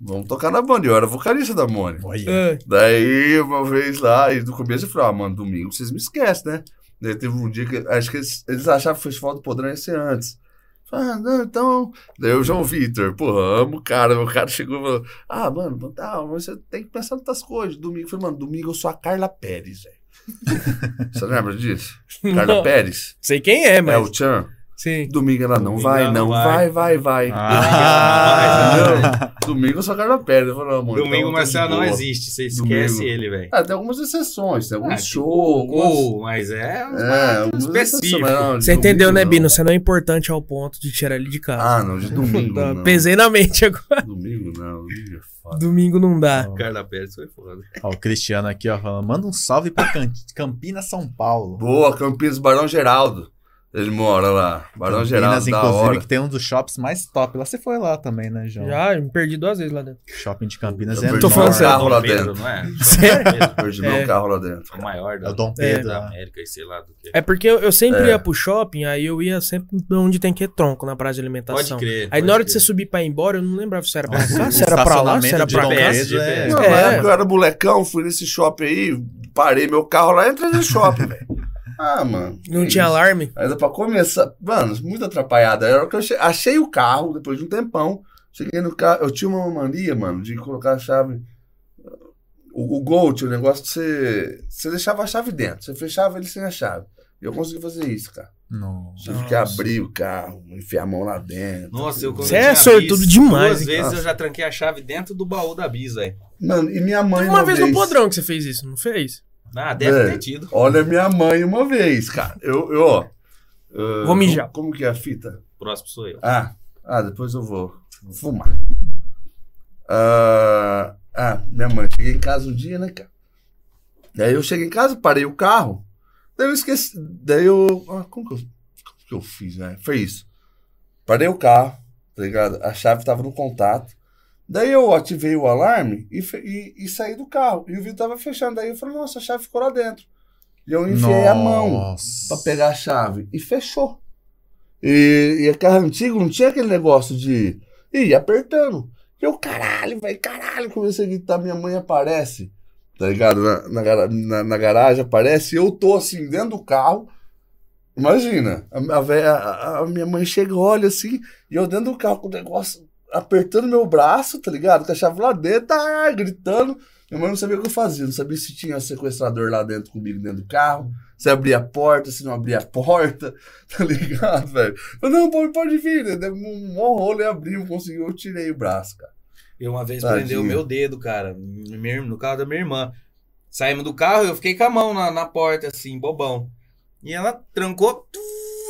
vamos tocar na banda. E eu era vocalista da Mônica. Olha. Ah, Daí, uma vez lá, e no começo eu falei, ah, mano, domingo vocês me esquecem, né? Daí teve um dia que, acho que eles, eles achavam que o Festival do Podrão ia ser antes. Ah, não, então. Daí o João Vitor, porra, amo o cara. O cara chegou e falou: Ah, mano, tá, mas você tem que pensar em outras coisas. Domingo. Eu falei, mano, domingo eu sou a Carla Pérez, velho. [laughs] você lembra disso? Carla não. Pérez? Sei quem é, mas. É o Tchan. Sim. Domingo ela não Domingo vai, ela não não vai, vai, vai. Ah, Domingo, ela vai, entendeu? [laughs] Domingo eu sou a Carla Pérez. Eu falei, amor, Domingo o então, tá de Marcelo não boa. existe, você esquece Domingo. Um ele, velho. Ah, tem algumas exceções, tem alguns Ah, tipo, shows. algumas- Ou, mas é um É, barato algumas específico. exceções, mas não, de Você entendeu, domingo né, não. Bino? Você não é importante ao ponto de tirar ele de casa. Ah, não, de domingo. Tá, não. Pesei na mente agora. Domingo não, domingo é foda. Domingo não dá. Carla Pérez foi foda. Tá Ó, o Cristiano aqui, ó, falando, manda um salve pra Can- Campinas, São Paulo. Boa, Campinas, Barão Geraldo. Ele mora lá. Barão Campinas, Geraldo, da inclusive, hora. que tem um dos shoppings mais top. Lá você foi lá também, né, João? Já me perdi duas vezes lá dentro. Shopping de Campinas Eu é perdi Tô enorme. falando meu sério. carro lá Dom Pedro, dentro. não [laughs] é? Sério? Perdi meu É. carro lá dentro. O maior É da, o Dom É. Pedro. da né? América e sei lá do que. É porque eu, eu sempre É. ia pro shopping, aí eu ia sempre onde tem que ter tronco, na praça de alimentação. Pode crer. Tá Aí pode na hora de você crer. subir pra ir embora, eu não lembrava se era pra Nossa, cá, o se Ah, era pra lá, se era estacionamento de pra Dom cá. Pedro. Pedro é- Não, É. na época eu era molecão, fui nesse shopping aí, parei meu carro lá e entrei no shopping, velho. Ah, mano. Não que tinha isso. alarme? Ainda é pra começar, mano, muito atrapalhada. Era o que eu che- achei o carro depois de um tempão. Cheguei no carro, eu tinha uma mania, mano, de colocar a chave. O, o Gol tinha o negócio de você. Você deixava a chave dentro, você fechava ele sem a chave. E eu consegui fazer isso, cara. Não. Tive que Nossa. abrir o carro, enfiar a mão lá dentro. Nossa, eu quando Você eu é tinha sortudo Bis, demais, Duas hein, vezes cara? eu já tranquei a chave dentro do baú da Bis, velho. Mano, e minha mãe. Teve uma vez no podrão que você fez isso, não fez? Ah, deve É. ter tido. Olha, minha mãe uma vez, cara. Eu, eu ó. eh, Vou mijar. Como, como que é a fita? Próximo sou eu. Ah, ah, depois eu vou fumar. Ah, ah, minha mãe, cheguei em casa um dia, né, cara? Daí eu cheguei em casa, parei o carro. Daí eu esqueci. Daí eu. ah, como, que eu como que eu fiz, né? Foi isso. Parei o carro, tá ligado? A chave tava no contato. Daí eu ativei o alarme e, fe- e, e saí do carro. E o vidro tava fechando. Daí eu falei, nossa, a chave ficou lá dentro. E eu enfiei a mão Nossa. pra pegar a chave. E fechou. E, e a carro antigo não tinha aquele negócio de ir apertando. E eu, caralho, vai, caralho, comecei a gritar, tá, minha mãe aparece. Tá ligado? Na, na, gara- na- na garagem aparece, e eu tô assim, dentro do carro. Imagina, a, a véia- a- a minha mãe chega, olha assim, e eu dentro do carro com o negócio apertando meu braço, tá ligado? Com a chave lá dentro, ah, gritando. Minha mãe não sabia o que eu fazia, não sabia se tinha sequestrador lá dentro comigo, dentro do carro, se abria a porta, se não abria a porta, [laughs] tá ligado, velho? Eu, não, pode, pode vir, né? Deu um mó rolo e abriu, conseguiu, eu tirei o braço, cara. E uma vez Tadinho. prendeu o meu dedo, cara, minha- no carro da minha irmã. Saímos do carro, eu fiquei com a mão na, na porta, assim, bobão. E ela trancou, tu,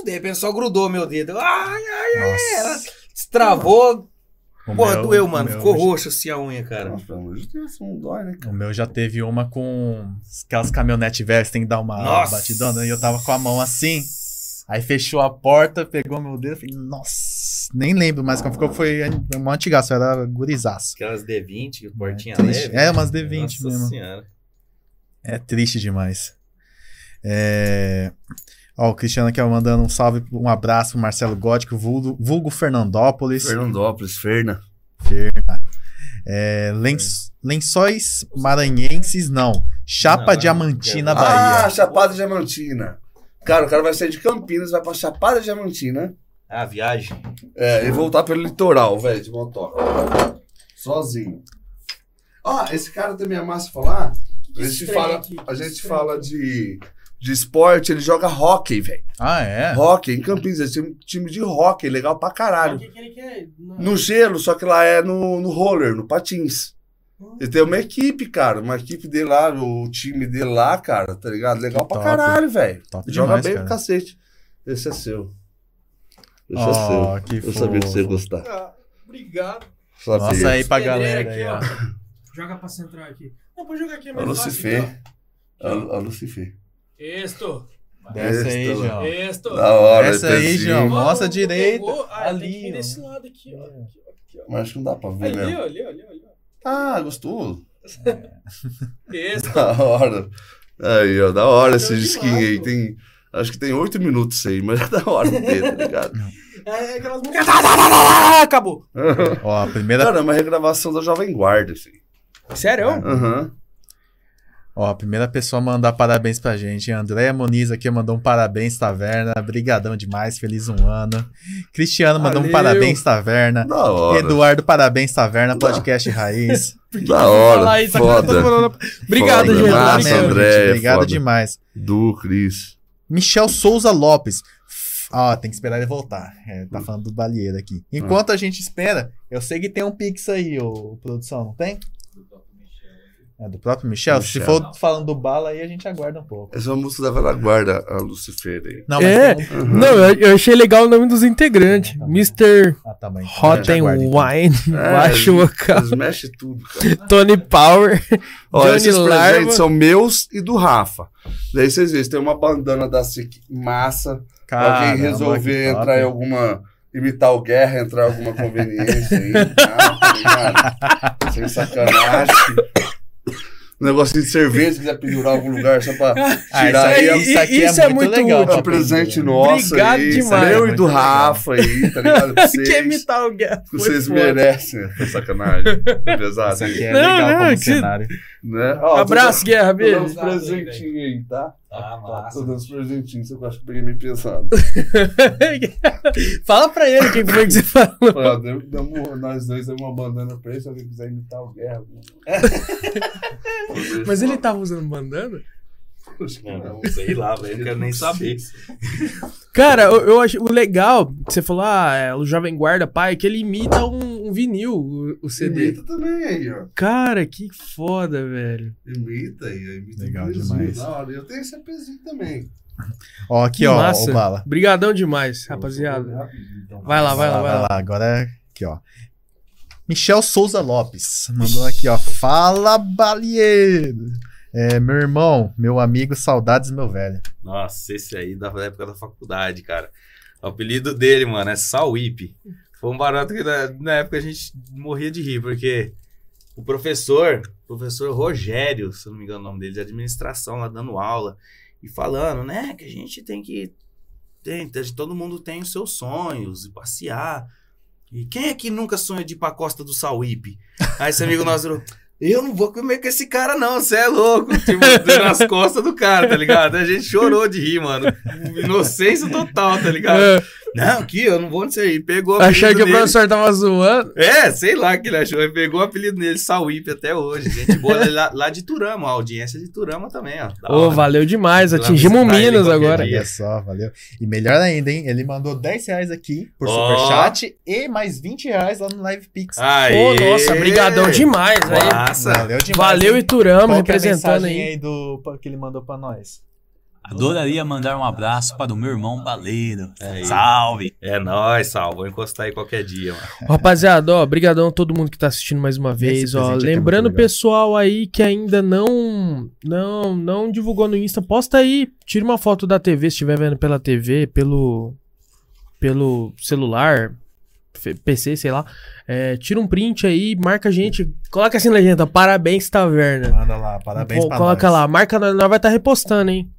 de repente só grudou meu dedo. Ai, ela Nossa. destravou. O Porra, meu- doeu, o mano. meu- Ficou roxo assim a unha, cara. Nossa, pelo amor de Deus, não dói, né, O meu já teve uma com aquelas caminhonetes velhas, tem que dar uma Nossa. batidona. E eu tava com a mão assim. Aí fechou a porta, pegou meu dedo, falei, nossa, nem lembro mais como ficou. Foi uma antigaço, era gurizaço. Aquelas D20, portinha É triste. leve. É, umas D20 Nossa mesmo. Senhora. É triste demais. É... Ó, o Cristiano aqui ó, mandando um salve, um abraço pro Marcelo Gótico, vulgo, vulgo Fernandópolis. Fernandópolis, Ferna. É, lenç- lençóis maranhenses, não. Não, Chapa não. é Diamantina, Na ah, Bahia. Chapada Diamantina. Cara, o cara vai sair de Campinas, vai pra Chapada Diamantina Ah, viagem. é, e voltar pelo litoral, velho, de motor. Sozinho. Ó, esse cara também é massa falar. A gente fala, a gente fala de, de esporte, ele joga hockey, velho. Ah, é? Hockey, em Campinas, é time, time de hockey, legal pra caralho. No gelo, só que lá é no, no roller, no patins. Ele tem uma equipe, cara. Uma equipe dele lá, o time dele lá, cara, tá ligado? Legal Que pra top. caralho, velho. Top Joga demais, bem cara. pra cacete. Esse é seu. Esse é seu. Ó, que Eu sabia que fofo. você ia gostar. Obrigado. Sabia. Nossa, aí pra Pedreiro galera aqui, aí, ó. Joga pra central aqui. Não, pode jogar aqui, é A mais fácil. Lucifer. A, então. a Lucifer. Esto, Desce aí, Esta- João. esto. Da Ah. hora, Essa aí, pezinho. João. Ó, Nossa, o- direita. pegou. Ah, tem que Ali, vir ó. É. desse lado aqui, ó. Aqui, ó, aqui, ó. Mas acho que não dá pra ver né? Ali, mesmo. ó, ali, ó, ali, ó. Ah, gostoso. Esse. Da hora. Aí, ó, da hora esse Então, de skin aí. lado. Tem, acho que tem oito minutos aí, mas [laughs] é da hora ter, tá ligado? [laughs] É aquelas músicas. Tá, tá, tá, tá, tá, Acabou. Ó, a primeira, Cara, é uma regravação da Jovem Guarda, assim. Sério? Aham. ó, a primeira pessoa a mandar parabéns pra gente. Andréa Moniz aqui mandou um parabéns, Taverna. Brigadão demais, feliz um ano. Cristiano mandou Valeu. um parabéns, Taverna. Da hora. Eduardo, parabéns, Taverna, podcast raiz. Da hora. Fala isso, cara, todo Foda. mundo- Obrigado, Foda. gente. Massa, Obrigado. gente, André, Obrigado foda. demais. Du, Cris. Michel Souza Lopes. Ah, tem que esperar ele voltar. É, tá falando do Balieiro aqui. Enquanto a gente espera, eu sei que tem um Pix aí, ô produção, não tem? É, do próprio Michel? Se Michel. for falando do bala aí, a gente aguarda um pouco. Essa é uma música da Vela Guarda, a Lucifer aí. Não, É. tem um- Não, eu- eu achei legal o nome dos integrantes. Tá Mr. Ah, tá bom. então a gente Rotten aguarda, então. Wine, É, Washuaka, Eles mexem [laughs] tudo, cara. Tony Power, Ó, Johnny esses Larva. presentes são meus e do Rafa. Daí vocês veem, tem uma bandana da SIC massa. alguém Caramba, resolver que é um top. entrar em alguma. imitar o guerra, entrar em alguma conveniência aí. [laughs] tá? Tá ligado? Sem sacanagem. Um negocinho de cerveja, se quiser pendurar em algum lugar só pra Ah, tirar aí. isso, é aí, isso, aqui Isso é, é muito, muito legal. útil. pra um presente aprender. nosso Obrigado aí, demais. meu e do Muito Rafa aí, [laughs] tá ligado? Pra [laughs] Vocês, Quer imitar o Guerra? que Foi vocês é foda. merecem. Sacanagem. É pesado. Isso aqui é Não, legal não, como que- cenário. Né? Ó, Abraço, Guerra, Tô dando uns beijo. presentinhos aí, tá? Ah, Tá, massa. tô dando uns presentinhos, só que eu acho que peguei meio pesado. [laughs] Fala pra ele quem foi que você falou. Ó, deu- damos- um nós dois damos uma bandana pra ele, se alguém quiser imitar o Guerra. mano. Mas ele tava usando bandana? É. Acho que não. Não, sei lá, velho. Não quero nem saber. Cara, eu, eu acho o legal, que você falou, ah, é, o Jovem Guarda, pai, que ele imita um, um vinil, o, o CD. Imita também aí, ó. Cara, que foda, velho. Imita aí, ó. imita Legal o Brasil, demais. da hora. Eu tenho esse pezinho também. Ó, aqui, Que ó, massa. o bala. Obrigadão demais, rapaziada. então. Vai lá, vai lá, vai lá. Agora é aqui, ó. Michel Souza Lopes mandou aqui, ó. Fala, Balieiro. É, meu irmão, meu amigo, saudades, meu velho. Nossa, esse aí da época da faculdade, cara. O apelido dele, mano, é Sauip. Foi um barato que na, na época a gente morria de rir, porque o professor, professor Rogério, se eu não me engano o nome dele, de administração, lá dando aula, e falando, né, que a gente tem que. Tem, tem- todo mundo tem os seus sonhos, e passear. E quem é que nunca sonha de ir pra costa do Sauípe? Aí esse amigo nosso falou, eu não vou comer com esse cara, não, você é louco. Tipo, nas costas do cara, tá ligado? A gente chorou de rir, mano. Inocência total, tá ligado? É, Não, aqui, eu não vou nisso aí. Pegou o achei que o apelido professor tava zoando. dele. É, sei lá o que ele achou. Ele pegou o apelido dele, Sauípe, até hoje. Gente boa ele é lá, lá de Turama, a audiência de Turama também, ó. Da Ô, hora. valeu demais, Vou lá atingimos visitar ele Minas qualquer agora. dia. Olha só, valeu. E melhor ainda, hein? Ele mandou 10 reais aqui por Ó. superchat e mais 20 reais lá no Live Ah, Pix. Aê! Ô, nossa, brigadão demais, velho. Massa. Valeu demais. Valeu, hein? Iturama, Qual que é a representando mensagem aí. do, que ele mandou pra nós. Adoraria mandar um abraço para o meu irmão Baleiro. Aí. Salve! É nóis, Sal. Vou encostar aí qualquer dia, mano. [laughs] Rapaziada, ó, brigadão a todo mundo que tá assistindo mais uma vez, Esse ó. presente aqui é Lembrando o muito legal. pessoal aí que ainda não não não divulgou no Insta, posta aí, tira uma foto da TV se estiver vendo pela TV, pelo pelo celular, fe- PC, sei lá. É, tira um print aí, marca a gente, coloca assim na legenda, parabéns Taverna. Manda lá, parabéns Pô, pra coloca nós. lá, marca nós, nós vai estar repostando, hein?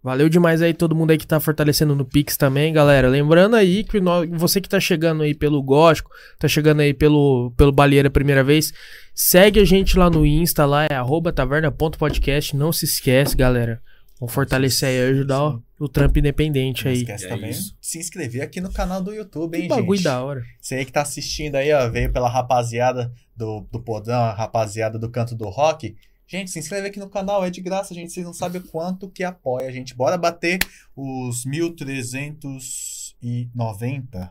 Valeu demais aí todo mundo aí que tá fortalecendo no Pix também, galera. Lembrando aí que nó- você que tá chegando aí pelo Gótico, tá chegando aí pelo, pelo Baleeira a primeira vez, segue a gente lá no Insta, lá é arroba taverna.podcast. Não se esquece, galera. Vamos fortalecer aí, ajudar o, o Tramp Independente Não aí. esquece É também isso. se inscrever aqui no canal do YouTube, hein, Que bagulho gente? da hora. Você aí que tá assistindo aí, ó, veio pela rapaziada do, do Podão, a rapaziada do Canto do Rock. Gente, se inscreve aqui no canal, é de graça, gente. Vocês não sabem o quanto que apoia a gente. Bora bater os 1.390.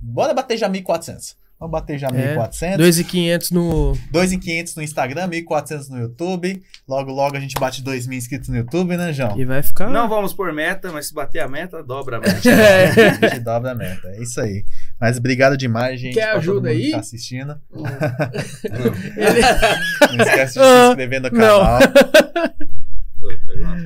Bora bater já 1.400. Vamos bater já É, 1.400. 2,500 no. 2.500 no Instagram, 1.400 no YouTube. Logo, logo a gente bate 2.000 inscritos no YouTube, né, João? E vai ficar. Não vamos por meta, mas se bater a meta, dobra a meta. [laughs] É. A gente dobra a meta. É isso aí. Mas obrigado demais, gente. Quer pra todo ajuda mundo que aí? Tá assistindo. Ele- Não esquece de se inscrever [laughs] no canal.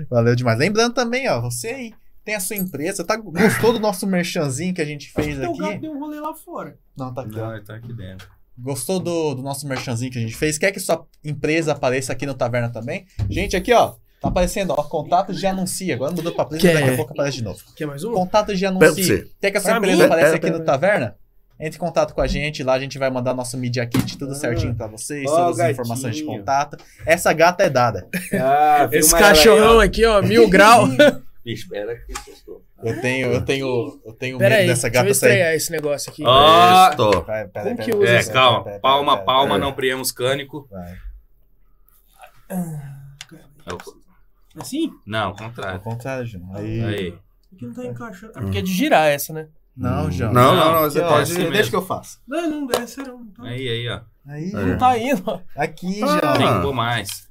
Valeu demais. Lembrando também, ó, você aí tem a sua empresa, tá, gostou do nosso merchanzinho que a gente fez aqui? deu um rolê lá fora. Não, tá aqui. ó. Não, ele tá aqui dentro. Gostou do, do nosso merchanzinho que a gente fez? Quer que sua empresa apareça aqui no Taverna também? Gente, aqui, ó. Tá aparecendo, ó. Contato de anuncia. Agora mudou pra Play, Quer- daqui a pouco aparece de novo. Quer mais Ah, um? Contato de Pera pra anuncia. você. É, Quer que a sua Pra empresa mim? apareça Pera, aqui pera, no Taverna? Entre em contato com a gente, lá a gente vai mandar nosso Media Kit, tudo Ah. certinho pra vocês, Ó, todas as gatinho. informações de contato. Essa gata é dada. Ah, filma Esse ela aí, cachorrão ó. aqui, ó, mil grau. Bicho, Espera que assustou. Eu tenho, eu tenho, eu tenho medo Pera aí, dessa deixa eu gata sair. estrear esse negócio aqui. Ó, Pera, pera, Como pera, que pera, usa É, pera, pera, calma. pera, Palma, pera, É. palma, pera. não priemos cânico. Vai, É o- Assim? Não, ao ao contrário. contrário, João. Aí. Aí. Aqui não tá encaixando. É porque é de girar essa, né? Não, João. Não, Não, não, não. Você Aqui, ó, pode. assim deixa mesmo. que eu faço. Não, não, é sério. Não tá, Aí, aí, ó. Aí, É. não tá indo, ó. Aqui, Ah. João. Tem que pôr mais.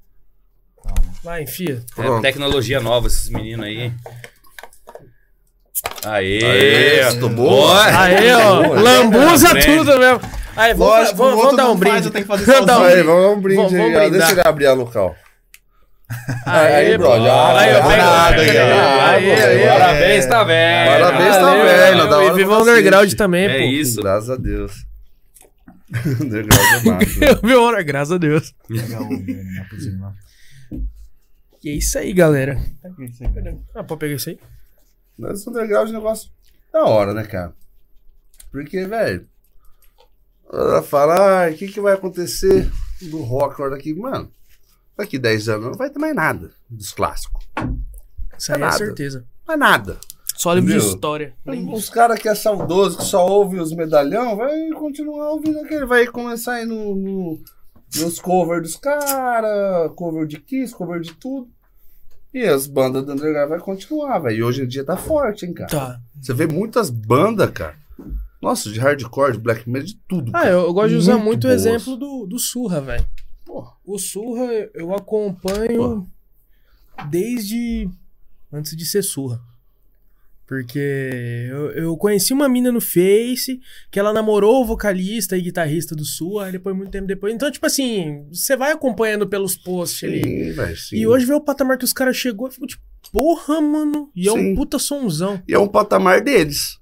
Vai, enfia. É Pronto. tecnologia nova, esses meninos aí. Aê! Aê, estou boa. Ó, Aí, ó. Lambuza Grande. tudo mesmo. Aí, vamos, Lógico, vamos, o vamos outro dar um não faz, brinde. eu tenho que fazer Vamos dar um sozinho. Aí, vamos um brinde Vamos- vamos aí. ó. Deixa brindar. ele abrir a local. Aí, Aí, brother. Aí, Ah, eu pego. nada, Aí, cara. aí, Ah, aí, é. Parabéns, tá velho. Parabéns, tá Valeu, velho, valeu. da hora E viva o pra cacete. underground também, É pô. isso. Graças a Deus. [laughs] Underground é massa. né? Viva o underground, graças a Deus. Pega o menino, não cozinha, não. E é isso aí, galera. Pega isso aí, cara. Ah, pode pegar isso aí? Mas o underground é um negócio da hora, né, cara? Porque, velho, ela fala, ai, o que, que vai acontecer do rock agora daqui? Mano, daqui 10 anos não vai ter mais nada dos clássicos. Isso aí é Nada. certeza. Mais nada. Só livro de Entendeu? história. Os caras que é saudoso, que só ouve os medalhão, vai continuar ouvindo aquele, vai começar aí no, no- nos covers dos caras, cover de Kiss, cover de tudo. E as bandas do underground vai continuar, velho. E hoje em dia tá forte, hein, cara? Tá. Você vê muitas bandas, cara. Nossa, de hardcore, de black metal, de tudo. Ah, cara. eu, eu gosto de usar Muito muito o boas. exemplo do, do Surra, velho. Porra. O Surra eu acompanho desde antes de ser Surra. Porque eu, eu conheci uma mina no Face que ela namorou o vocalista e guitarrista do Surra, aí depois, muito tempo depois. Então, tipo assim, você vai acompanhando pelos posts ali. Sim, velho, sim. E hoje vê o patamar que os caras chegou e ficou tipo, porra, mano. E é um Sim. puta sonzão. E é um patamar deles.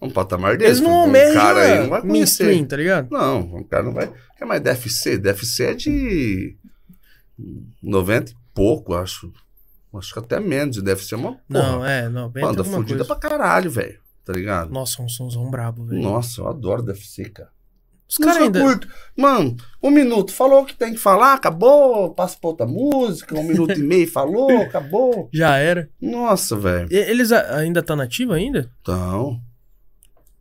É um patamar deles. Eles não um almejam cara aí não vai conhecer. mainstream, tá ligado? Não, um cara não vai. É mais DFC. DFC é de 90 e pouco, acho. Acho que até menos. DFC é uma porra. Não, é, não. Bem banda alguma fudida coisa. pra caralho, velho. Tá ligado? Nossa, é um sonzão brabo, velho. Nossa, eu adoro DFC, cara. Os Música caras ainda. curta. Mano, um minuto, falou o que tem que falar, acabou, passa pra outra música, um minuto e meio, [laughs] falou, acabou. Já era. Nossa, velho. E- Eles a- ainda tá nativa ainda? Então.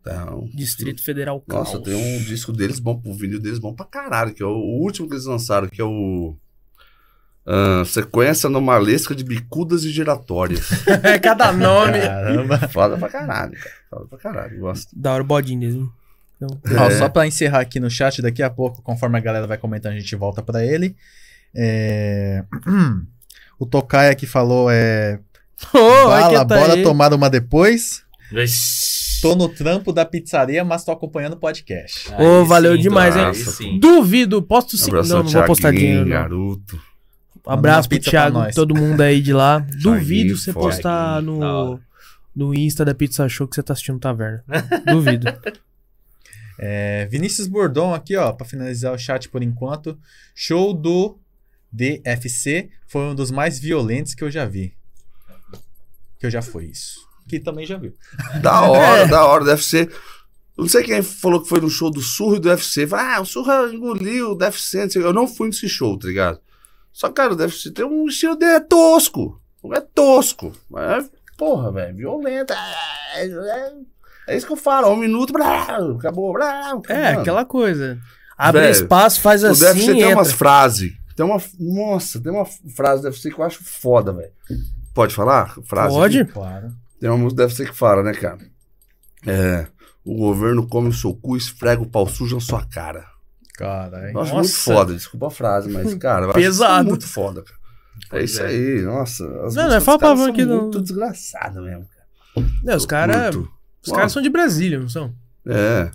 Então. Distrito Federal Caos. Nossa, tem [laughs] um disco deles bom, o vinil deles bom pra caralho, que é o, o último que eles lançaram, que é o. ah, sequência anomalesca de bicudas e giratórias. [laughs] é cada nome. Caramba. Foda pra caralho, cara. Foda pra caralho. Gosto. Da hora o bodinho deles. [laughs] hein? Então, Ó, só pra encerrar aqui no chat, daqui a pouco, conforme a galera vai comentando, a gente volta pra ele. É, [clears throat] O Tocaia que falou é. Ô, aí Fala, que tá bora aí. tomar uma depois. Vixe. Tô no trampo da pizzaria, mas tô acompanhando o podcast. Aí então. Ô, valeu demais, hein? Aí sim. Duvido, posto sim. Abração, Não, não vou postar Thiaguinho, dinheiro. não. garoto. Abraço uma pro pizza pra Thiago, nós. todo mundo aí de lá. Duvido Thiaguinho, você foda. postar Thiaguinho, da no, hora. no Insta da Pizza Show que você tá assistindo Taverna. [laughs] Duvido. É, Vinícius Bordon aqui, ó, pra finalizar o chat por enquanto. Show do DFC foi um dos mais violentos que eu já vi. Que eu já fui, isso. Que também já viu. [laughs] Da É. hora, da hora, do UFC. Eu Não sei quem falou que foi no show do Surro e do UFC. Fala, ah, o Surro engoliu o UFC. não sei o quê. Eu não fui nesse show, tá ligado? Só, cara, o UFC tem um estilo dele, é tosco. Não é tosco. Mas, porra, velho, violento. Ah, É, é isso que eu falo, um minuto, blá, acabou. Blá, É, mano. aquela coisa. Abre Velho, espaço, faz O assim. DFC tem entra. umas frases. Tem uma. Nossa, tem uma frase do UFC que eu acho foda, velho. Pode falar? Frase aqui? Pode? Claro. Tem uma música, deve ser que fala, né, cara? É. O governo come o seu cu, esfrega o pau sujo na sua cara. Caralho. Eu Nossa. acho muito foda, desculpa a frase, [laughs] mas, cara, eu acho Pesado. muito foda, cara. É Pois isso é. aí, nossa. As Não, não, músicas fala dos caras palavrão são aqui, não. Muito desgraçado mesmo, cara. Não, os caras Muito. os caras são de Brasília, não são? É.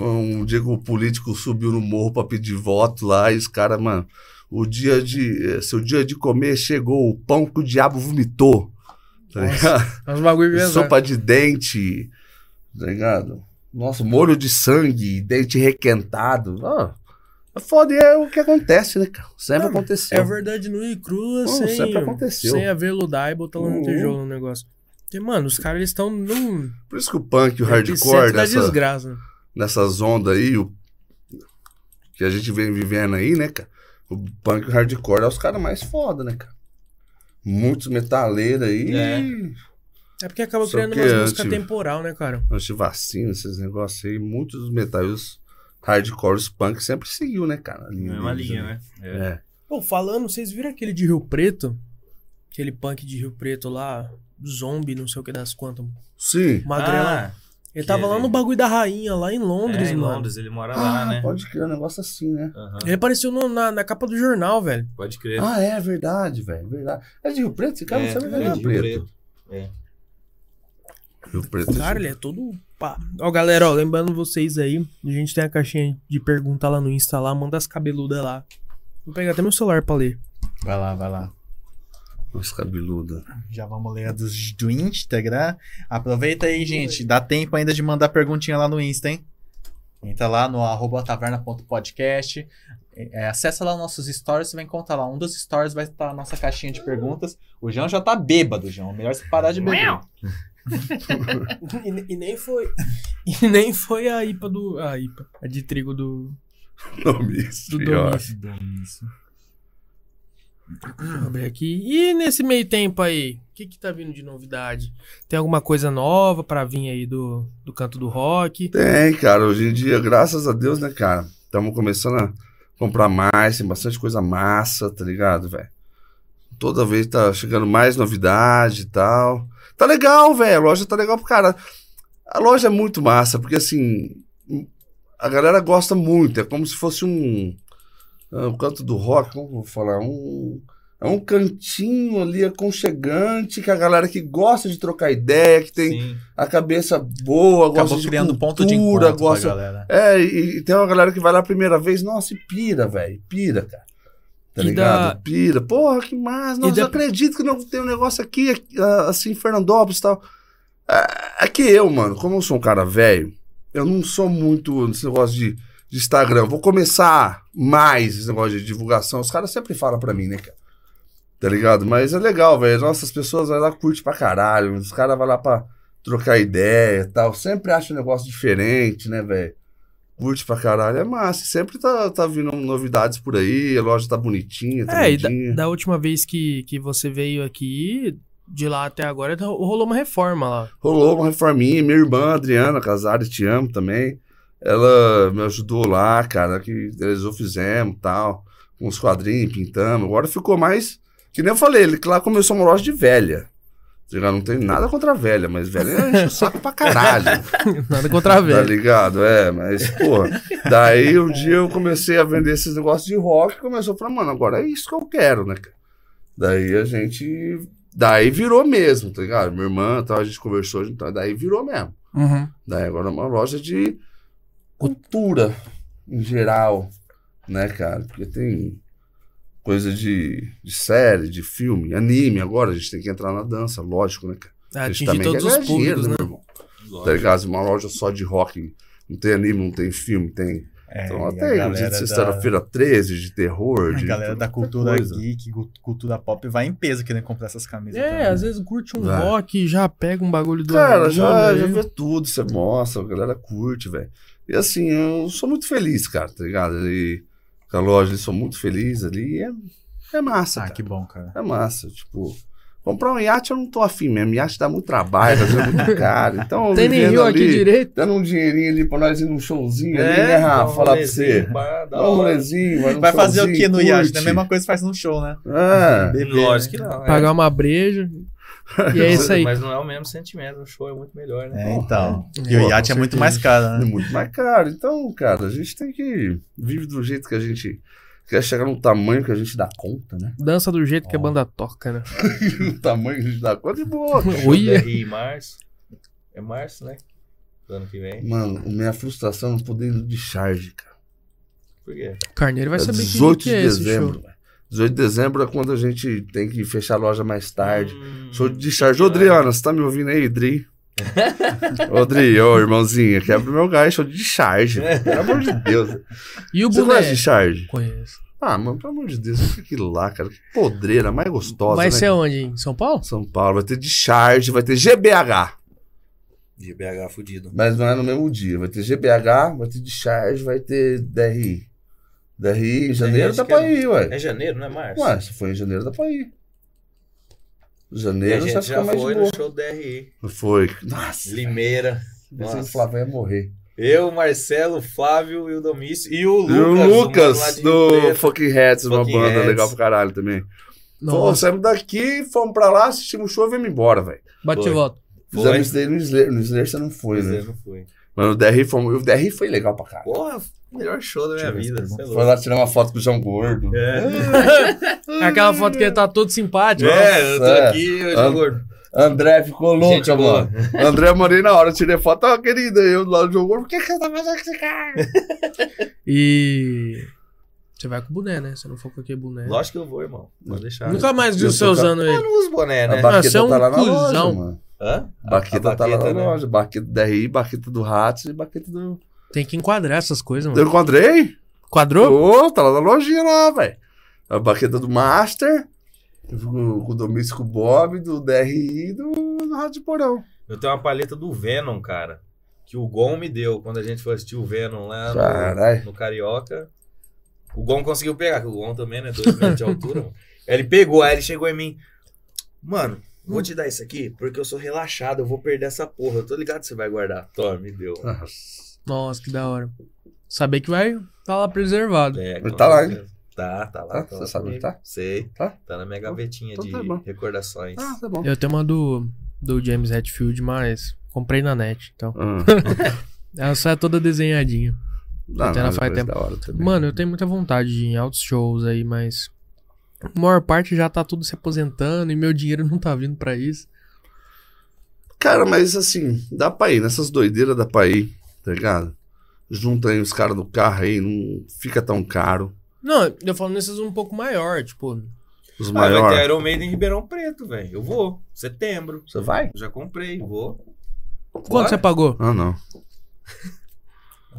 Um dia que o político subiu no morro pra pedir voto lá, e os caras, mano, o dia de. eh, Seu dia de comer chegou o pão que o diabo vomitou. Tá ligado? Faz um bagulho É pesado. Sopa de dente. Tá ligado? Nossa, molho de sangue, dente requentado. Ah, é foda, e é o que acontece, né, cara? Sempre Ah, mas aconteceu. É verdade nua e crua, Não, sem, sempre aconteceu. sem aveludar e botar lá no Uhum. tijolo no negócio. Porque, mano, os caras eles estão num Por isso que o punk e o epicentro hardcore, da nessa, desgraça. nessas ondas aí, o- que a gente vem vivendo aí, né, cara? O punk e o hardcore é os caras mais foda, né, cara? Muitos metaleiros aí, É porque acaba Só criando que umas é, músicas tipo- temporal, né, cara? antivacina, esses negócios aí, muitos dos metais hardcore, os punk sempre seguiu, né, cara? A linha Mesma deles, linha, né? É. É. Pô, falando, vocês viram aquele de Rio Preto? Aquele punk de Rio Preto lá, zombie, não sei o que das quantas. Sim. Magrela. Ah, ele tava que lá no ele- bagulho da rainha, lá em Londres, é, em mano. Londres, ele mora Ah, lá, né? Pode criar um negócio assim, né? Aham, Ele apareceu no- na, na capa do jornal, velho. Pode crer. Ah, é verdade, velho. Verdade. É de Rio Preto? Esse cara não sabe é verdade. de Rio Preto. Rio Preto. Cara, ele é todo. Pá. Ó, galera, ó, lembrando vocês aí, a gente tem a caixinha de pergunta lá no Insta lá, manda as cabeludas lá. Vou pegar até meu celular pra ler. Vai lá, vai lá. Nossa, [laughs] cabeluda. Já vamos ler a dos, do Instagram. Aproveita aí, gente. Dá tempo ainda de mandar perguntinha lá no Insta, hein? Entra lá no arroba taverna.podcast. É, acessa lá nossos stories, você vai encontrar lá. Um dos stories vai estar a nossa caixinha de perguntas. O João já tá bêbado, João. Melhor você parar de beber. [laughs] E, nem foi. [laughs] E nem foi a IPA do. A IPA. A de trigo do. Domício. Do pior. Domício. Vou abrir aqui. E nesse meio tempo aí, o que que tá vindo de novidade? Tem alguma coisa nova pra vir aí do, do canto do rock? Tem, cara. Hoje em dia, graças a Deus, né, cara? Estamos começando a comprar mais, tem bastante coisa massa, tá ligado, velho? Toda vez tá chegando mais novidade e tal. Tá legal, velho. A loja tá legal pro cara. A loja é muito massa, porque assim. A galera gosta muito. É como se fosse um. ah, um canto do rock, como que eu vou falar? Um. É um cantinho ali aconchegante que a galera que gosta de trocar ideia, que tem Sim. a cabeça boa, gosta Acabou de criando um cultura, ponto de encontro gosta... pra galera. É, e, e tem uma galera que vai lá a primeira vez, nossa, e pira, velho, pira, cara. Tá E ligado? da- Pira. Porra, que massa. Nossa, da- eu acredito que não tem um negócio aqui, aqui, ah, assim, em Fernandópolis e tal. É, é que eu, mano, como eu sou um cara velho, eu não sou muito nesse negócio de, de Instagram. Eu Vou começar mais esse negócio de divulgação. Os caras sempre falam pra mim, né, cara? Tá ligado? Mas é legal, velho. Nossa, as pessoas vai lá, curte pra caralho. Os caras vão lá pra trocar ideia e tal. Sempre acha um negócio diferente, né, velho? Curte pra caralho, é massa. Sempre tá, tá vindo novidades por aí, a loja tá bonitinha, tá É, e da, bonitinha. da última vez que, que você veio aqui, de lá até agora, ro- rolou uma reforma lá. Rolou uma reforminha, minha irmã, Adriana, casada, te amo também. Ela me ajudou lá, cara, que eles eu fizemos e tal. com Uns quadrinhos, pintamos. Agora ficou mais. Que nem eu falei, ele lá começou uma loja de velha. Tá ligado? Não tem nada contra a velha, mas velha enche o saco pra caralho. né? Nada contra a Tá velha. ligado? É, mas, porra. Daí um dia eu comecei a vender esses negócios de rock e começou a falar, mano, agora é isso que eu quero, né, cara? Daí a gente. Daí virou mesmo, tá ligado? Minha irmã e tal, a gente conversou, então, daí virou mesmo. Uhum. Daí agora é uma loja de cultura em geral, né, cara? Porque tem coisa de, de série, de filme, anime agora, a gente tem que entrar na dança, lógico, né, cara? A gente Atingir todos os ganhar dinheiro, públicos, né? meu irmão? Tá ligado? Uma loja só de rock. Não tem anime, não tem filme, tem. É, Então, e a até galera da- de sexta-feira 13, de terror. A de galera da muita cultura coisa. geek, gu- cultura pop, vai em peso querendo comprar essas camisas. É, também. às vezes curte um Vai. rock e já pega um bagulho do. né? Cara, já, mundo já aí. vê tudo, você mostra, a galera curte, velho. E assim, eu sou muito feliz, cara, tá ligado? E com a loja, eu sou muito feliz ali. e É, é massa, Ah, cara. que bom, cara. É massa, tipo. Comprar um iate eu não tô afim mesmo. Iate dá muito trabalho, às vezes é muito caro. Então, eu Tem nem vivendo rio ali, aqui direito. Dando um dinheirinho ali pra nós ir num showzinho ali, É, né, Dá Rafa? um Falar pra rolezinho, você. bar, dá Dá um uma- rolezinho, vai num Vai fazer o que showzinho, no iate? curte. né? A mesma coisa que faz no show, né? É. Beber, Lógico né? que não. é. Pagar uma breja. E [laughs] é isso aí. Mas não é o mesmo sentimento. O show é muito melhor, né? É, então. E Pô, o com iate é muito mais caro, É né? muito mais caro. Então, cara, a gente tem que vive do jeito que a gente quer chegar no tamanho que a gente dá [laughs] conta, né? Dança do jeito que a banda toca, né? No tamanho que a gente dá conta e boa. cara. Ui, E em março. É março, né? Do ano que vem. Mano, minha frustração é não poder ir no de charge, cara. Por quê? Carneiro vai É saber que- 18 que de é esse show. dezembro. velho. 18 de dezembro é quando a gente tem que fechar a loja mais tarde. Hum, [laughs] Show de charge. Ô, Adriana, você tá me ouvindo aí, Dri? Ô, Dri, ô, irmãozinho, quebra o meu gancho de charge. Pelo amor de Deus. E o Você boné? gosta de charge? Conheço. Ah, mano, pelo amor de Deus, fica aquilo lá, cara. Que podreira mais gostosa. Vai né? é ser é onde? Em São um- Paulo? São Paulo, vai ter de charge, vai ter GBH. De BH fudido. Mas não é no mesmo dia. Vai ter GBH, vai ter de charge, vai ter DRI. DRI em janeiro acho dá que pra é- ir, ué. É janeiro, não é março? Ué, se foi em janeiro dá pra ir. E a Janeiro já gente fica já mais de foi né? no boa. show do DRI. Foi. Nossa, Limeira. pensei que o Nossa. Flávio ia morrer. Eu, Marcelo, Flávio e o Domício. E o E Lucas. o o mano lá Lucas, de Rio do Preto. Fucking Hats, uma Fucking banda Hats. legal pra caralho também. Pô, Nossa, saímos daqui, fomos pra lá, assistimos o show e viemos embora, velho. bate e foi. volta. Fizemos Foi. isso daí no Slayer. No Slayer você não foi, Pois é, né? não fui. Mano, o DRI foi, o DRI foi legal pra caralho. Porra, melhor show da minha vida. Você é Foi louco. lá tirar uma foto com o João Gordo. É, Aquela foto que ele tá todo simpático. é, eu tô Nossa, aqui, eu Ah, tô gordo. André ficou Gente louca, boa. mano. André, eu morei na hora, eu tirei foto. Ó, querida, eu lá do João Gordo, por que que você tá fazendo isso, cara? E. Você vai com o boné, né? Se não for com aquele boné. Lógico que eu vou, irmão. Pode deixar. Nunca mais viu Eu você tô- usando Eu ele. não uso boné, né? A você é baqueta um tá lá na cuzão. loja, mano. Hã? A- a Baqueta, tá lá na baqueta, né? loja. Baqueta do DRI, baqueta do Ratos e baqueta Hum. do. Tem que enquadrar essas coisas, Eu mano. encontrei? Quadrou? Ô, tá lá na lojinha lá, velho. A baqueta do Master. Eu fico com o Domício com o Bob, do DRI e do, do Rato de Porão. Eu tenho uma paleta do Venom, cara. Que o Gon me deu quando a gente foi assistir o Venom lá Caralho. no, no Carioca. O Gon conseguiu pegar, que o Gon também, né? Dois metros de altura, [laughs] mano. Ele pegou, aí ele chegou em mim. Mano, vou te dar isso aqui porque eu sou relaxado, eu vou perder essa porra. Eu tô ligado que você vai guardar. Toma, me deu. Ah, Nossa, que da hora. Saber que vai tá lá preservado. É, Ele com tá lá, certeza. Tá, tá lá. Tá? tá Você lá sabe onde comigo. tá? Sei. Tá? Tá na minha gavetinha Então de tá bom. recordações. Ah, tá bom. Eu tenho uma do, do James Hetfield, mas comprei na net, então. Ah, [laughs] Ela sai toda desenhadinha. não, Até na mas faz depois tempo. da hora também. Mano, eu tenho muita vontade de ir em altos shows aí, mas a maior parte já tá tudo se aposentando e meu dinheiro [laughs] não tá vindo pra isso. Cara, mas assim, dá pra ir. Nessas doideiras dá pra ir, tá ligado? Junta aí os caras do carro aí, não fica tão caro. Não, eu falo nesses um pouco maior, tipo, Os Ah, vai ter maiores. Iron Maiden em Ribeirão Preto, velho. Eu vou. Setembro. Você vai? Já comprei, vou. quanto você pagou? Ah, não.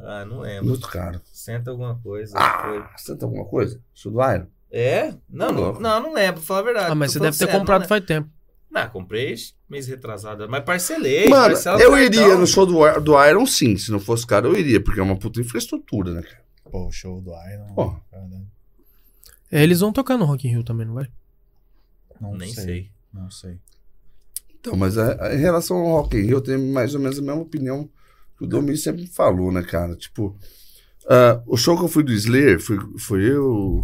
Ah, não lembro. Muito caro. Senta alguma coisa. foi. Ah, você tem alguma coisa? Isso do Iron? É? Não, Tá não, louco. não, não lembro, pra falar a verdade. Ah, mas Tô você falando deve ter sério, né? comprado Não, faz tempo. lembro. não, comprei mês retrasado, mas parcelei. Mano, parcela no eu cartão. iria no show do, Ar- do Iron, sim. Se não fosse caro, eu iria, porque é uma puta infraestrutura, né, cara? Pô, o show do Iron. Pô. cara, É, Eles vão tocar no Rock in Rio também, não vai? Não Nem sei. Não sei. Então, mas a- a- em relação ao Rock in Rio, eu tenho mais ou menos a mesma opinião que o Domínio sempre falou, né, cara? Tipo, ah, o show que eu fui do Slayer, foi, foi eu,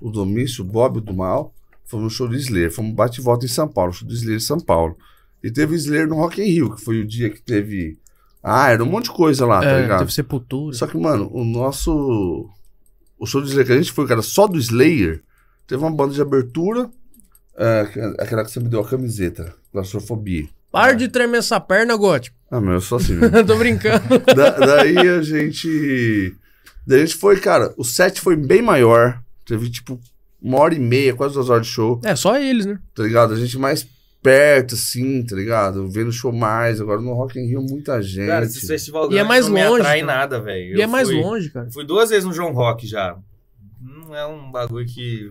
o Domício, o Bob, o do Mal, fomos no show do Slayer. Fomos bate e volta em São Paulo, show do Slayer em São Paulo. E teve Slayer no Rock in Rio, que foi o dia que teve... Ah, era um monte de coisa lá, tá é, ligado? teve Sepultura. Só que, mano, o nosso. O show do Slayer que a gente foi, cara, só do Slayer, teve uma banda de abertura. é, que- aquela que você me deu a camiseta, claustrofobia. Para de tremer essa perna, Gotti. [laughs] Ah, meu, eu sou assim mesmo. Tô brincando. [laughs] Da- daí a gente. Daí a gente foi, cara, o set foi bem maior. Teve tipo uma hora e meia, quase duas horas de show, É, só eles, né? tá ligado? A gente mais perto, assim, tá ligado? Vendo show mais. Agora no Rock in Rio, muita gente. Cara, esse festival E grande é mais não me longe, atrai tá? nada, e velho. Eu é mais fui- longe, cara. Fui duas vezes no João Rock já. Não é um bagulho que,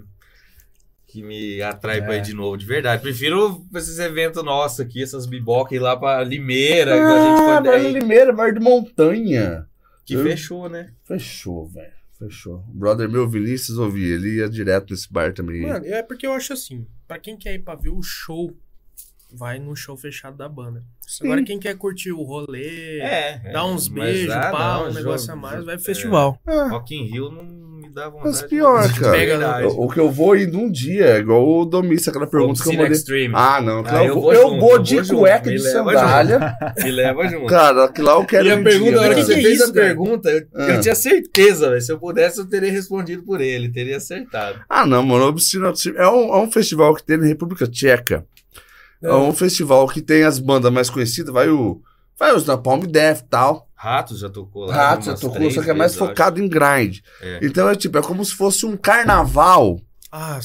que me atrai É. pra ir de novo, de verdade. Prefiro esses eventos nossos aqui, essas bibocas ir lá pra Limeira, igual a Ah, gente foi Barra daí, Limeira, Barra de Montanha. que Eu- fechou, né? Fechou, velho. Fechou. O brother meu, Vinícius, ouvi. Ele ia direto nesse bar também. Mano, é porque eu acho assim, pra quem quer ir pra ver o show, vai no show fechado da banda. Agora quem quer curtir o rolê, É. dar uns mas beijos, ah, pá, não, um jo- negócio a mais, jo- vai pro é, festival. Rock in Rio não me dá vontade. Mas pior, de cara. verdade. o, o que eu vou ir num dia, é igual o Domício, aquela pergunta que eu Oficina mandei. Extreme. Ah, não. aquela- Ah, eu, eu vou, vou eu junto, vou eu de vou junto, cueca me de leva sandália. Me leva junto. Cara, aquilo lá eu quero E um a pergunta, dia, a hora que cara. você Que fez isso, a cara? pergunta, eu, Ah. eu tinha certeza, velho. Se eu pudesse, eu teria respondido por ele, teria acertado. Ah, não, mano. Obstina, Obstina- é, um, é um festival que tem na República Tcheca. É. um festival que tem as bandas mais conhecidas. Vai o... Vai os Napalm Death e tal. Ratos já tocou lá. Rato, umas tocou, três só que é mais vezes, eu acho. focado em grind. É. Então é tipo, é como se fosse um carnaval Ah,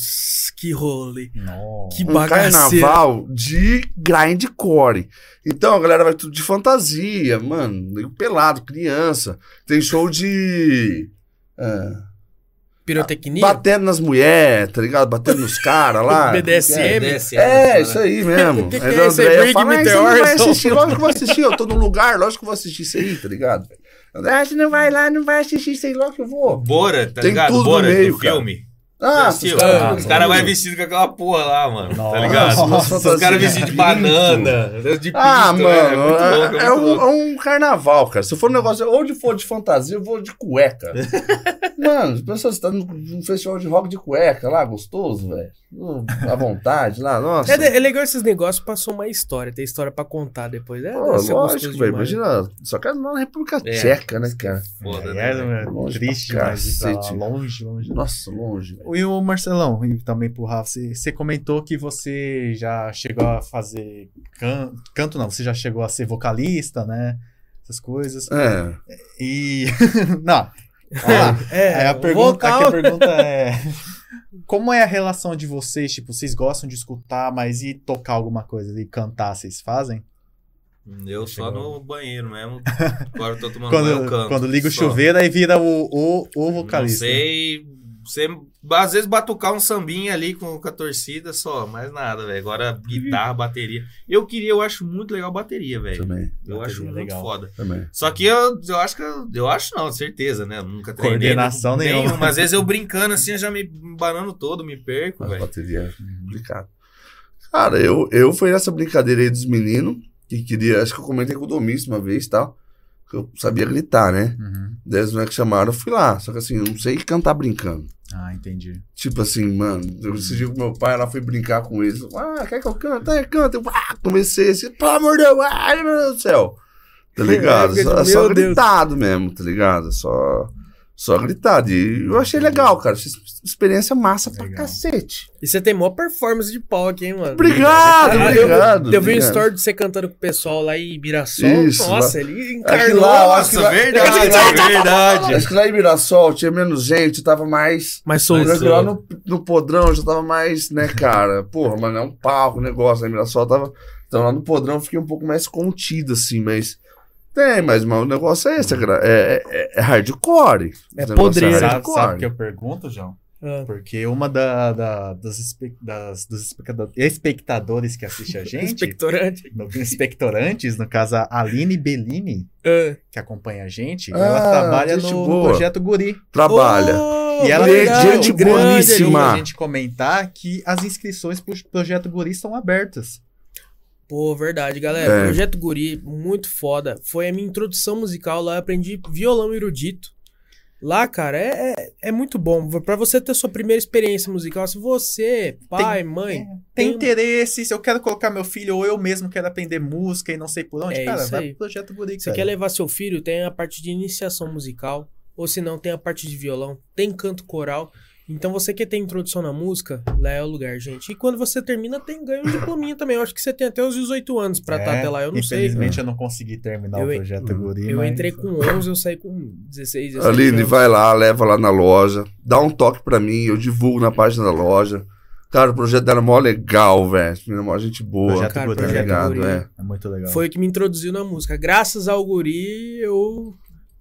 que rolê. Nossa. Que um bagaceiro. carnaval de grindcore. Então a galera vai tudo de fantasia, mano, nego pelado, criança. Tem show de. ah, Pirotecnia? batendo nas mulheres, tá ligado? Batendo nos [laughs] caras lá. né? BDSM? Desce, É, cara. isso [laughs] aí mesmo. Que que Aí é o isso aí, André Brig fala, "Ah, você não vai Meteorson?" assistir, lógico que eu vou assistir, eu tô no lugar, lógico que eu vou assistir isso aí, tá ligado? André, "Ah, você não vai lá, não vai assistir isso aí, lógico que eu vou. Bora, tá Tem ligado? tudo no Bora, meio, do cara. filme. Ah, Assistiu? os Ah, caras- os caras vão vestido com aquela porra lá, mano. Tá ligado? [laughs] Nossa, Nossa, Os umas caras fantasias vestidos de pinto. banana, de pinto, Ah, né? É mano, muito louco, é, é é muito um, louco. é um carnaval, cara. Se for um negócio, onde for de fantasia, eu vou de cueca. mano, as pessoas estão num festival de rock de cueca lá, gostoso, velho. Hum, À vontade lá, nossa. É, de- é legal esses negócios, passou uma história, tem história pra contar depois. É, Pô, deve ser lógico, gostoso velho. demais. Imagina, só que é na República É. Tcheca, né, cara? Foda, né? É, velho? é Longe triste, pra mas ir pra lá, cacete. longe, longe. Nossa, longe, velho. E o Marcelão, e também pro Rafa, você, você comentou que você já chegou a fazer can- canto, não, você já chegou a ser vocalista, né? Essas coisas. É. E. [laughs] não. Ah, é, a, o pergunta, aqui a vocal- pergunta é. Como é a relação de vocês? Tipo, vocês gostam de escutar, mas e tocar alguma coisa? E cantar, vocês fazem? Eu só no banheiro [laughs] mesmo. Agora eu tô tomando banho, eu Quando, canto. quando liga o só. chuveiro, aí vira o, o, o vocalista. Não sei. Você, às vezes batucar um sambinha ali com, com a torcida só, mais nada, velho. Uhum. Agora guitarra, bateria. Eu queria, eu acho muito legal bateria, velho. Também, é Eu acho Bateria, muito legal. foda. também. Só que eu, eu acho que. Eu, eu acho não, certeza, né? Eu Nunca treinei. Coordenação nem- nenhuma. nenhuma. Às vezes eu brincando assim, eu já me banando todo, me perco, Mas velho. bateria é complicado. Cara, eu, eu fui nessa brincadeira aí dos meninos, que queria, acho que eu comentei com o Domingos uma vez e tal, que eu sabia gritar, né? Uhum. Daí os moleques chamaram, eu fui lá. Só que assim, eu não sei cantar brincando. Ah, entendi. Tipo assim, mano, eu Uhum. decidi com meu pai, ela foi brincar com eles. Ah, quer que eu cante? É, canta. Eu ah, comecei assim, pelo amor de Deus, ai meu Deus do céu. Tá ligado? É, [laughs] Só, meu só Deus. gritado mesmo, tá ligado? Só, só gritado. E eu Uhum. achei legal, cara. Achei experiência massa pra Legal. cacete. E você tem maior performance de pau aqui, hein, mano? Obrigado, Ah, eu- obrigado. Eu vi um obrigado. story de você cantando com o pessoal lá em Mirassol. Isso, Nossa, ele Aquilo encarnou. lá, eu acho que Nossa, lá- verdade, verdade. Acho que lá em Mirassol tinha menos gente, tava mais... Mas Pô, sou já que lá no, no podrão eu já tava mais, né, cara? Porra, mas é um palco, negócio, né? Mirassol tava. Então lá no podrão eu fiquei um pouco mais contido, assim, mas. Tem, mas, mas o negócio é esse, é, gra- é, é, é hardcore. É Esse negócio podreira. Sabe, hardcore. sabe o que eu pergunto, João? Ah, Porque uma da, da- das, espe- das- dos espectado- espectadores [laughs] que assiste a gente, Expectorante. no, espectorantes, no caso a Aline Bellini, Ah. que acompanha a gente, Ah, ela trabalha gente no boa. projeto Guri. Trabalha. é Oh, E ela verdade, tem um gente grande boníssima. ali. Pra Má. gente comentar que as inscrições pro projeto Guri estão abertas. Pô, verdade, galera. É. Projeto Guri, muito foda. Foi a minha introdução musical lá. Eu aprendi violão erudito. Lá, cara, é, é, é muito bom. Pra você ter sua primeira experiência musical, se você, pai, mãe, Tem Tem- um interesse, se eu quero colocar meu filho ou eu mesmo quero aprender música e não sei por onde, É cara, isso é vai aí. pro projeto Guri. Você cara. quer levar seu filho? Tem a parte de iniciação musical, ou se não, tem a parte de violão, tem canto coral. Então você quer ter introdução na música, lá é o lugar, gente. E quando você termina, tem ganho um diplominha também. Eu acho que você tem até os 18 anos pra estar É, até lá, eu não sei. Infelizmente eu não consegui terminar Eu o en- Uhum. projeto Guri. Eu mas- entrei com 11, eu saí com 16, 17 Aline, anos. vai lá, leva lá na loja, dá um toque pra mim, eu divulgo na página da loja. Cara, o projeto dela é mó legal, velho. Essa menina é mó gente boa. Projeto Cara, Guri, tá Projeto ligado? Guri. É. É muito legal. Foi o que me introduziu na música. Graças ao guri, eu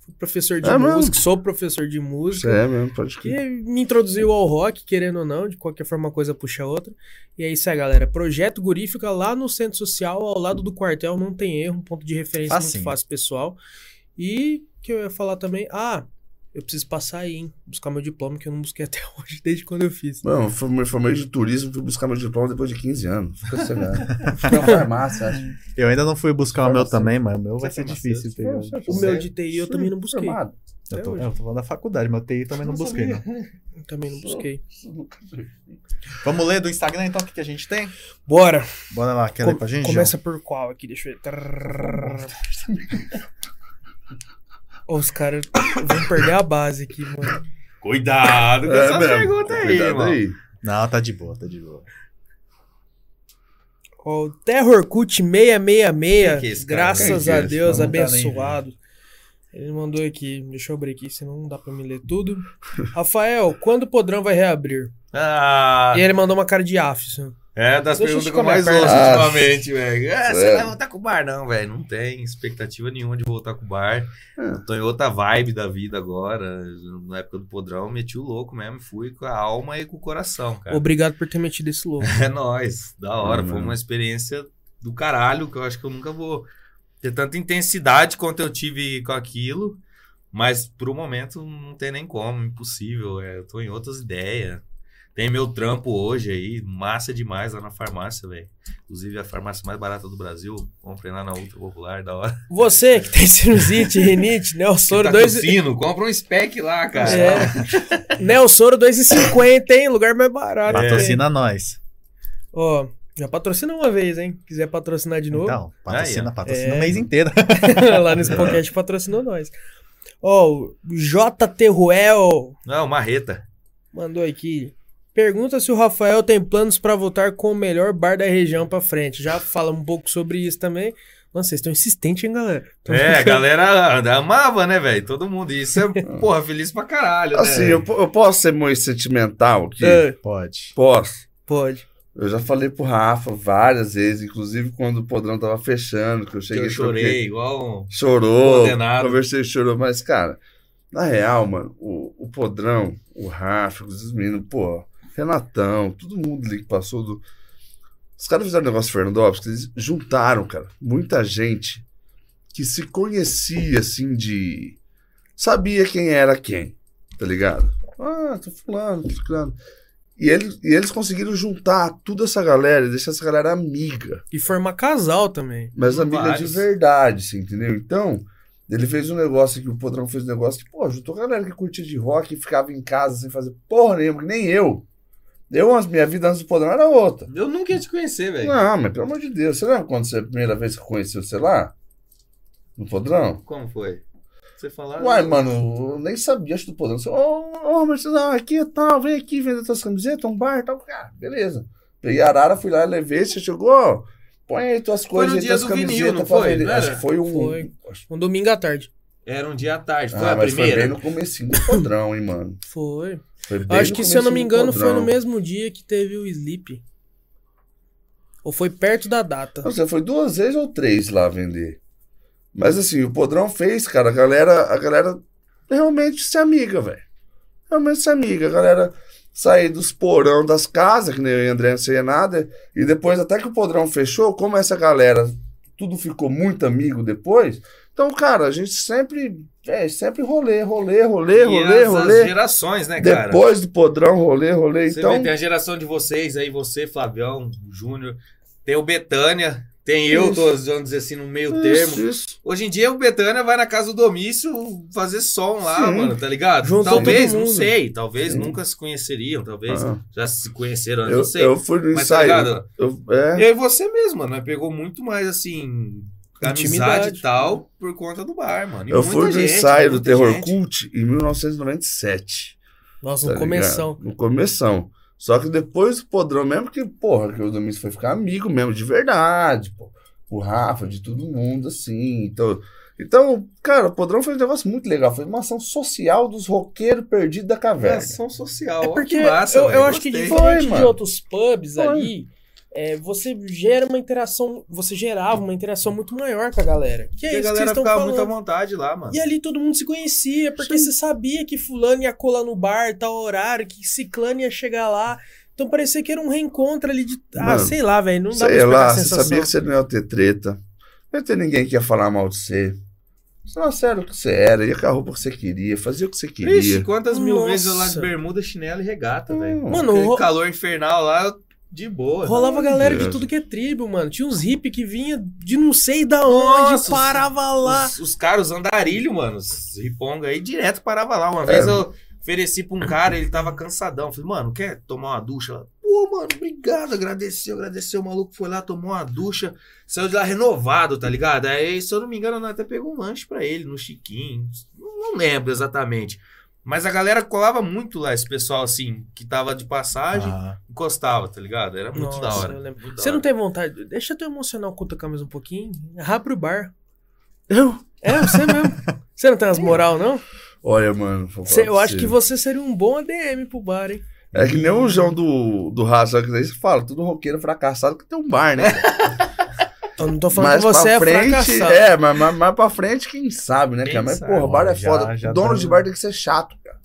fui professor de É mesmo? música, sou professor de música. É mesmo, pode que crer. me introduziu ao rock, querendo ou não, de qualquer forma uma coisa puxa a outra. E é isso aí, galera. Projeto Guri fica lá no centro social, ao lado do quartel, não tem erro, um ponto de referência Facinho. muito fácil, pessoal. E que eu ia falar também, ah, eu preciso passar aí, hein? Buscar meu diploma que eu não busquei [laughs] até hoje, desde quando eu fiz. Mano, eu fui- me formei de turismo, fui buscar meu diploma depois de 15 anos. [laughs] Fica sossegado. Foi uma farmácia, acho. Eu ainda não fui buscar o meu também, mas o meu vai Você ser é difícil. farmacêutico? pegar. Você é O meu de TI eu também não busquei. Formado. assim, Eu tô, Até eu tô falando da faculdade, meu TI também não busquei. não. Eu Também não busquei. Vamos ler do Instagram então o que, que a gente tem? Bora! Bora lá, quer ler Com- pra gente? Começa por qual aqui? Deixa eu ver. [laughs] Trrr. Ó, Os caras vão perder a base aqui, mano. Cuidado com É essas mesmo. perguntas aí, Cuidado mano. aí. João? Não, tá de boa, tá de boa. Ó, O Terrorcut Que que é 666, esse tá cara? graças Que que é a esse? Deus, Não dá nem abençoado. Ele mandou [laughs] aqui, deixa eu abrir aqui, senão não dá pra me ler tudo. Rafael, quando o Podrão vai reabrir? Ah, E ele mandou uma cara de af. assim. é das Deixa eu perguntas te que eu comer a mais ouço perna. Ah, ultimamente, velho. Ah, você é. vai voltar com o bar? Não, velho. Não tem expectativa nenhuma de voltar com o bar. É. Tô em outra vibe da vida agora. Na época do podrão, meti o louco mesmo. Fui com a alma e com o coração, cara. Obrigado por ter metido esse louco. É nóis, da hora. Ah, Foi mano. uma experiência do caralho que eu acho que eu nunca vou ter tanta intensidade quanto eu tive com aquilo. Mas por um momento não tem nem como, impossível. É, eu tô em outras ideias. Tem meu trampo hoje aí, massa demais lá na farmácia, velho. Inclusive a farmácia mais barata do Brasil. Comprei lá na Ultra Popular, da hora. Você que tem [laughs] sinusite, rinite, Neossoro Quem tá dois- [laughs] tossindo, compra um spec lá, cara. É. Neossoro 2,50, hein? Lugar mais É. barato. hein? Patrocina nós. Ó, já patrocina uma vez, hein? Quiser patrocinar de novo. Então, patrocina, Aí, ó. patrocina É. o mês [laughs] inteiro. [laughs] Lá no Spocast patrocinou nós. Ó, o JT Ruel Não, é marreta. mandou aqui. Pergunta se o Rafael tem planos pra voltar com o melhor bar da região pra frente. Já fala um pouco sobre isso também. Nossa, vocês estão insistentes, hein, galera? Tão É, a ficando- galera [laughs] amava, né, velho? Todo mundo. Isso é, porra, feliz pra caralho. né? Assim, eu, po- eu posso ser muito sentimental aqui? É, Pode. Posso. pode. Eu já falei pro Rafa várias vezes, inclusive quando o Podrão tava fechando, que eu Que cheguei eu e chorei, igual um. Chorou, Condenado. conversei, chorou, mas, cara, na real, mano, o, o Podrão, o Rafa, os meninos, pô, Renatão, todo mundo ali que passou do. Os caras fizeram um negócio Fernando Alves, que eles juntaram, cara, muita gente que se conhecia, assim, de. Sabia quem era quem, tá ligado? Ah, tô fulano, tô fulano. E eles, e eles conseguiram juntar toda essa galera e deixar essa galera amiga. E formar casal também. Mas a mina é de Vários. verdade, assim, entendeu? Então, ele fez um negócio aqui, o Podrão fez um negócio que, pô, juntou a galera que curtia de rock e ficava em casa sem fazer porra nenhuma, que nem eu. Eu, a minha vida antes do Podrão era outra. Eu nunca ia te conhecer, velho. Não, mas pelo amor de Deus, você lembra quando você, a primeira vez que conheceu, sei lá? No Podrão? Como foi? Você falava. Uai, mano, eu nem sabia acho do Podrão. Você, Ô, ô, Marcelão, aqui e tal, vem aqui vender tuas camisetas, um bar e tal. Ah, beleza. Peguei a Arara, fui lá, levei, você chegou, ó, põe aí tuas coisas, no aí dia tuas do vinil, não pra foi? vender. Não Acho era? que foi um... Foi. Um domingo à tarde. Era um dia à tarde, foi ah, a mas foi bem primeira. no comecinho do podrão, hein, mano. Foi. [laughs] Foi bem Acho no que, se eu não me comecinho do engano, foi no podrão. mesmo dia que teve o Sleep. Ou foi perto da data. Não, você foi duas vezes ou três lá vender. Mas assim, o podrão fez, cara, a galera, a galera realmente se amiga, velho. Realmente se amiga, a galera sair dos porão das casas, que nem eu e o André não sei nada, e depois até que o podrão fechou, como essa galera tudo ficou muito amigo depois. Então, cara, a gente sempre, é, sempre rolê, rolê, rolê, rolê, E as- rolê. as gerações, né, cara? Depois do podrão, rolê, rolê. Você então, vê, tem a geração de vocês aí, você, Flavião, Júnior. Tem o Betânia. Tem eu, Isso. todos vamos dizer assim, no meio termo. Isso, isso. Hoje em dia o Betânia vai na casa do Domício fazer som lá, Sim. mano, tá ligado? Juntou talvez, todo não mundo. sei, talvez Sim. nunca se conheceriam, talvez Ah, já se conheceram, eu, eu, não sei. eu fui no mas tá ensaio. ligado? eu, é, E aí você mesmo, mano, né? pegou muito mais assim. Amizade Intimidade. e tal, por conta do bar, mano. E eu muita fui no gente, ensaio do muita Terror gente. Cult em 1997. Nossa, um tá ligado? começão. No começão. Só que depois do Podrão, mesmo que, porra, que o Domingos foi ficar amigo mesmo, de verdade, pô. O Rafa, de todo mundo, assim. Então, então cara, o Podrão foi um negócio muito legal. Foi uma ação social dos roqueiros perdidos da É caverna. ação social. É ó, porque que massa, eu, eu velho, acho que gostei. diferente Foi, de é mano. outros pubs Foi. ali, é, você gera uma interação, você gerava uma interação muito maior com a galera. Que é Porque a isso que vocês galera estão ficava muito à falando. vontade lá, mano. E ali todo mundo se conhecia, porque você sabia que fulano ia colar no bar, tal horário, que ciclano ia chegar lá. Então parecia que era um reencontro ali de... Ah, Mano, sei lá, velho, não dá pra Sei explicar lá, a você sensação. sabia que você não ia ter treta. Não ia ter ninguém que ia falar mal de você. Você não era o que você era, ia com a roupa que você queria, fazia o que você queria. Ixi, quantas mil Nossa. vezes eu lá de bermuda, chinelo e regata, Hum. velho. Mano, Aquele ro- calor infernal lá, eu- de boa. Rolava galera de Deus. tudo que é tribo, mano. Tinha uns hippie que vinha de não sei da onde, Nossa, parava lá. Os, os caras, os andarilho, mano, os riponga aí, direto parava lá. Uma É. vez eu ofereci pra um cara, ele tava cansadão. Falei, mano, quer tomar uma ducha? Ela, Pô, mano, obrigado, agradeceu, agradeceu. O maluco foi lá, tomou uma ducha, saiu de lá renovado, tá ligado? Aí, se eu não me engano, nós até pegou um lanche pra ele no Chiquinho, não, não lembro exatamente. Mas a galera colava muito lá, esse pessoal, assim, que tava de passagem, Ah, encostava, tá ligado? Era muito Nossa, da hora. eu lembro. muito da Você não hora. tem vontade? Deixa eu te emocionar o Cutucá mais um pouquinho. Rá pro bar. Eu? É, você mesmo. [laughs] Você não tem as moral, não? Olha, mano. vou falar Você- eu pra acho você. que você seria um bom ADM pro bar, hein? É que nem o João do, do Raça, que daí você fala, tudo roqueiro fracassado que tem um bar, né? cara? Eu não tô falando que você é frente, fracassado. é, mas, mas, mas pra frente, quem sabe, né, cara? Mas, sabe? porra, bar é Já- foda. já tá- Dono de bar tem que ser chato, cara.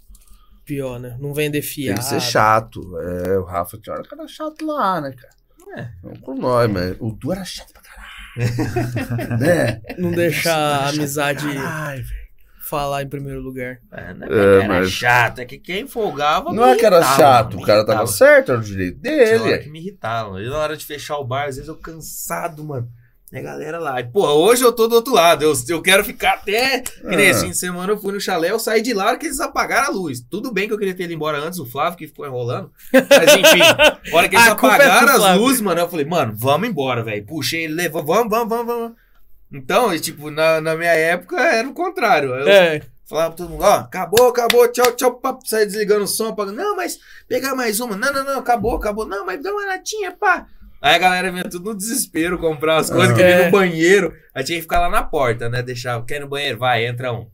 Pior, né? Não vender Tem fiado. que ser chato. É, o Rafa tinha hora que era chato lá, né, cara? Não com nós, mas o Du era chato pra caralho. né? Não [laughs] deixar a amizade Caralho, velho. falar em primeiro lugar. É, não é, É, que era mas- chato, é que quem folgava. Não é me que era irritava, chato, me o cara tava irritava. certo, era o direito Tinha hora dele. é que me irritava. E na hora de fechar o bar, às vezes eu cansado, mano. E a galera lá. E, pô, hoje eu tô do outro lado. Eu, eu quero ficar até. Que nem Ah. esse fim de semana eu fui no chalé, eu saí de lá na hora que eles apagaram a luz. Tudo bem que eu queria ter ido embora antes, o Flávio que ficou enrolando. Mas enfim, na [laughs] hora que eles A culpa é do apagaram as Flávio. luzes, mano, eu falei, mano, vamos embora, velho. Puxei ele, levou, vamos, vamos, vamos, vamos. Então, e, tipo, na, na minha época era o contrário. Eu É, Falava pra todo mundo, ó, acabou, acabou, tchau, tchau, pá, sai desligando o som, apagando. Não, mas pegar mais uma. Não, não, não, acabou, acabou. Não, mas dá uma latinha, pá. Aí a galera vinha tudo no desespero comprar as coisas, Ah. queria ir É. no banheiro. Aí tinha que ficar lá na porta, né? Deixar, quer ir no banheiro? Vai, entra um.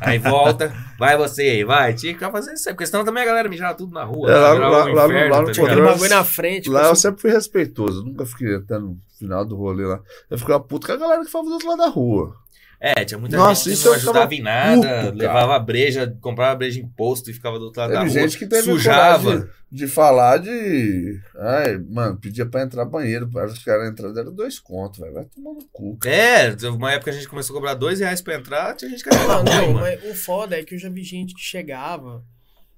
Aí volta, vai você aí, vai. Tinha que ficar fazendo isso aí, porque senão também a galera mijava tudo na rua. É, né? lá- Virava lá- um lá no- lá no tá podrão. ligado? aquele bagulho na frente. Tipo Lá eu assim você- sempre fui respeitoso, nunca fiquei até no final do rolê lá. Eu ficava puto com a galera que ficava do outro lado da rua. É, tinha muita Nossa, gente que isso não eu ficava ajudava em nada, puto, cara. levava breja, comprava breja em posto e ficava do outro lado da Teve rua, gente que teve sujava. coragem de falar de. Ai, mano, pedia pra entrar banheiro. Acho que os caras entraram, deram dois contos, velho. Vai tomar no cu, cara. É, teve uma época a gente começou a cobrar dois reais pra entrar, tinha gente que achava Ah, ruim, não, mano. mas o foda é que eu já vi gente que chegava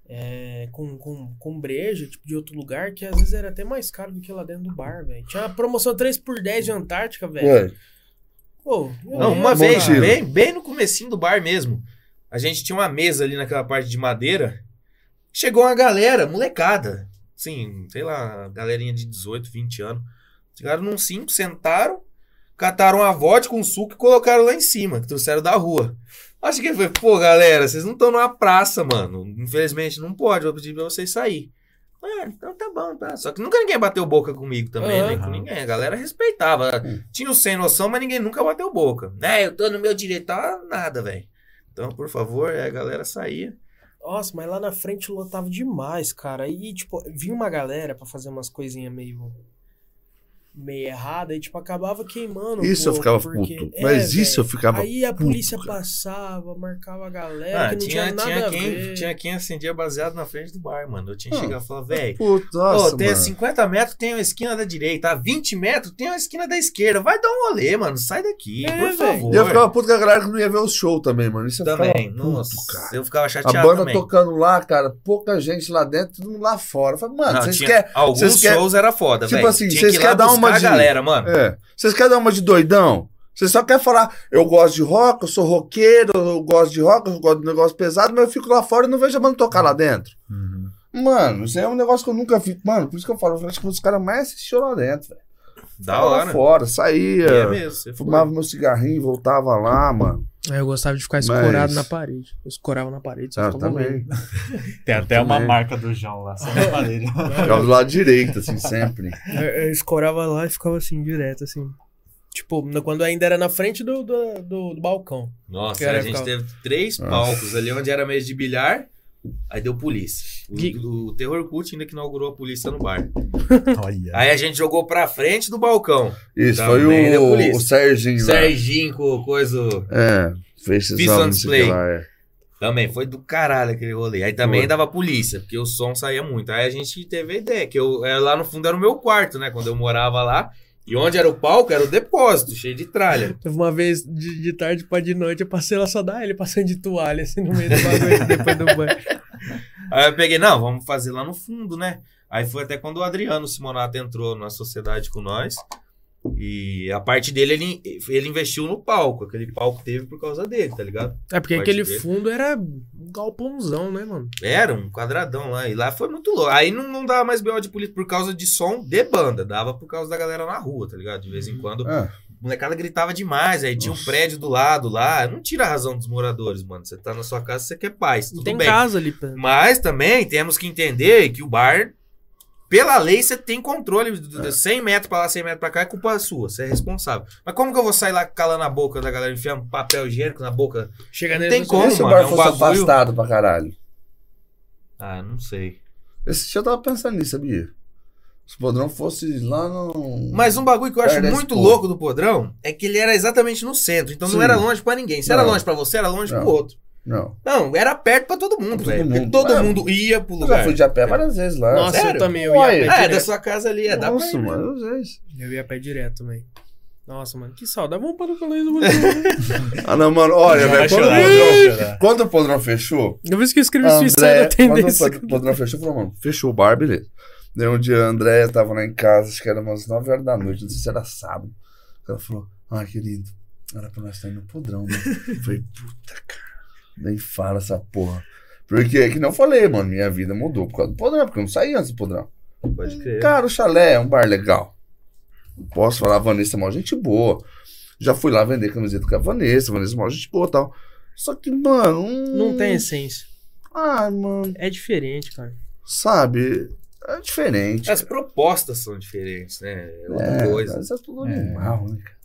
é, com, com, com breja, tipo, de outro lugar, que às vezes era até mais caro do que lá dentro do bar, velho. Tinha uma promoção 3 por 10 de Antártica, É, velho. Ué, Pô, meu Não, Deus, uma cara. vez, Mentira. bem, bem no comecinho do bar mesmo, a gente tinha uma mesa ali naquela parte de madeira, chegou uma galera, molecada, assim, sei lá, galerinha de 18, 20 anos, chegaram num cinco, sentaram, cataram a vodka com suco e colocaram lá em cima, que trouxeram da rua. Acho que foi, pô, galera, vocês não estão numa praça, mano, infelizmente não pode, vou pedir pra vocês sair. Ah, então tá bom, tá. Só que nunca ninguém bateu boca comigo também, né? Aham. Com ninguém. A galera respeitava. Tinha o sem noção, mas ninguém nunca bateu boca. Né, eu tô no meu direito, ah, nada, velho. Então, por favor, é, a galera saía. Nossa, mas lá na frente lotava demais, cara. E, tipo, vinha uma galera pra fazer umas coisinhas meio. meio errada, e, tipo, acabava queimando. um Isso eu pouco, ficava porque- puto. É, Mas isso eu velho. ficava. Aí a puto, polícia cara. passava, marcava a galera, Ah, É, que não tinha, tinha, nada tinha, a quem, ver. tinha quem acendia baseado na frente do bar, mano. Eu tinha que Ah. chegar e falar, velho. Puto, nossa. Pô, tem assim, a mano. 50 metros, tem uma esquina da direita. A 20 metros, tem uma esquina da esquerda. Vai dar um rolê, mano. Sai daqui, É, por velho. favor. E eu ficava puto com a galera que não ia ver o show também, mano. Isso eu ficava Também, puto, nossa. cara. Eu ficava A chateado banda também. tocando lá, cara, pouca gente lá dentro, todo mundo lá fora. Eu falei, mano, Não, vocês tinha- querem. Alguns vocês querem- shows era foda, Tipo velho. assim, Tinha vocês que ir lá querem dar buscar uma a de- galera, mano. É. Vocês querem dar uma de doidão? Vocês só querem falar, eu gosto de rock, eu sou roqueiro, eu gosto de rock, eu gosto de negócio pesado, mas eu fico lá fora e não vejo a banda tocar lá dentro. Uhum. Mano, isso aí é um negócio que eu nunca vi. Mano, por isso que eu falo, eu acho que um dos caras mais assistiu lá dentro, velho. Da Tava lá hora. fora, E É saía, mesmo. você foi. fumava meu cigarrinho, voltava lá, mano. É, eu gostava de ficar Mas- escorado na parede. Eu escorava na parede, só Ah, ficava olhando. [laughs] também. Tem até uma Também. marca do João lá, [laughs] só na parede. Ficava do lado direito, assim, sempre. É, Eu, eu escorava lá e ficava assim, direto, assim. Tipo, no- quando ainda era na frente do, do, do- do balcão. Nossa, Cara, a gente ficava- teve três Nossa. palcos ali onde era mesa de bilhar, aí deu polícia. O, Que- o Terror Cult ainda que inaugurou a polícia no bar. Olha. Aí a gente jogou pra frente do balcão. Isso, Também foi da o, Tá né, polícia. o Serginho lá. Serginho com o coisa. É, fez esses Fiz anos, on não sei o que display. lá, é. Também foi do caralho aquele rolê. Aí também Foi. dava polícia, porque o som saía muito. Aí a gente teve a ideia, que eu, é, lá no fundo era o meu quarto, né? Quando eu morava lá. E onde era o palco era o depósito, cheio de tralha. Teve uma vez de, de tarde pra de noite, eu passei lá só da ele passando de toalha, assim, no meio do [laughs] bagulho, depois do banho. Aí eu peguei, não, vamos fazer lá no fundo, né? Aí foi até quando o Adriano Simonato entrou na sociedade com nós. E a parte dele, ele, ele investiu no palco. Aquele palco teve por causa dele, tá ligado? É porque Pode aquele crer. fundo era um galpãozão, né, mano? Era um quadradão lá. E lá foi muito louco. Aí não, não dava mais BO de polícia por causa de som de banda. Dava por causa da galera na rua, tá ligado? De vez em quando. Ah, O molecada gritava demais. Aí tinha um prédio do lado lá. Não tira a razão dos moradores, mano. Você tá na sua casa, você quer paz. Tudo Tem bem. casa ali. pra- Mas também temos que entender que o bar, pela lei, você tem controle. do- É. do- 100 metros pra lá, 100 metros pra cá é culpa sua, você é responsável. Mas como que eu vou sair lá calando a boca da galera, enfiando papel higiênico na boca? Chega Não nele. tem como, e se o mano. bar é um fosse bagulho- afastado pra caralho? Ah, não sei. Esse dia eu tava pensando nisso, sabia? Se o Podrão fosse lá no. Mas um bagulho que eu acho Perde esse muito ponto. louco do Podrão é que ele era exatamente no centro. Então não Sim. era longe pra ninguém. Se era Não. longe pra você, era longe Não. pro outro. Não. Não, era perto pra todo mundo, Todo velho. Porque mundo. todo É. mundo ia pro Eu já lugar. fui de a pé várias vezes lá. Nossa, sério? eu também. Eu ia, a pé É, direto. da sua casa ali, é da pra Nossa, ir. mano, às vezes. eu ia a pé direto também. Nossa, mano, que saudade. Vamos para o [laughs] colégio. Ah, não, mano, olha, velho. Vai Quando, chorar, vai chorar. quando o Podrão fechou, Eu vi que eu escrevi André, um suicídio quando o tendência. Pod- Podrão fechou, falou, mano, fechou o bar, beleza. Daí um dia a Andréia tava lá em casa, acho que era umas 9 horas da noite, não sei se era sábado. Ela falou, ah, querido, era pra nós estar indo no podrão, né? Eu falei, puta, cara, nem fala essa porra. Porque é que não falei, mano, minha vida mudou por causa do podrão, porque eu não saí antes do podrão. Pode crer. Cara, o chalé é um bar legal. Não Posso falar, a Vanessa é uma gente boa. Já fui lá vender camiseta com a Vanessa, a Vanessa é uma gente boa e tal. Só que, mano. hum, Não tem essência. Ai, mano. É diferente, cara. Sabe? É diferente. As propostas são diferentes, né? É outra É, coisa. Mas é tudo É. animal, né? cara?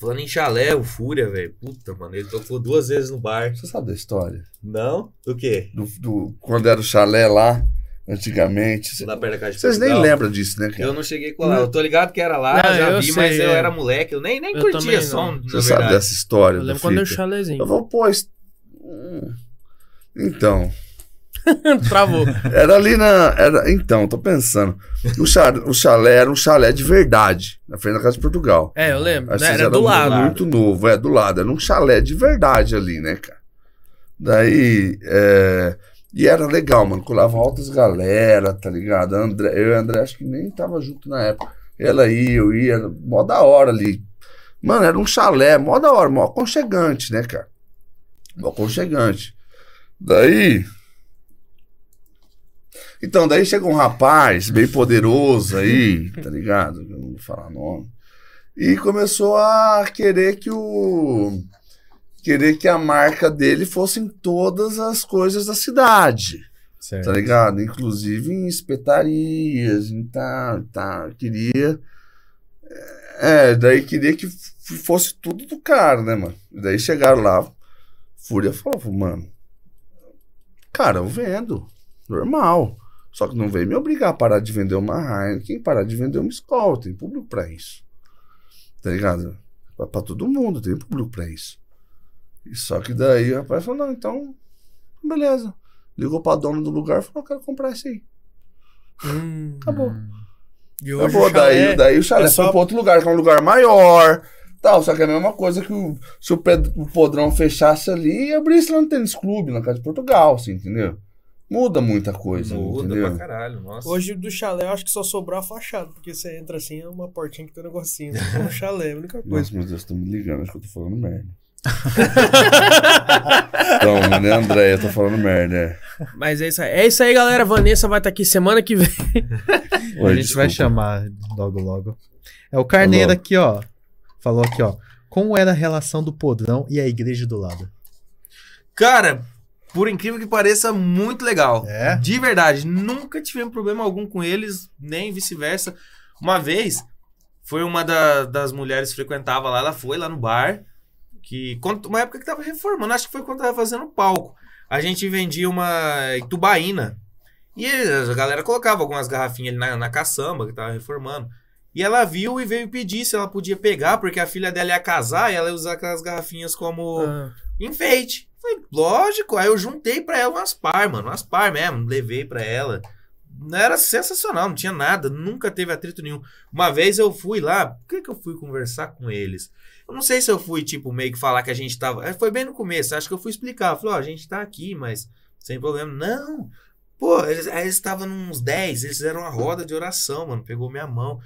Falando em chalé, o Fúria, velho. Puta, mano, ele tocou duas vezes no bar. Você sabe da história? Não? Do quê? Do, do- quando era o chalé lá, antigamente. Lá perto da casa de Vocês nem Portugal? lembram disso, né, cara? Eu não cheguei com lá. Eu tô ligado que era Não, lá, já eu vi, mas sei, eu é. era moleque. Eu nem, nem Eu curtia também som, na Você sabe verdade. dessa história? Eu do lembro quando deu Fita? chalezinho. Eu vou, pô. isso- hum. Então. Travou. Era ali na. Era, então, tô pensando. O, cha- o chalé era um chalé de verdade, na frente da Casa de Portugal. É, eu lembro. Acho né? que Era do [laughs] lado. Muito novo, é, do lado. Era um chalé de verdade ali, né, cara? Daí. é, E era legal, mano. Colava altas galera, tá ligado? André, eu e a André acho que nem tava junto na época. Ela ia, eu ia, era mó da hora ali. Mano, era um chalé, mó da hora, mó aconchegante, né, cara? Mó aconchegante. Daí. Então, daí chega um rapaz bem poderoso aí, tá ligado? Eu não vou falar nome. E começou a querer que o. Querer que a marca dele fosse em todas as coisas da cidade. Tá Certo. ligado? Inclusive em espetarias, em tal, tal. Queria. É, daí queria que f- fosse tudo do cara, né, mano? Daí chegaram lá, Fúria falou, falou, mano. Cara, eu vendo. Normal. Só que não veio me obrigar a parar de vender uma Heineken, parar de vender é uma escola. Tem público pra isso. Tá ligado? Pra, pra todo mundo, tem público pra isso. E só que daí o rapaz falou, não, então. Beleza. Ligou pra dona do lugar e falou: eu quero comprar isso aí. Hum. Acabou. E hoje Acabou. o chalé- Daí, daí o chalé é só- foi pra outro lugar, que é um lugar maior. Tal, só que é a mesma coisa que o, se o, Pedro, o Podrão fechasse ali e abrisse lá no tênis clube, na casa de Portugal, assim, entendeu? Muda muita coisa, Muda pra entendeu? caralho, nossa. Hoje do chalé eu acho que só sobrou a fachada, porque você entra assim, é uma portinha que tem um negocinho. É [laughs] um chalé, é a única coisa. Nossa, meu Deus, tô me ligando, acho que eu tô falando merda. então, né, André, eu tô falando merda. é. Mas é isso aí. É isso aí, galera. Vanessa vai estar aqui semana que vem. Oi, a gente vai desculpa. chamar logo, logo. É o Carneiro Alô. aqui, ó. Falou aqui, ó. Como era a relação do podrão e a igreja do lado? Cara, por incrível que pareça, muito legal. É? De verdade, nunca tivemos problema algum com eles, nem vice-versa. Uma vez, foi uma da- das mulheres que frequentava lá, ela foi lá no bar, que quando, uma época que tava reformando, acho que foi quando tava fazendo palco. A gente vendia uma tubaína. E a galera colocava algumas garrafinhas ali na, na caçamba que tava reformando. E ela viu e veio pedir se ela podia pegar, porque a filha dela ia casar e ela ia usar aquelas garrafinhas como Ah, enfeite. Falei, lógico. Aí eu juntei pra ela umas par, mano. Umas par mesmo. Levei pra ela. Era sensacional, não tinha nada, nunca teve atrito nenhum. Uma vez eu fui lá, por que, que eu fui conversar com eles? Eu não sei se eu fui, tipo, meio que falar que a gente tava. eh, Foi bem no começo, acho que eu fui explicar. Eu falei, ó, a gente tá aqui, mas sem problema. Não! Pô, eles aí eles estavam uns 10, eles fizeram uma roda de oração, mano. Pegou minha mão.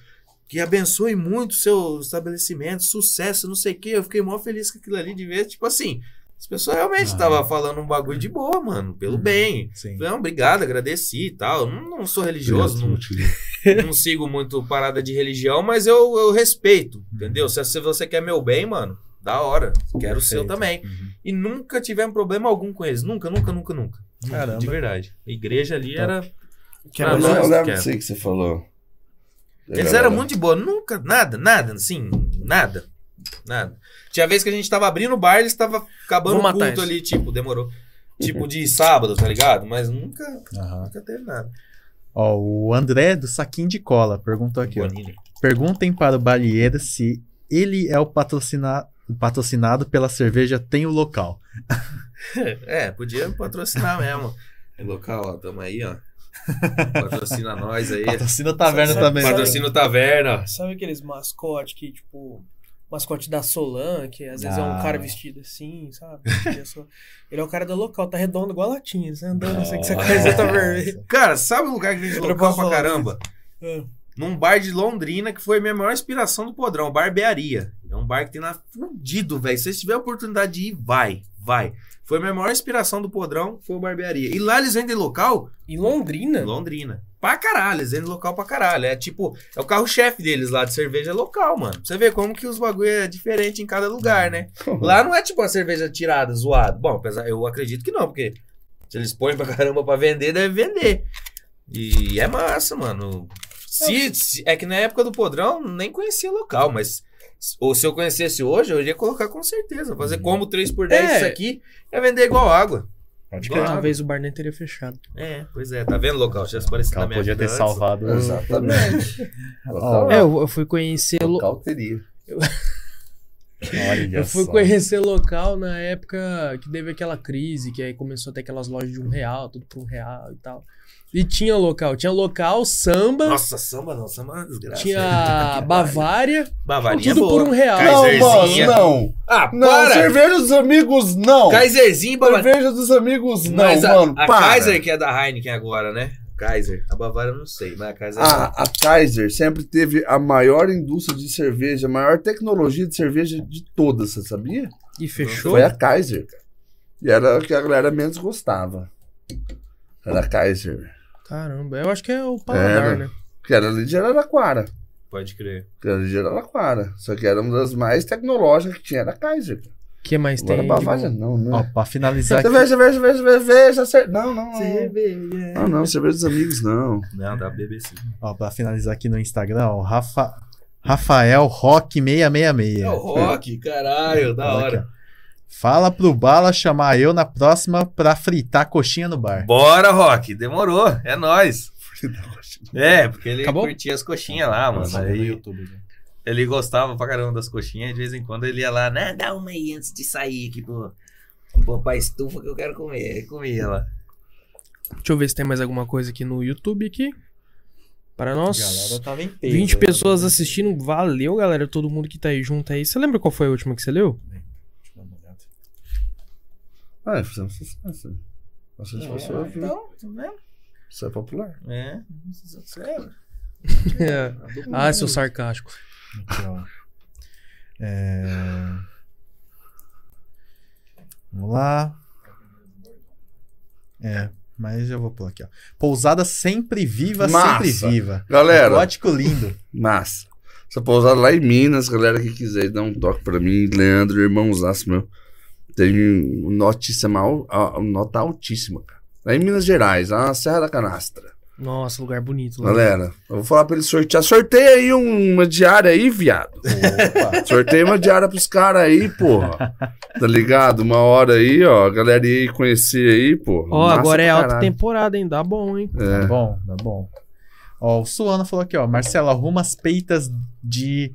Que abençoe muito o seu estabelecimento, sucesso, não sei o quê. Eu fiquei mó feliz com aquilo ali de ver. Tipo assim, as pessoas realmente Ah. estavam falando um bagulho de boa, mano, pelo bem. Sim. Falei, Não, obrigado, agradeci e tal. Eu Não, não sou religioso, não, não sigo muito parada de religião, mas eu, eu Uhum. respeito, entendeu? Se, se você quer meu bem, mano, da hora. Quero o seu Perfeito. Uhum. também. E nunca tivemos problema algum com eles. Nunca, nunca, nunca, nunca. Nunca, Caramba. De verdade. A igreja ali Top. era. que Ah, era Eu nós não lembro que disso aí que você falou. É Eles eram muito de boa. Nunca, nada, nada, assim, nada. Nada. Tinha vez que a gente tava abrindo o bar, eles estavam acabando Vou o matar culto isso. ali, tipo, demorou. Tipo de sábado, tá ligado? Mas nunca, Aham. nunca teve nada. Ó, o André do Saquinho de Cola perguntou aqui, ó. Bonini. Perguntem para o Balieira se ele é o patrocina- o patrocinado pela cerveja tem o local. É, podia patrocinar mesmo. É local, ó, tamo aí, ó. Patrocina nós aí. Patrocina taverna Sabe- também. né? Patrocina o Taverna. Sabe aqueles mascotes que, tipo, mascote da Solan, que às vezes é um Ah. cara vestido assim, sabe? E é [laughs] só- Ele é o cara do local, tá redondo igual a latinha, você andando assim que essa Nossa. camiseta vermelha. Cara, sabe um lugar que vende Eu local posso pra falar. caramba? É. Num bar de Londrina que foi a minha maior inspiração do podrão, Barbearia. É um bar que tem lá fudido, velho. Se vocês tiverem a oportunidade de ir, vai, vai. Foi a minha maior inspiração do podrão, foi o Barbearia. E lá eles vendem local Em Londrina? Londrina. Pra caralho, eles vendem local pra caralho. É tipo, é o carro-chefe deles lá de cerveja local, mano. Pra Você vê como que os bagulho é diferente em cada Hum. lugar, né? Lá não é tipo uma cerveja tirada, zoada. Bom, apesar, eu acredito que não, porque se eles põem pra [laughs] caramba pra vender, deve vender. E é massa, mano. Se, se- é que na época do podrão, nem conhecia local, mas s- ou se eu conhecesse hoje, eu iria colocar com certeza. Fazer Uhum. como 3 por 10 É. isso aqui, é vender igual água. Pode crer. Talvez o bar nem teria fechado. É, pois é. Tá vendo local? Já se pareceu na Ela minha podia ter vida antes. salvado. [laughs] Exatamente. tá Ó, Local, É, eu eu fui conhecer. lo- local teria. Olha Eu fui só. conhecer local na época que teve aquela crise, que aí começou a ter aquelas lojas de um real, tudo por um real e tal. E tinha local, tinha local, samba, Nossa, samba não, samba é uma desgraça. tinha Bavária, Bavarinha tudo é boa. por um real. Não, Não, boss, Kaiserzinha. não. Ah, Não, para! cerveja dos amigos, não. Kaiserzinho e Bavarinha. Cerveja dos amigos, não, Mas a, mano. a para. Kaiser que é da Heineken agora, né? Kaiser. A Bavária eu não sei, mas a Kaiser. é A, a Kaiser sempre teve a maior indústria de cerveja, a maior tecnologia de cerveja de todas, você sabia? E fechou. Foi a Kaiser, cara. E era a que a galera menos gostava. Era a Kaiser. Caramba, eu acho que é o paladar, É, né? Que era ali de Araraquara. Pode crer. Que era ali de Araraquara. Só que era uma das mais tecnológicas que tinha, era a Kaiser. cara. O que mais tem? Agora é aí de Bavária bom? não, né? tá Ó, pra finalizar aqui. Cerveja, cerveja, cerveja, cerveja, cer- Não, não, não. Não, É, Ah, não, cerveja dos amigos, não. Não, da BBC. Ó, pra finalizar aqui no Instagram, ó, o Rafa, Rafael Rock 666. É o rock, caralho, da Fala hora. aqui, ó. Fala pro Bala chamar eu na próxima pra fritar coxinha no bar. Bora, Rock. Demorou. É nóis. É, porque ele Acabou? curtia as coxinhas lá, mano. Aí ele gostava pra caramba das coxinhas. e De vez em quando ele ia lá, né? Dá uma aí antes de sair aqui pro, pro pra estufa que eu quero comer. Aí comia lá. Deixa eu ver se tem mais alguma coisa aqui no YouTube aqui. Para nós. tava em peso. né? 20 pessoas assistindo. Valeu, galera. Todo mundo que tá aí junto aí. Você lembra qual foi a última que você leu? Ah, fizemos sucesso. Bastante é pessoa viu. Então, tá vendo? Isso é popular. É. É. ah, seu sarcástico. Aqui, ó. É, Vamos lá. É, mas já vou pôr aqui, ó. Pousada sempre viva, Massa. sempre viva. Galera, Gótico [laughs] lindo. massa. Essa pousada lá em Minas, galera que quiser dar um toque pra mim, Leandro, irmãozaço meu. Tem um notícia mal, a- um nota altíssima, cara. Lá em Minas Gerais, lá na Serra da Canastra. Nossa, lugar Hum. bonito. né? Lá. Galera, eu vou falar pra eles sortear. Sorteia aí um- uma diária aí, viado. Opa. Sorteia uma diária pros caras aí, porra. Tá ligado? Uma hora aí, ó. A galera ir aí conhecer aí, porra. Ó, Massa agora é pra alta caralho. É. temporada, hein? Dá bom, hein? Tá bom, tá bom. Ó, o Suano falou aqui, ó. Marcelo, arruma as peitas de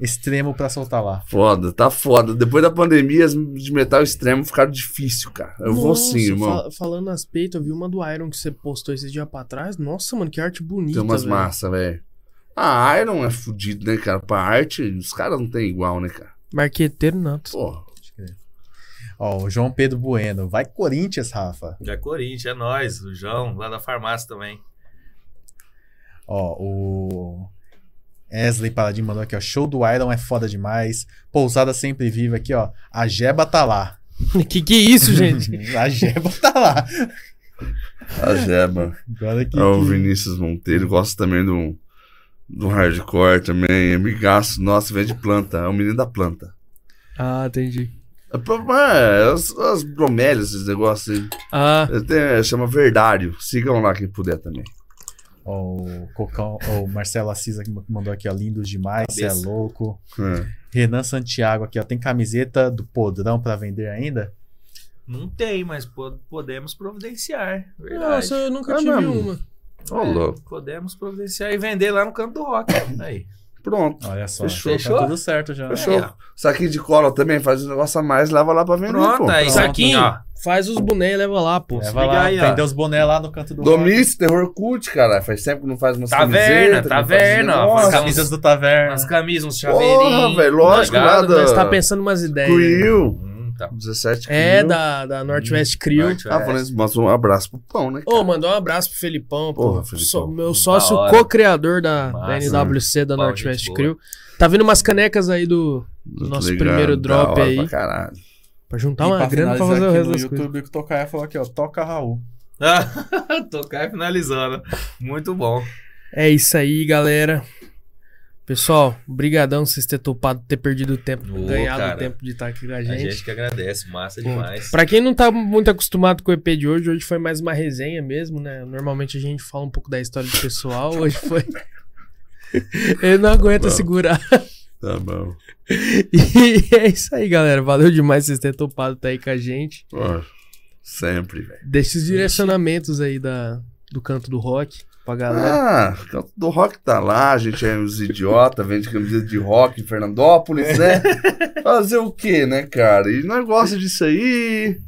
extremo pra soltar lá. Foda, tá foda. Depois da pandemia, as de metal extremo ficaram difícil, cara. Eu vou Nossa, sim, irmão. fal- falando nas peitas, eu vi uma do Iron que você postou esse dia pra trás. Nossa, mano, que arte bonita. Tem umas velho. massas, velho. A Iron é fudido, né, cara? Pra arte, os caras não tem igual, né, cara? Marqueteiro nato. [laughs] Porra. Ó, o João Pedro Bueno. Vai Corinthians, Rafa. É Corinthians, é nós. O João, lá da farmácia também. Ó, o... Wesley Paladin mandou aqui, ó. Show do Iron é foda demais. Pousada sempre viva aqui, ó. A Jeba tá lá. [laughs] que que é isso, [laughs] gente? A Jeba tá lá. A Jeba. Agora que... É o Vinícius Monteiro. Gosto também do, do hardcore também. Amigaço. Nossa, vende planta. É o menino da planta. ah, entendi. É, pro- é, as, as bromélias, esses negócios aí. Ah, É, tem- é, chama Verdário. Sigam lá quem puder também. Ó, o Cocão... ó, o Marcelo Assis aqui mandou aqui, ó. Lindos demais, você é Cabeça. louco. É. Renan Santiago aqui, ó. Tem camiseta do Podrão pra vender ainda? Não tem, mas po- podemos providenciar. Verdade. É, nossa, eu nunca Ah, tive não. uma. Ô, louco. Podemos providenciar e vender lá no canto do rock. Aí. Pronto. Olha só. Fechou. Fechou? Tá tudo certo já. Fechou. ó. Saquinho de cola também, faz um negócio a mais, leva lá pra vender, Pronto, pô. aí, saquinho, ó. Faz os bonés e leva lá, pô. Leva Se lá, liga aí, ó. Vendeu os boné lá no canto do Domice, terror cult, cara. Faz tempo que não faz umas Taverna, camisetas, não faz taverna, um ó, negócio. As camisas do taverna. Umas camisas, uns Porra, chaveirinhos. velho, lógico, lá ligado? da... tá Nós tá pensando umas ideias. né? Crew. Hum, tá. 17 É, Crew. da, da Northwest Crew. Norte, Ah, é. falando isso, mas um abraço pro pão, né? Ô, mandou um abraço pro Felipão, pô. Porra, Felipão. So- meu sócio Da hora. co-criador da, Massa, da NWC, da Pau, Northwest gente boa. Crew. Tá vindo umas canecas aí do. Tô nosso ligado, primeiro da drop hora aí. Pra caralho. Pra juntar uma grana pra fazer o resto no das coisas. YouTube, o Tocaia falou aqui, ó, toca Raul. Ah, [laughs] Tocar e finalizando. Muito bom. É isso aí, galera. Pessoal, brigadão vocês ter topado, ter perdido tempo, Ô, ganhado cara. tempo de estar aqui com a A gente. gente que agradece, massa Pô, demais. Pra quem não tá muito acostumado com o EP de hoje, hoje foi mais uma resenha mesmo, né? Normalmente a gente fala um pouco da história do pessoal, [laughs] hoje foi. Ele não aguenta segurar. Tá bom. E [laughs] é isso aí, galera. Valeu demais vocês terem topado tá aí com a gente. Ó, sempre, velho. É Deixa os direcionamentos aí da, do canto do rock pra galera. Ah, canto do rock tá lá, a gente é uns idiota, vende camiseta de rock em [laughs] Fernandópolis, né? Fazer o quê, né, cara? E nós gosta disso aí.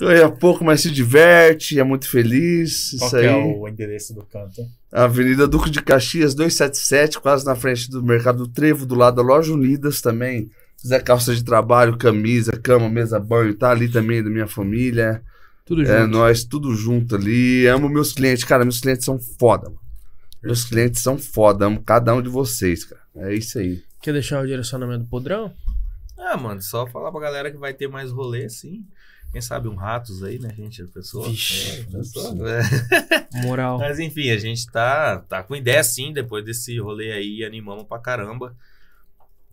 Ganha pouco, mas se diverte, é muito feliz. Qual Isso que aí. é o endereço do canto? Avenida Duque de Caxias, 277, quase na frente do Mercado do Trevo, do lado da Loja Unidas também. Se quiser calça de trabalho, camisa, cama, mesa, banho, tá ali também da minha família. Tudo É, junto. nós tudo junto ali. Amo meus clientes, cara. Meus clientes são foda, mano. Meus clientes são foda. Amo cada um de vocês, cara. É isso aí. Quer deixar o direcionamento do podrão? Ah, mano, só falar pra galera que vai ter mais rolê, sim. Quem sabe um ratos aí, né, gente? A pessoa. Vixe, É, a pessoa, né? Moral. Mas enfim, a gente tá, tá com ideia sim, depois desse rolê aí, animamos pra caramba.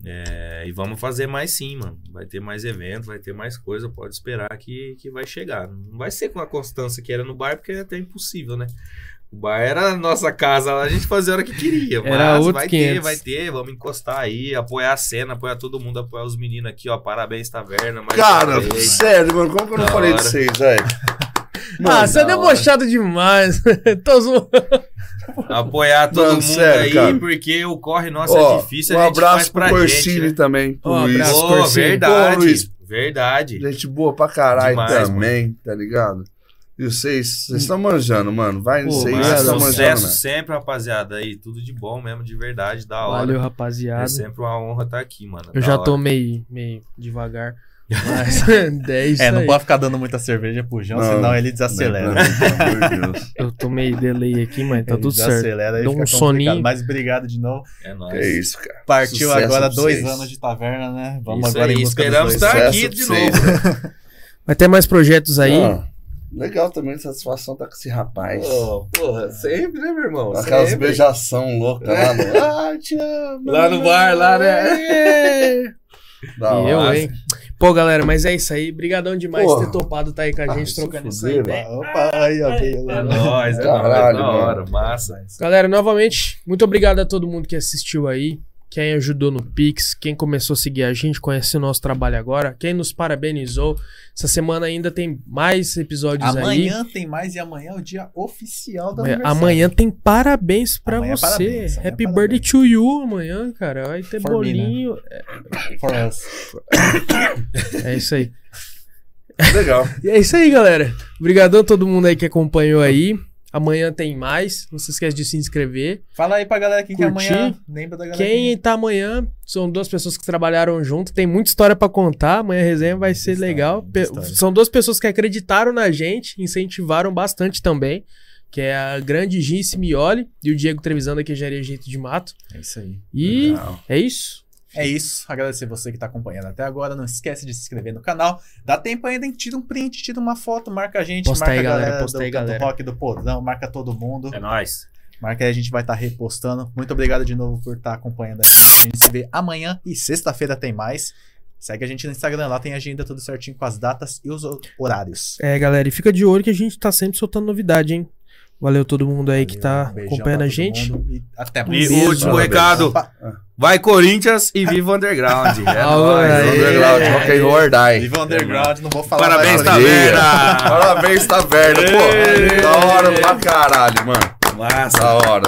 É, e vamos fazer mais sim, mano. Vai ter mais evento, vai ter mais coisa, pode esperar que, que vai chegar. Não vai ser com a constância que era no bar, porque é até impossível, né? O bar era a nossa casa, lá a gente fazia a hora que queria. Mas Era outro vai 500. ter, vai ter, vamos encostar aí, apoiar a cena, apoiar todo mundo, apoiar os meninos aqui, ó. Parabéns, Taverna. mais Cara, uma vez. [laughs] sério, mano. Como que eu não Da falei de hora. vocês, velho? ah, Mano, você é da hora. debochado demais. [laughs] Tô zoando. apoiar todo mundo Mano, sério, aí, cara. porque o corre nosso Ó, é difícil, um a gente faz abraço pra pro gente. Corsini né? também. Pro Ó, Luiz. abraço. Pô, Corsinho. verdade. Pô, Luiz. Verdade. Gente boa pra caralho Demais, também, tá ligado? E vocês, vocês estão manjando, mano. Vai, Pô, vocês mas Mas estão né? obrigado, manjando, sucesso mano. sempre, rapaziada. Aí, tudo de bom mesmo, de verdade, da hora. Valeu, É rapaziada. sempre uma honra estar aqui, mano. Eu da já hora. tô meio, meio devagar. [laughs] Mas [laughs] é isso É, não aí. pode ficar dando muita cerveja pro João, Não. né, senão ele desacelera. Pelo amor [laughs] de Deus. Eu tomei delay aqui, mas tá Ele tudo certo. Desacelera, aí Dá um fica complicado. soninho. Mas obrigado de novo. É nóis. É isso, cara. Partiu Sucesso agora pra dois vocês. anos de taverna, né? Vamos Isso agora aí, em busca dos dois. esperamos tá Sucesso aqui pra de vocês. novo. Vai ter mais projetos Tá aí. Ah, legal também, satisfação tá com esse rapaz. Pô, porra, sempre, né, meu irmão? Aquelas Sempre. beijação louca Tá [laughs] lá no. Ah, te amo. Lá no bar, [laughs] lá, né? Da e eu, hora. hein? Pô, galera, mas é isso aí. Brigadão demais Porra. ter topado tá aí com a Ah, gente se trocando essa fuder, ideia. né? Ah, Opa, aí, ó, veio É lá. nóis, é Caralho, nóis. Da hora, mano. massa. Galera, novamente, muito obrigado a todo mundo que assistiu aí. Quem ajudou no Pix, quem começou a seguir a gente, conhece o nosso trabalho agora, quem nos parabenizou. Essa semana ainda tem mais episódios aí. Amanhã tem mais e amanhã é o dia oficial da Amanhã- aniversário. Amanhã tem parabéns pra Amanhã é você. parabéns, amanhã é Happy parabéns. birthday to you amanhã, cara. Vai ter For me, né? bolinho. For us. É isso [laughs] aí. Legal. E é isso aí, galera. Obrigadão a todo mundo aí que acompanhou aí. Amanhã tem mais. Não se esquece de se inscrever. Fala aí pra galera quem que é Curtir. amanhã. Lembra da galera. é? Quem tá amanhã são duas pessoas que trabalharam junto. Tem muita história pra contar. Amanhã a resenha vai ser Muita legal. história, muita Pe- história. São duas pessoas que acreditaram na gente, incentivaram bastante também. Que é a grande Gin Simioli e o Diego Trevisan da Queijaria Jeito de Mato. É isso aí. E Legal. é isso. É isso. Agradecer você que tá acompanhando até agora. Não esquece de se inscrever no canal. Dá tempo ainda, hein? Tira um print, tira uma foto, marca a gente. Posta aí, marca a galera, galera, posta do, aí, Canto galera. Rock do Podrão, marca todo mundo. É nóis. Marca aí, a gente vai estar repostando. Muito obrigado de novo por estar acompanhando a gente. A gente se vê amanhã e sexta-feira tem mais. Segue a gente no Instagram, lá tem agenda tudo certinho com as datas e os hor- horários. É, galera, e fica de olho que a gente tá sempre soltando novidade, hein? Valeu todo mundo aí que tá Um beijão acompanhando pra a todo gente. mundo E até Um E beijo. último Parabéns. recado. Opa. Vai Corinthians e viva o Underground. [laughs] É Ah, [laughs] nóis. aí. Underground, rock and roll, die. Viva Underground, não vou falar mais. Parabéns, Taverna. Taverna. Parabéns, taverna. Pô, da hora pra caralho, mano. Massa. Da hora.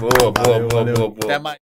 Boa, boa, Valeu, boa, valeu. boa, boa. Até mais.